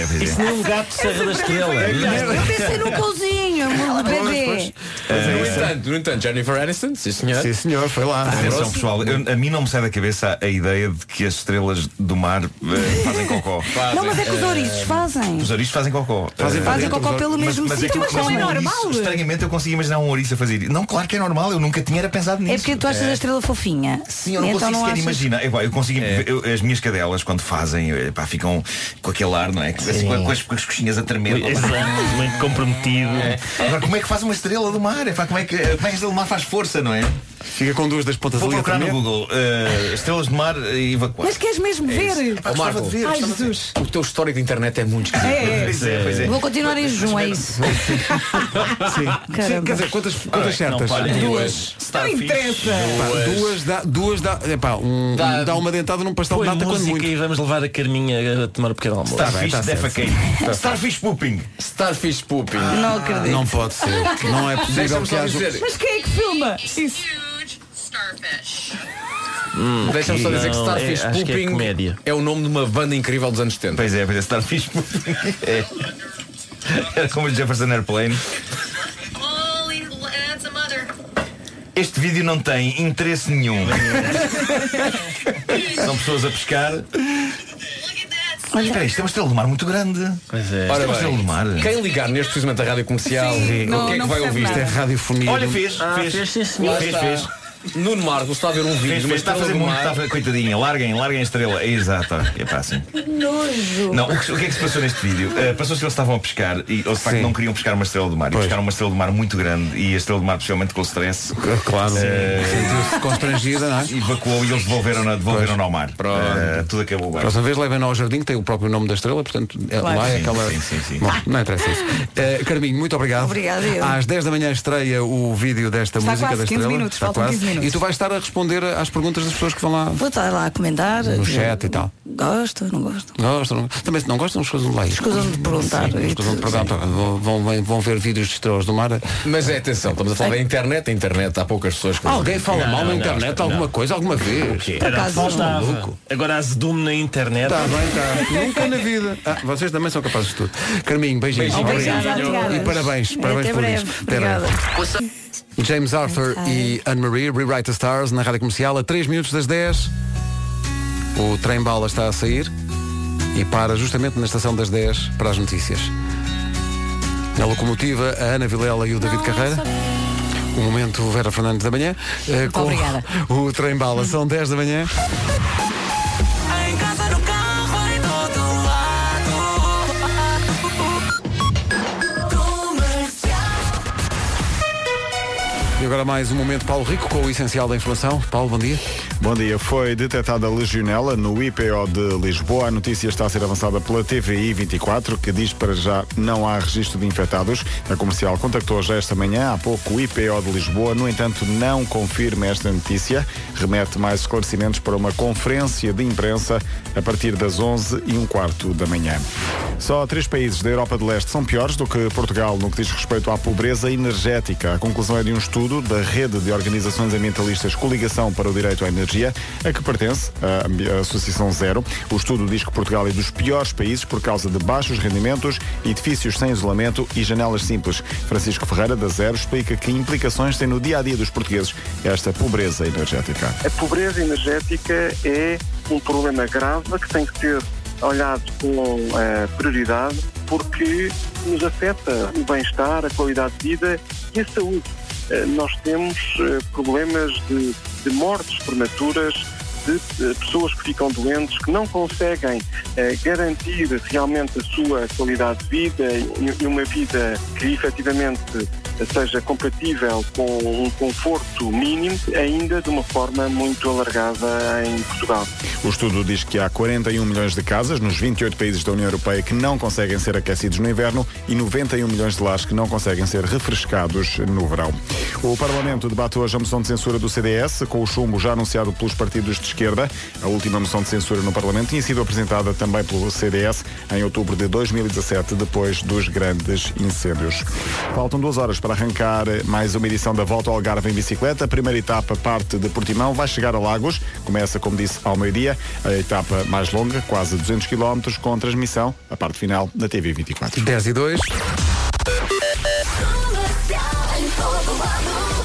Speaker 11: pois é.
Speaker 9: Um gato de Serra da Estrela.
Speaker 12: Eu pensei num cozinho, um
Speaker 2: Ah,
Speaker 12: bebê.
Speaker 1: No entanto, no entanto, Jennifer Aniston, sim senhor.
Speaker 2: É. Sim, senhor, foi lá.
Speaker 11: Atenção pessoal, eu- a mim não me sai da cabeça a, a ideia de que as estrelas do mar eh, fazem cocó. Eh,
Speaker 12: Não, mas é que os ouriços fazem.
Speaker 11: Os ouriços fazem cocó.
Speaker 2: Fazem
Speaker 11: Eh,
Speaker 12: Fazem cocó pelo
Speaker 11: mas-
Speaker 12: mesmo
Speaker 11: mas
Speaker 12: sítio,
Speaker 11: aquilo
Speaker 12: mas
Speaker 11: que
Speaker 12: não é
Speaker 11: chamam
Speaker 12: normal.
Speaker 11: ouriço, estranhamente eu consigo imaginar um ouriço a fazer isso. Não, claro que é normal, eu nunca tinha era pensado nisso. Eh,
Speaker 12: É porque tu achas a estrela fofinha.
Speaker 11: Sim, eu não
Speaker 12: Então
Speaker 11: consigo sequer
Speaker 12: achas-
Speaker 11: imaginar. Epá, Eu, consigo, eu- as minhas cadelas, quando fazem, epá, ficam com aquele ar, não é? Com, com as, com as coxinhas a tremer.
Speaker 9: Exato, muito comprometido.
Speaker 11: Agora, como é que faz uma estrela do mar? Epá, como, é que, como é que a estrela do mar faz força, não é?
Speaker 2: Fica com duas das pontas
Speaker 11: Vou
Speaker 2: ali a
Speaker 11: procurar no
Speaker 2: tremer.
Speaker 11: Google eh, estrelas do mar eh, evacuar.
Speaker 3: Mas queres mesmo ver?
Speaker 1: Ó, É Marco,
Speaker 3: Ai, Jesus.
Speaker 1: o teu histórico de internet é muito esquisito.
Speaker 3: É, é.
Speaker 11: Pois é, pois é.
Speaker 12: Vou continuar em junho, é isso.
Speaker 2: Sim. Sim,
Speaker 12: Caramba.
Speaker 2: quer dizer, quantas, quantas certas?
Speaker 1: Duas.
Speaker 3: Não interessa.
Speaker 2: Pá, duas dá, duas dá, epá, um,
Speaker 1: Dá-
Speaker 2: dá, uma dentada num pastel de
Speaker 9: Põe
Speaker 2: nata quando
Speaker 9: música
Speaker 2: muito.
Speaker 9: e vamos levar a Carminha a tomar um pequeno almoço.
Speaker 11: Starfish
Speaker 2: tá
Speaker 11: defecate. Starfish pooping.
Speaker 1: Starfish Pooping.
Speaker 12: Não acredito.
Speaker 2: Não pode ser. Não é possível
Speaker 1: Deixa-me
Speaker 2: que
Speaker 1: só
Speaker 2: haja.
Speaker 1: dizer,
Speaker 3: Mas quem é que filma? Isso.
Speaker 1: deixa-me só dizer que
Speaker 9: Não,
Speaker 1: Starfish
Speaker 9: é- acho que é
Speaker 1: Pooping
Speaker 9: comédia.
Speaker 1: é o nome de uma banda incrível dos anos 70.
Speaker 11: Pois é, pois é, Starfish pooping. [laughs] É. Era como o Jefferson Airplane.
Speaker 2: [laughs]
Speaker 11: Este vídeo não tem interesse nenhum. São pessoas a pescar. Espera, aí, isto é uma estrela do mar muito grande.
Speaker 1: Um
Speaker 9: Pois é.
Speaker 11: Isto é
Speaker 1: Ora
Speaker 11: uma
Speaker 1: bem,
Speaker 11: estrela do mar.
Speaker 1: quem ligar neste precisamente à rádio comercial,
Speaker 3: Sim,
Speaker 1: o
Speaker 3: não-
Speaker 1: que é que
Speaker 3: não
Speaker 1: vai
Speaker 3: percebe
Speaker 1: ouvir?
Speaker 2: Isto é
Speaker 3: nada.
Speaker 2: radiofonia.
Speaker 11: Olha,
Speaker 2: não-
Speaker 11: fez,
Speaker 9: Ah,
Speaker 11: fez.
Speaker 9: fez, sim, senhor.
Speaker 11: Fez, fez.
Speaker 1: Lá está. Nuno Marco está a ver um vídeo
Speaker 11: Fez,
Speaker 1: de uma
Speaker 11: fez. Está a fazer
Speaker 1: estrela do
Speaker 11: muito,
Speaker 1: mar.
Speaker 11: está a fazer, coitadinha, larguem, larguem a estrela. É exato, é pá, assim.
Speaker 12: Nojo.
Speaker 11: Não, o que, o que é que se passou neste vídeo? Eh, Passou-se que eles estavam a pescar e eles de facto
Speaker 2: Sim.
Speaker 11: não queriam pescar uma estrela do mar. E pescaram uma estrela do mar muito grande e a estrela do mar, especialmente com o stress, Eh,
Speaker 2: Claro. Sentiu-se constrangida, não é?
Speaker 11: É. [laughs] evacuou e eles devolveram-na devolveram ao mar. Eh, tudo acabou bem.
Speaker 2: Próxima vez levem-no ao jardim, que tem o próprio nome da estrela, portanto, é-
Speaker 3: Claro.
Speaker 2: lá é
Speaker 11: Sim,
Speaker 2: aquela.
Speaker 11: sim, sim, sim.
Speaker 2: Bom, não interessa
Speaker 3: [laughs]
Speaker 2: isso. Eh, Carminho, muito obrigado.
Speaker 12: Obrigada, eu.
Speaker 1: Ah.
Speaker 2: Às 10 da manhã estreia o vídeo desta
Speaker 3: Está
Speaker 2: música
Speaker 3: quase,
Speaker 2: da
Speaker 3: 15
Speaker 2: estrela.
Speaker 3: minutos,
Speaker 2: Está
Speaker 3: faltam
Speaker 2: quase.
Speaker 3: 15 minutos.
Speaker 2: E tu vais estar a responder às perguntas das pessoas que vão lá.
Speaker 12: Vou estar lá a comentar.
Speaker 2: No chat e tal.
Speaker 12: Gosto, não gosto.
Speaker 2: Gostam, não- Também se não gostam, escusam de lá. ir.
Speaker 12: Escusam de perguntar.
Speaker 2: Sim, escusam de perguntar. Vão, vão- vão ver vídeos de estrelas do mar.
Speaker 1: Mas é atenção, estamos a falar da internet, a internet, há poucas pessoas que.
Speaker 2: Alguém fala mal na
Speaker 9: não,
Speaker 2: internet
Speaker 9: não.
Speaker 2: alguma coisa, alguma vez?
Speaker 9: Era
Speaker 12: acaso,
Speaker 9: faltava. Agora azedume na internet.
Speaker 2: Está Tá bem, está. Nunca na vida. Ah, vocês também são capazes de tudo. Carminho, beijinhos.
Speaker 1: Beijinho.
Speaker 12: Obrigada,
Speaker 1: Obrigado.
Speaker 12: obrigada.
Speaker 2: E parabéns, parabéns
Speaker 12: Até
Speaker 2: por
Speaker 12: breve.
Speaker 2: isto. Até breve.
Speaker 12: Obrigada.
Speaker 2: James Arthur e Anne-Marie, Rewrite the Stars, na Rádio Comercial, a 3 minutos das 10. O trem-bala está a sair e para justamente na estação das 10 para as notícias. Na locomotiva, a Ana Vilela e o David Carreira. O momento Vera Fernandes da manhã. eh, com
Speaker 3: obrigada.
Speaker 2: [laughs] O trem-bala, são 10 da manhã. E agora mais um momento Paulo Rico com o essencial da informação. Paulo, bom dia.
Speaker 4: Bom dia. Foi detectada legionela no IPO de Lisboa. A notícia está a ser avançada pela TVI 24, que diz que para já não há registro de infectados. A comercial contactou já esta manhã, há pouco, o IPO de Lisboa. No entanto, não confirma esta notícia. Remete mais esclarecimentos para uma conferência de imprensa a partir das 11 e um quarto da manhã. Só três países da Europa de Leste são piores do que Portugal no que diz respeito à pobreza energética. A conclusão é de um estudo da rede de organizações ambientalistas Coligação para o Direito à Energia, a que pertence a Ambi- a Associação Zero. O estudo diz que Portugal é dos piores países por causa de baixos rendimentos, edifícios sem isolamento e janelas simples. Francisco Ferreira, da Zero, explica que implicações tem no dia a dia dos portugueses esta pobreza energética.
Speaker 7: A pobreza energética é um problema grave que tem que ser olhado com eh, prioridade porque nos afeta o bem-estar, a qualidade de vida e a saúde. Eh, nós temos eh, problemas de, de mortes prematuras, de, eh, pessoas que ficam doentes, que não conseguem eh, garantir realmente a sua qualidade de vida e, e uma vida que efetivamente
Speaker 13: eh, seja compatível com um conforto mínimo, ainda de uma forma muito alargada em Portugal.
Speaker 4: O estudo diz que há 41 milhões de casas nos 28 países da União Europeia que não conseguem ser aquecidos no inverno e 91 milhões de lares que não conseguem ser refrescados no verão. O Parlamento debate hoje a moção de censura do CDS, com o chumbo já anunciado pelos partidos de esquerda. A última moção de censura no Parlamento tinha sido apresentada também pelo CDS em outubro de 2017, depois dos grandes incêndios. Faltam duas horas para arrancar mais uma edição da Volta ao Algarve em bicicleta. A primeira etapa parte de Portimão, vai chegar a Lagos, começa, como disse, ao meio-dia. A etapa mais longa, quase 200 km, com transmissão, a parte final, na TV 24.
Speaker 2: 10 e 2.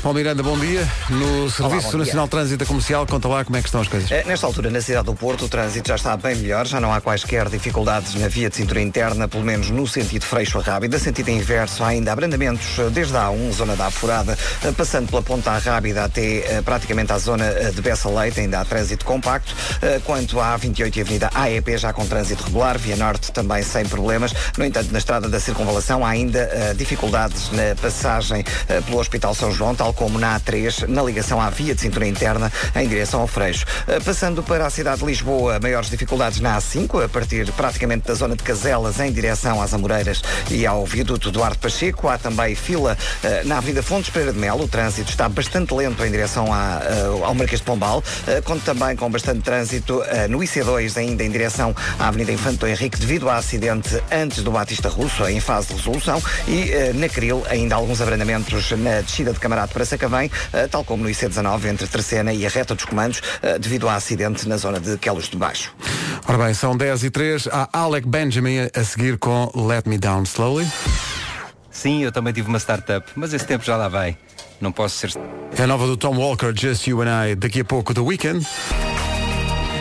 Speaker 2: Paulo Miranda, bom dia. No Serviço
Speaker 10: bom dia.
Speaker 2: Nacional de Trânsito Comercial, conta lá como é que estão as coisas.
Speaker 10: Eh, Nesta altura, na cidade do Porto, o trânsito já está bem melhor, já não há quaisquer dificuldades na via de cintura interna, pelo menos no sentido freixo a rábida. Sentido inverso, há ainda abrandamentos eh, desde a A1, zona da Afurada, eh, passando pela ponta à rábida até eh, praticamente à zona eh, de Bessa Leite, ainda há trânsito compacto. Eh, Quanto à A28 e Avenida AEP, já com trânsito regular, Via Norte também sem problemas. No entanto, na estrada da circunvalação, há ainda eh, dificuldades na passagem eh, pelo Hospital São João, tal como na A3, na ligação à via de cintura interna em direção ao Freixo. Eh, Passando para a cidade de Lisboa, maiores dificuldades na A5, a partir praticamente da zona de Caselas em direção às Amoreiras e ao viaduto Duarte Pacheco. Há também fila eh, na Avenida Fontes Pereira de Melo. O trânsito está bastante lento em direção à, eh, ao Marquês de Pombal. Eh, Conto também com bastante trânsito eh, no IC2, ainda em direção à Avenida Infanto Henrique, devido a acidente antes do Batista Russo, em fase de resolução. E eh, na Cril, ainda alguns abrandamentos na descida de Camarado para Sacavém, eh, tal como no IC19, entre Terceira e a reta dos comandos, eh, devido a acidente na zona de Quelos de Baixo.
Speaker 2: Ora bem, são 10 e 3. Há Alec Benjamin a seguir com Let Me Down Slowly.
Speaker 14: Sim, eu também tive uma startup, mas esse tempo já lá vai. Não posso ser.
Speaker 2: É a nova do Tom Walker, Just You and I, daqui a pouco The Weekend.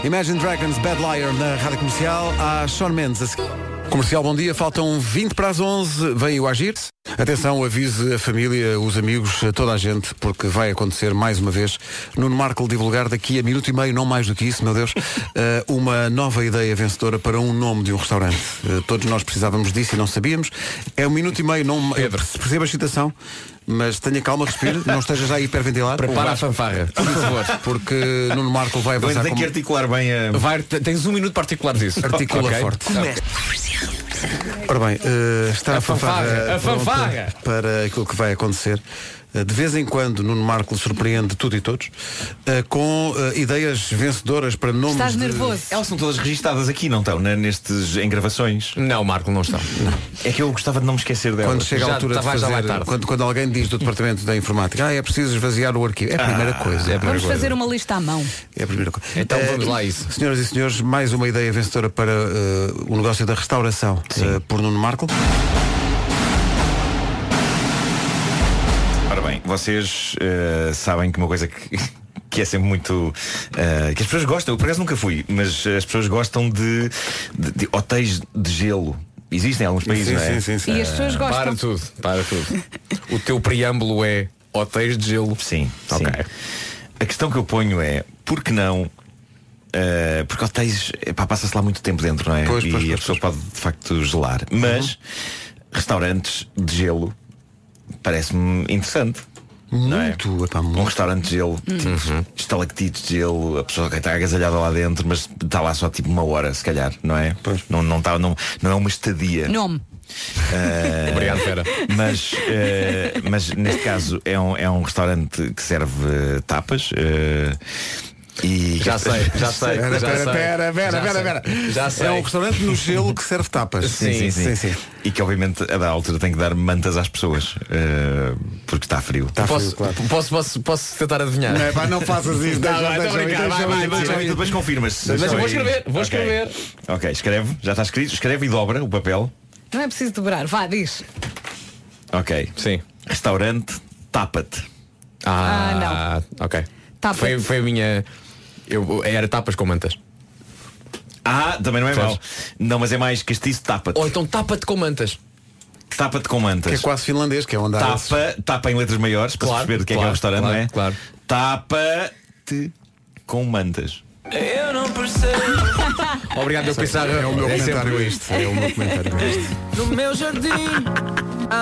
Speaker 2: Imagine Dragons, Bad Liar na rádio comercial. Há Sean Mendes a seguir. Comercial, bom dia. Faltam 20 para as 11. Vem o agir -se. Atenção, avise a família, os amigos, a toda a gente, porque vai acontecer mais uma vez. Nuno Marco divulgar daqui a minuto e meio, não mais do que isso, meu Deus, [laughs] eh, uma nova ideia vencedora para um nome de um restaurante. Eh, Todos nós precisávamos disso e não sabíamos. É um minuto e meio, não. Pedro. Perceba a excitação, mas tenha calma, respire, não esteja já a hiperventilar.
Speaker 1: Prepara a fanfarra, por
Speaker 2: [laughs]
Speaker 1: favor.
Speaker 2: Porque Nuno Marco vai avançar
Speaker 1: tem que
Speaker 11: articular bem a...
Speaker 1: Vai, tens um minuto para articulares isso.
Speaker 2: Articula
Speaker 1: Ok?
Speaker 2: forte.
Speaker 1: Tá.
Speaker 2: Ora bem, eh, está
Speaker 1: A
Speaker 2: a fanfarra,
Speaker 1: fanfarra, a
Speaker 2: pronta
Speaker 1: fanfarra!
Speaker 2: para aquilo que vai acontecer. Eh, De vez em quando, Nuno Marco surpreende tudo e todos eh, com eh, ideias vencedoras para nomes de...
Speaker 11: Elas são todas registadas aqui, não estão? né? Nestes em gravações?
Speaker 1: Não, Marco, não estão.
Speaker 11: É que eu gostava de não me esquecer delas. tá
Speaker 2: Quando chega a altura
Speaker 1: tá-
Speaker 2: de
Speaker 11: é
Speaker 2: fazer, quando, quando alguém diz do departamento da informática, ah, é preciso esvaziar o arquivo. É a primeira
Speaker 1: Ah,
Speaker 2: coisa. É a primeira
Speaker 3: Vamos
Speaker 2: coisa.
Speaker 3: fazer uma lista à mão.
Speaker 2: É a primeira coisa.
Speaker 1: Então vamos
Speaker 2: Eh,
Speaker 1: lá a isso.
Speaker 2: Senhoras e senhores, mais uma ideia vencedora para eh, o negócio da restauração eh, por Nuno Marco.
Speaker 11: Ora bem, vocês eh, sabem que uma coisa que, [laughs] que é sempre muito. eh, que as pessoas gostam, eu por acaso nunca fui, mas as pessoas gostam de, de- de hotéis de gelo. Existem em alguns países,
Speaker 1: Sim,
Speaker 11: não é?
Speaker 1: sim, sim, sim. E as pessoas
Speaker 11: Eh,
Speaker 1: gostam. Para tudo, para tudo. O teu preâmbulo é hotéis de gelo.
Speaker 11: Sim, sim. A questão que eu ponho é, por que não? eh, porque hotéis, epá, passa-se lá muito tempo dentro, não é?
Speaker 2: Pois,
Speaker 11: e
Speaker 2: pois, Uhum.
Speaker 11: a pessoa pode de facto gelar. Mas restaurantes de gelo parece-me interessante.
Speaker 2: Muito, Uhum. não é?
Speaker 11: Um restaurante de gelo, tipo, estalactites de gelo, a pessoa que está agasalhada lá dentro, mas está lá só tipo uma hora, se calhar, não é? Não, não, tá, não, não é uma estadia.
Speaker 3: Nome.
Speaker 11: Eh,
Speaker 1: Obrigado, Vera.
Speaker 11: Mas, eh, mas neste caso é um, é um restaurante que serve eh, tapas. eh, e
Speaker 1: Já sei,
Speaker 11: [laughs]
Speaker 1: já sei,
Speaker 2: Pera,
Speaker 1: já
Speaker 2: pera,
Speaker 1: sei.
Speaker 2: pera, pera,
Speaker 1: Já
Speaker 2: pera,
Speaker 1: sei.
Speaker 2: pera.
Speaker 1: Já sei.
Speaker 2: É um restaurante no gelo que serve tapas.
Speaker 11: Sim sim sim, E que obviamente a da altura tem que dar mantas às pessoas. eh, porque está frio. Está
Speaker 1: Posso, posso, posso, posso tentar adivinhar?
Speaker 2: Não é, pá, não faças isso,
Speaker 1: Tá
Speaker 2: deixa-
Speaker 1: bem,
Speaker 2: deixa-
Speaker 1: tô a brincar,
Speaker 2: deixa-
Speaker 1: vai, vai,
Speaker 2: deixa-
Speaker 1: vai,
Speaker 11: Mas
Speaker 1: vai.
Speaker 11: aí depois confirmas.
Speaker 1: Mas eu vou escrever, vou escrever.
Speaker 11: Ok, escreve, já está escrito, escreve e dobra o papel.
Speaker 3: Não é preciso dobrar. Vá, diz.
Speaker 11: Ok.
Speaker 1: Sim.
Speaker 11: Restaurante Tapa-te.
Speaker 1: Ah, não. Ok.
Speaker 3: Tapa-te.
Speaker 1: Foi, foi a minha. Eu, era tapas com mantas.
Speaker 11: Ah, também não é
Speaker 1: Sabes?
Speaker 11: mau. Não, mas é mais castiço, tapa-te.
Speaker 1: Ou então tapa-te com mantas.
Speaker 11: Tapa-te com
Speaker 2: Que é
Speaker 11: mantas.
Speaker 2: quase finlandês, que é onde há
Speaker 1: Tá,
Speaker 2: esses-
Speaker 11: Tapa, tapa em letras maiores, para
Speaker 1: Claro,
Speaker 11: se perceber o que é que é
Speaker 1: claro,
Speaker 11: o restaurante,
Speaker 1: claro,
Speaker 11: não é?
Speaker 1: claro.
Speaker 11: Tapa-te com mantas.
Speaker 6: Eu não percebo.
Speaker 1: Obrigado, eu pensar.
Speaker 2: É o meu
Speaker 1: sempre
Speaker 2: comentário a
Speaker 1: isto.
Speaker 2: isto. É o meu comentário a isto.
Speaker 6: No meu jardim.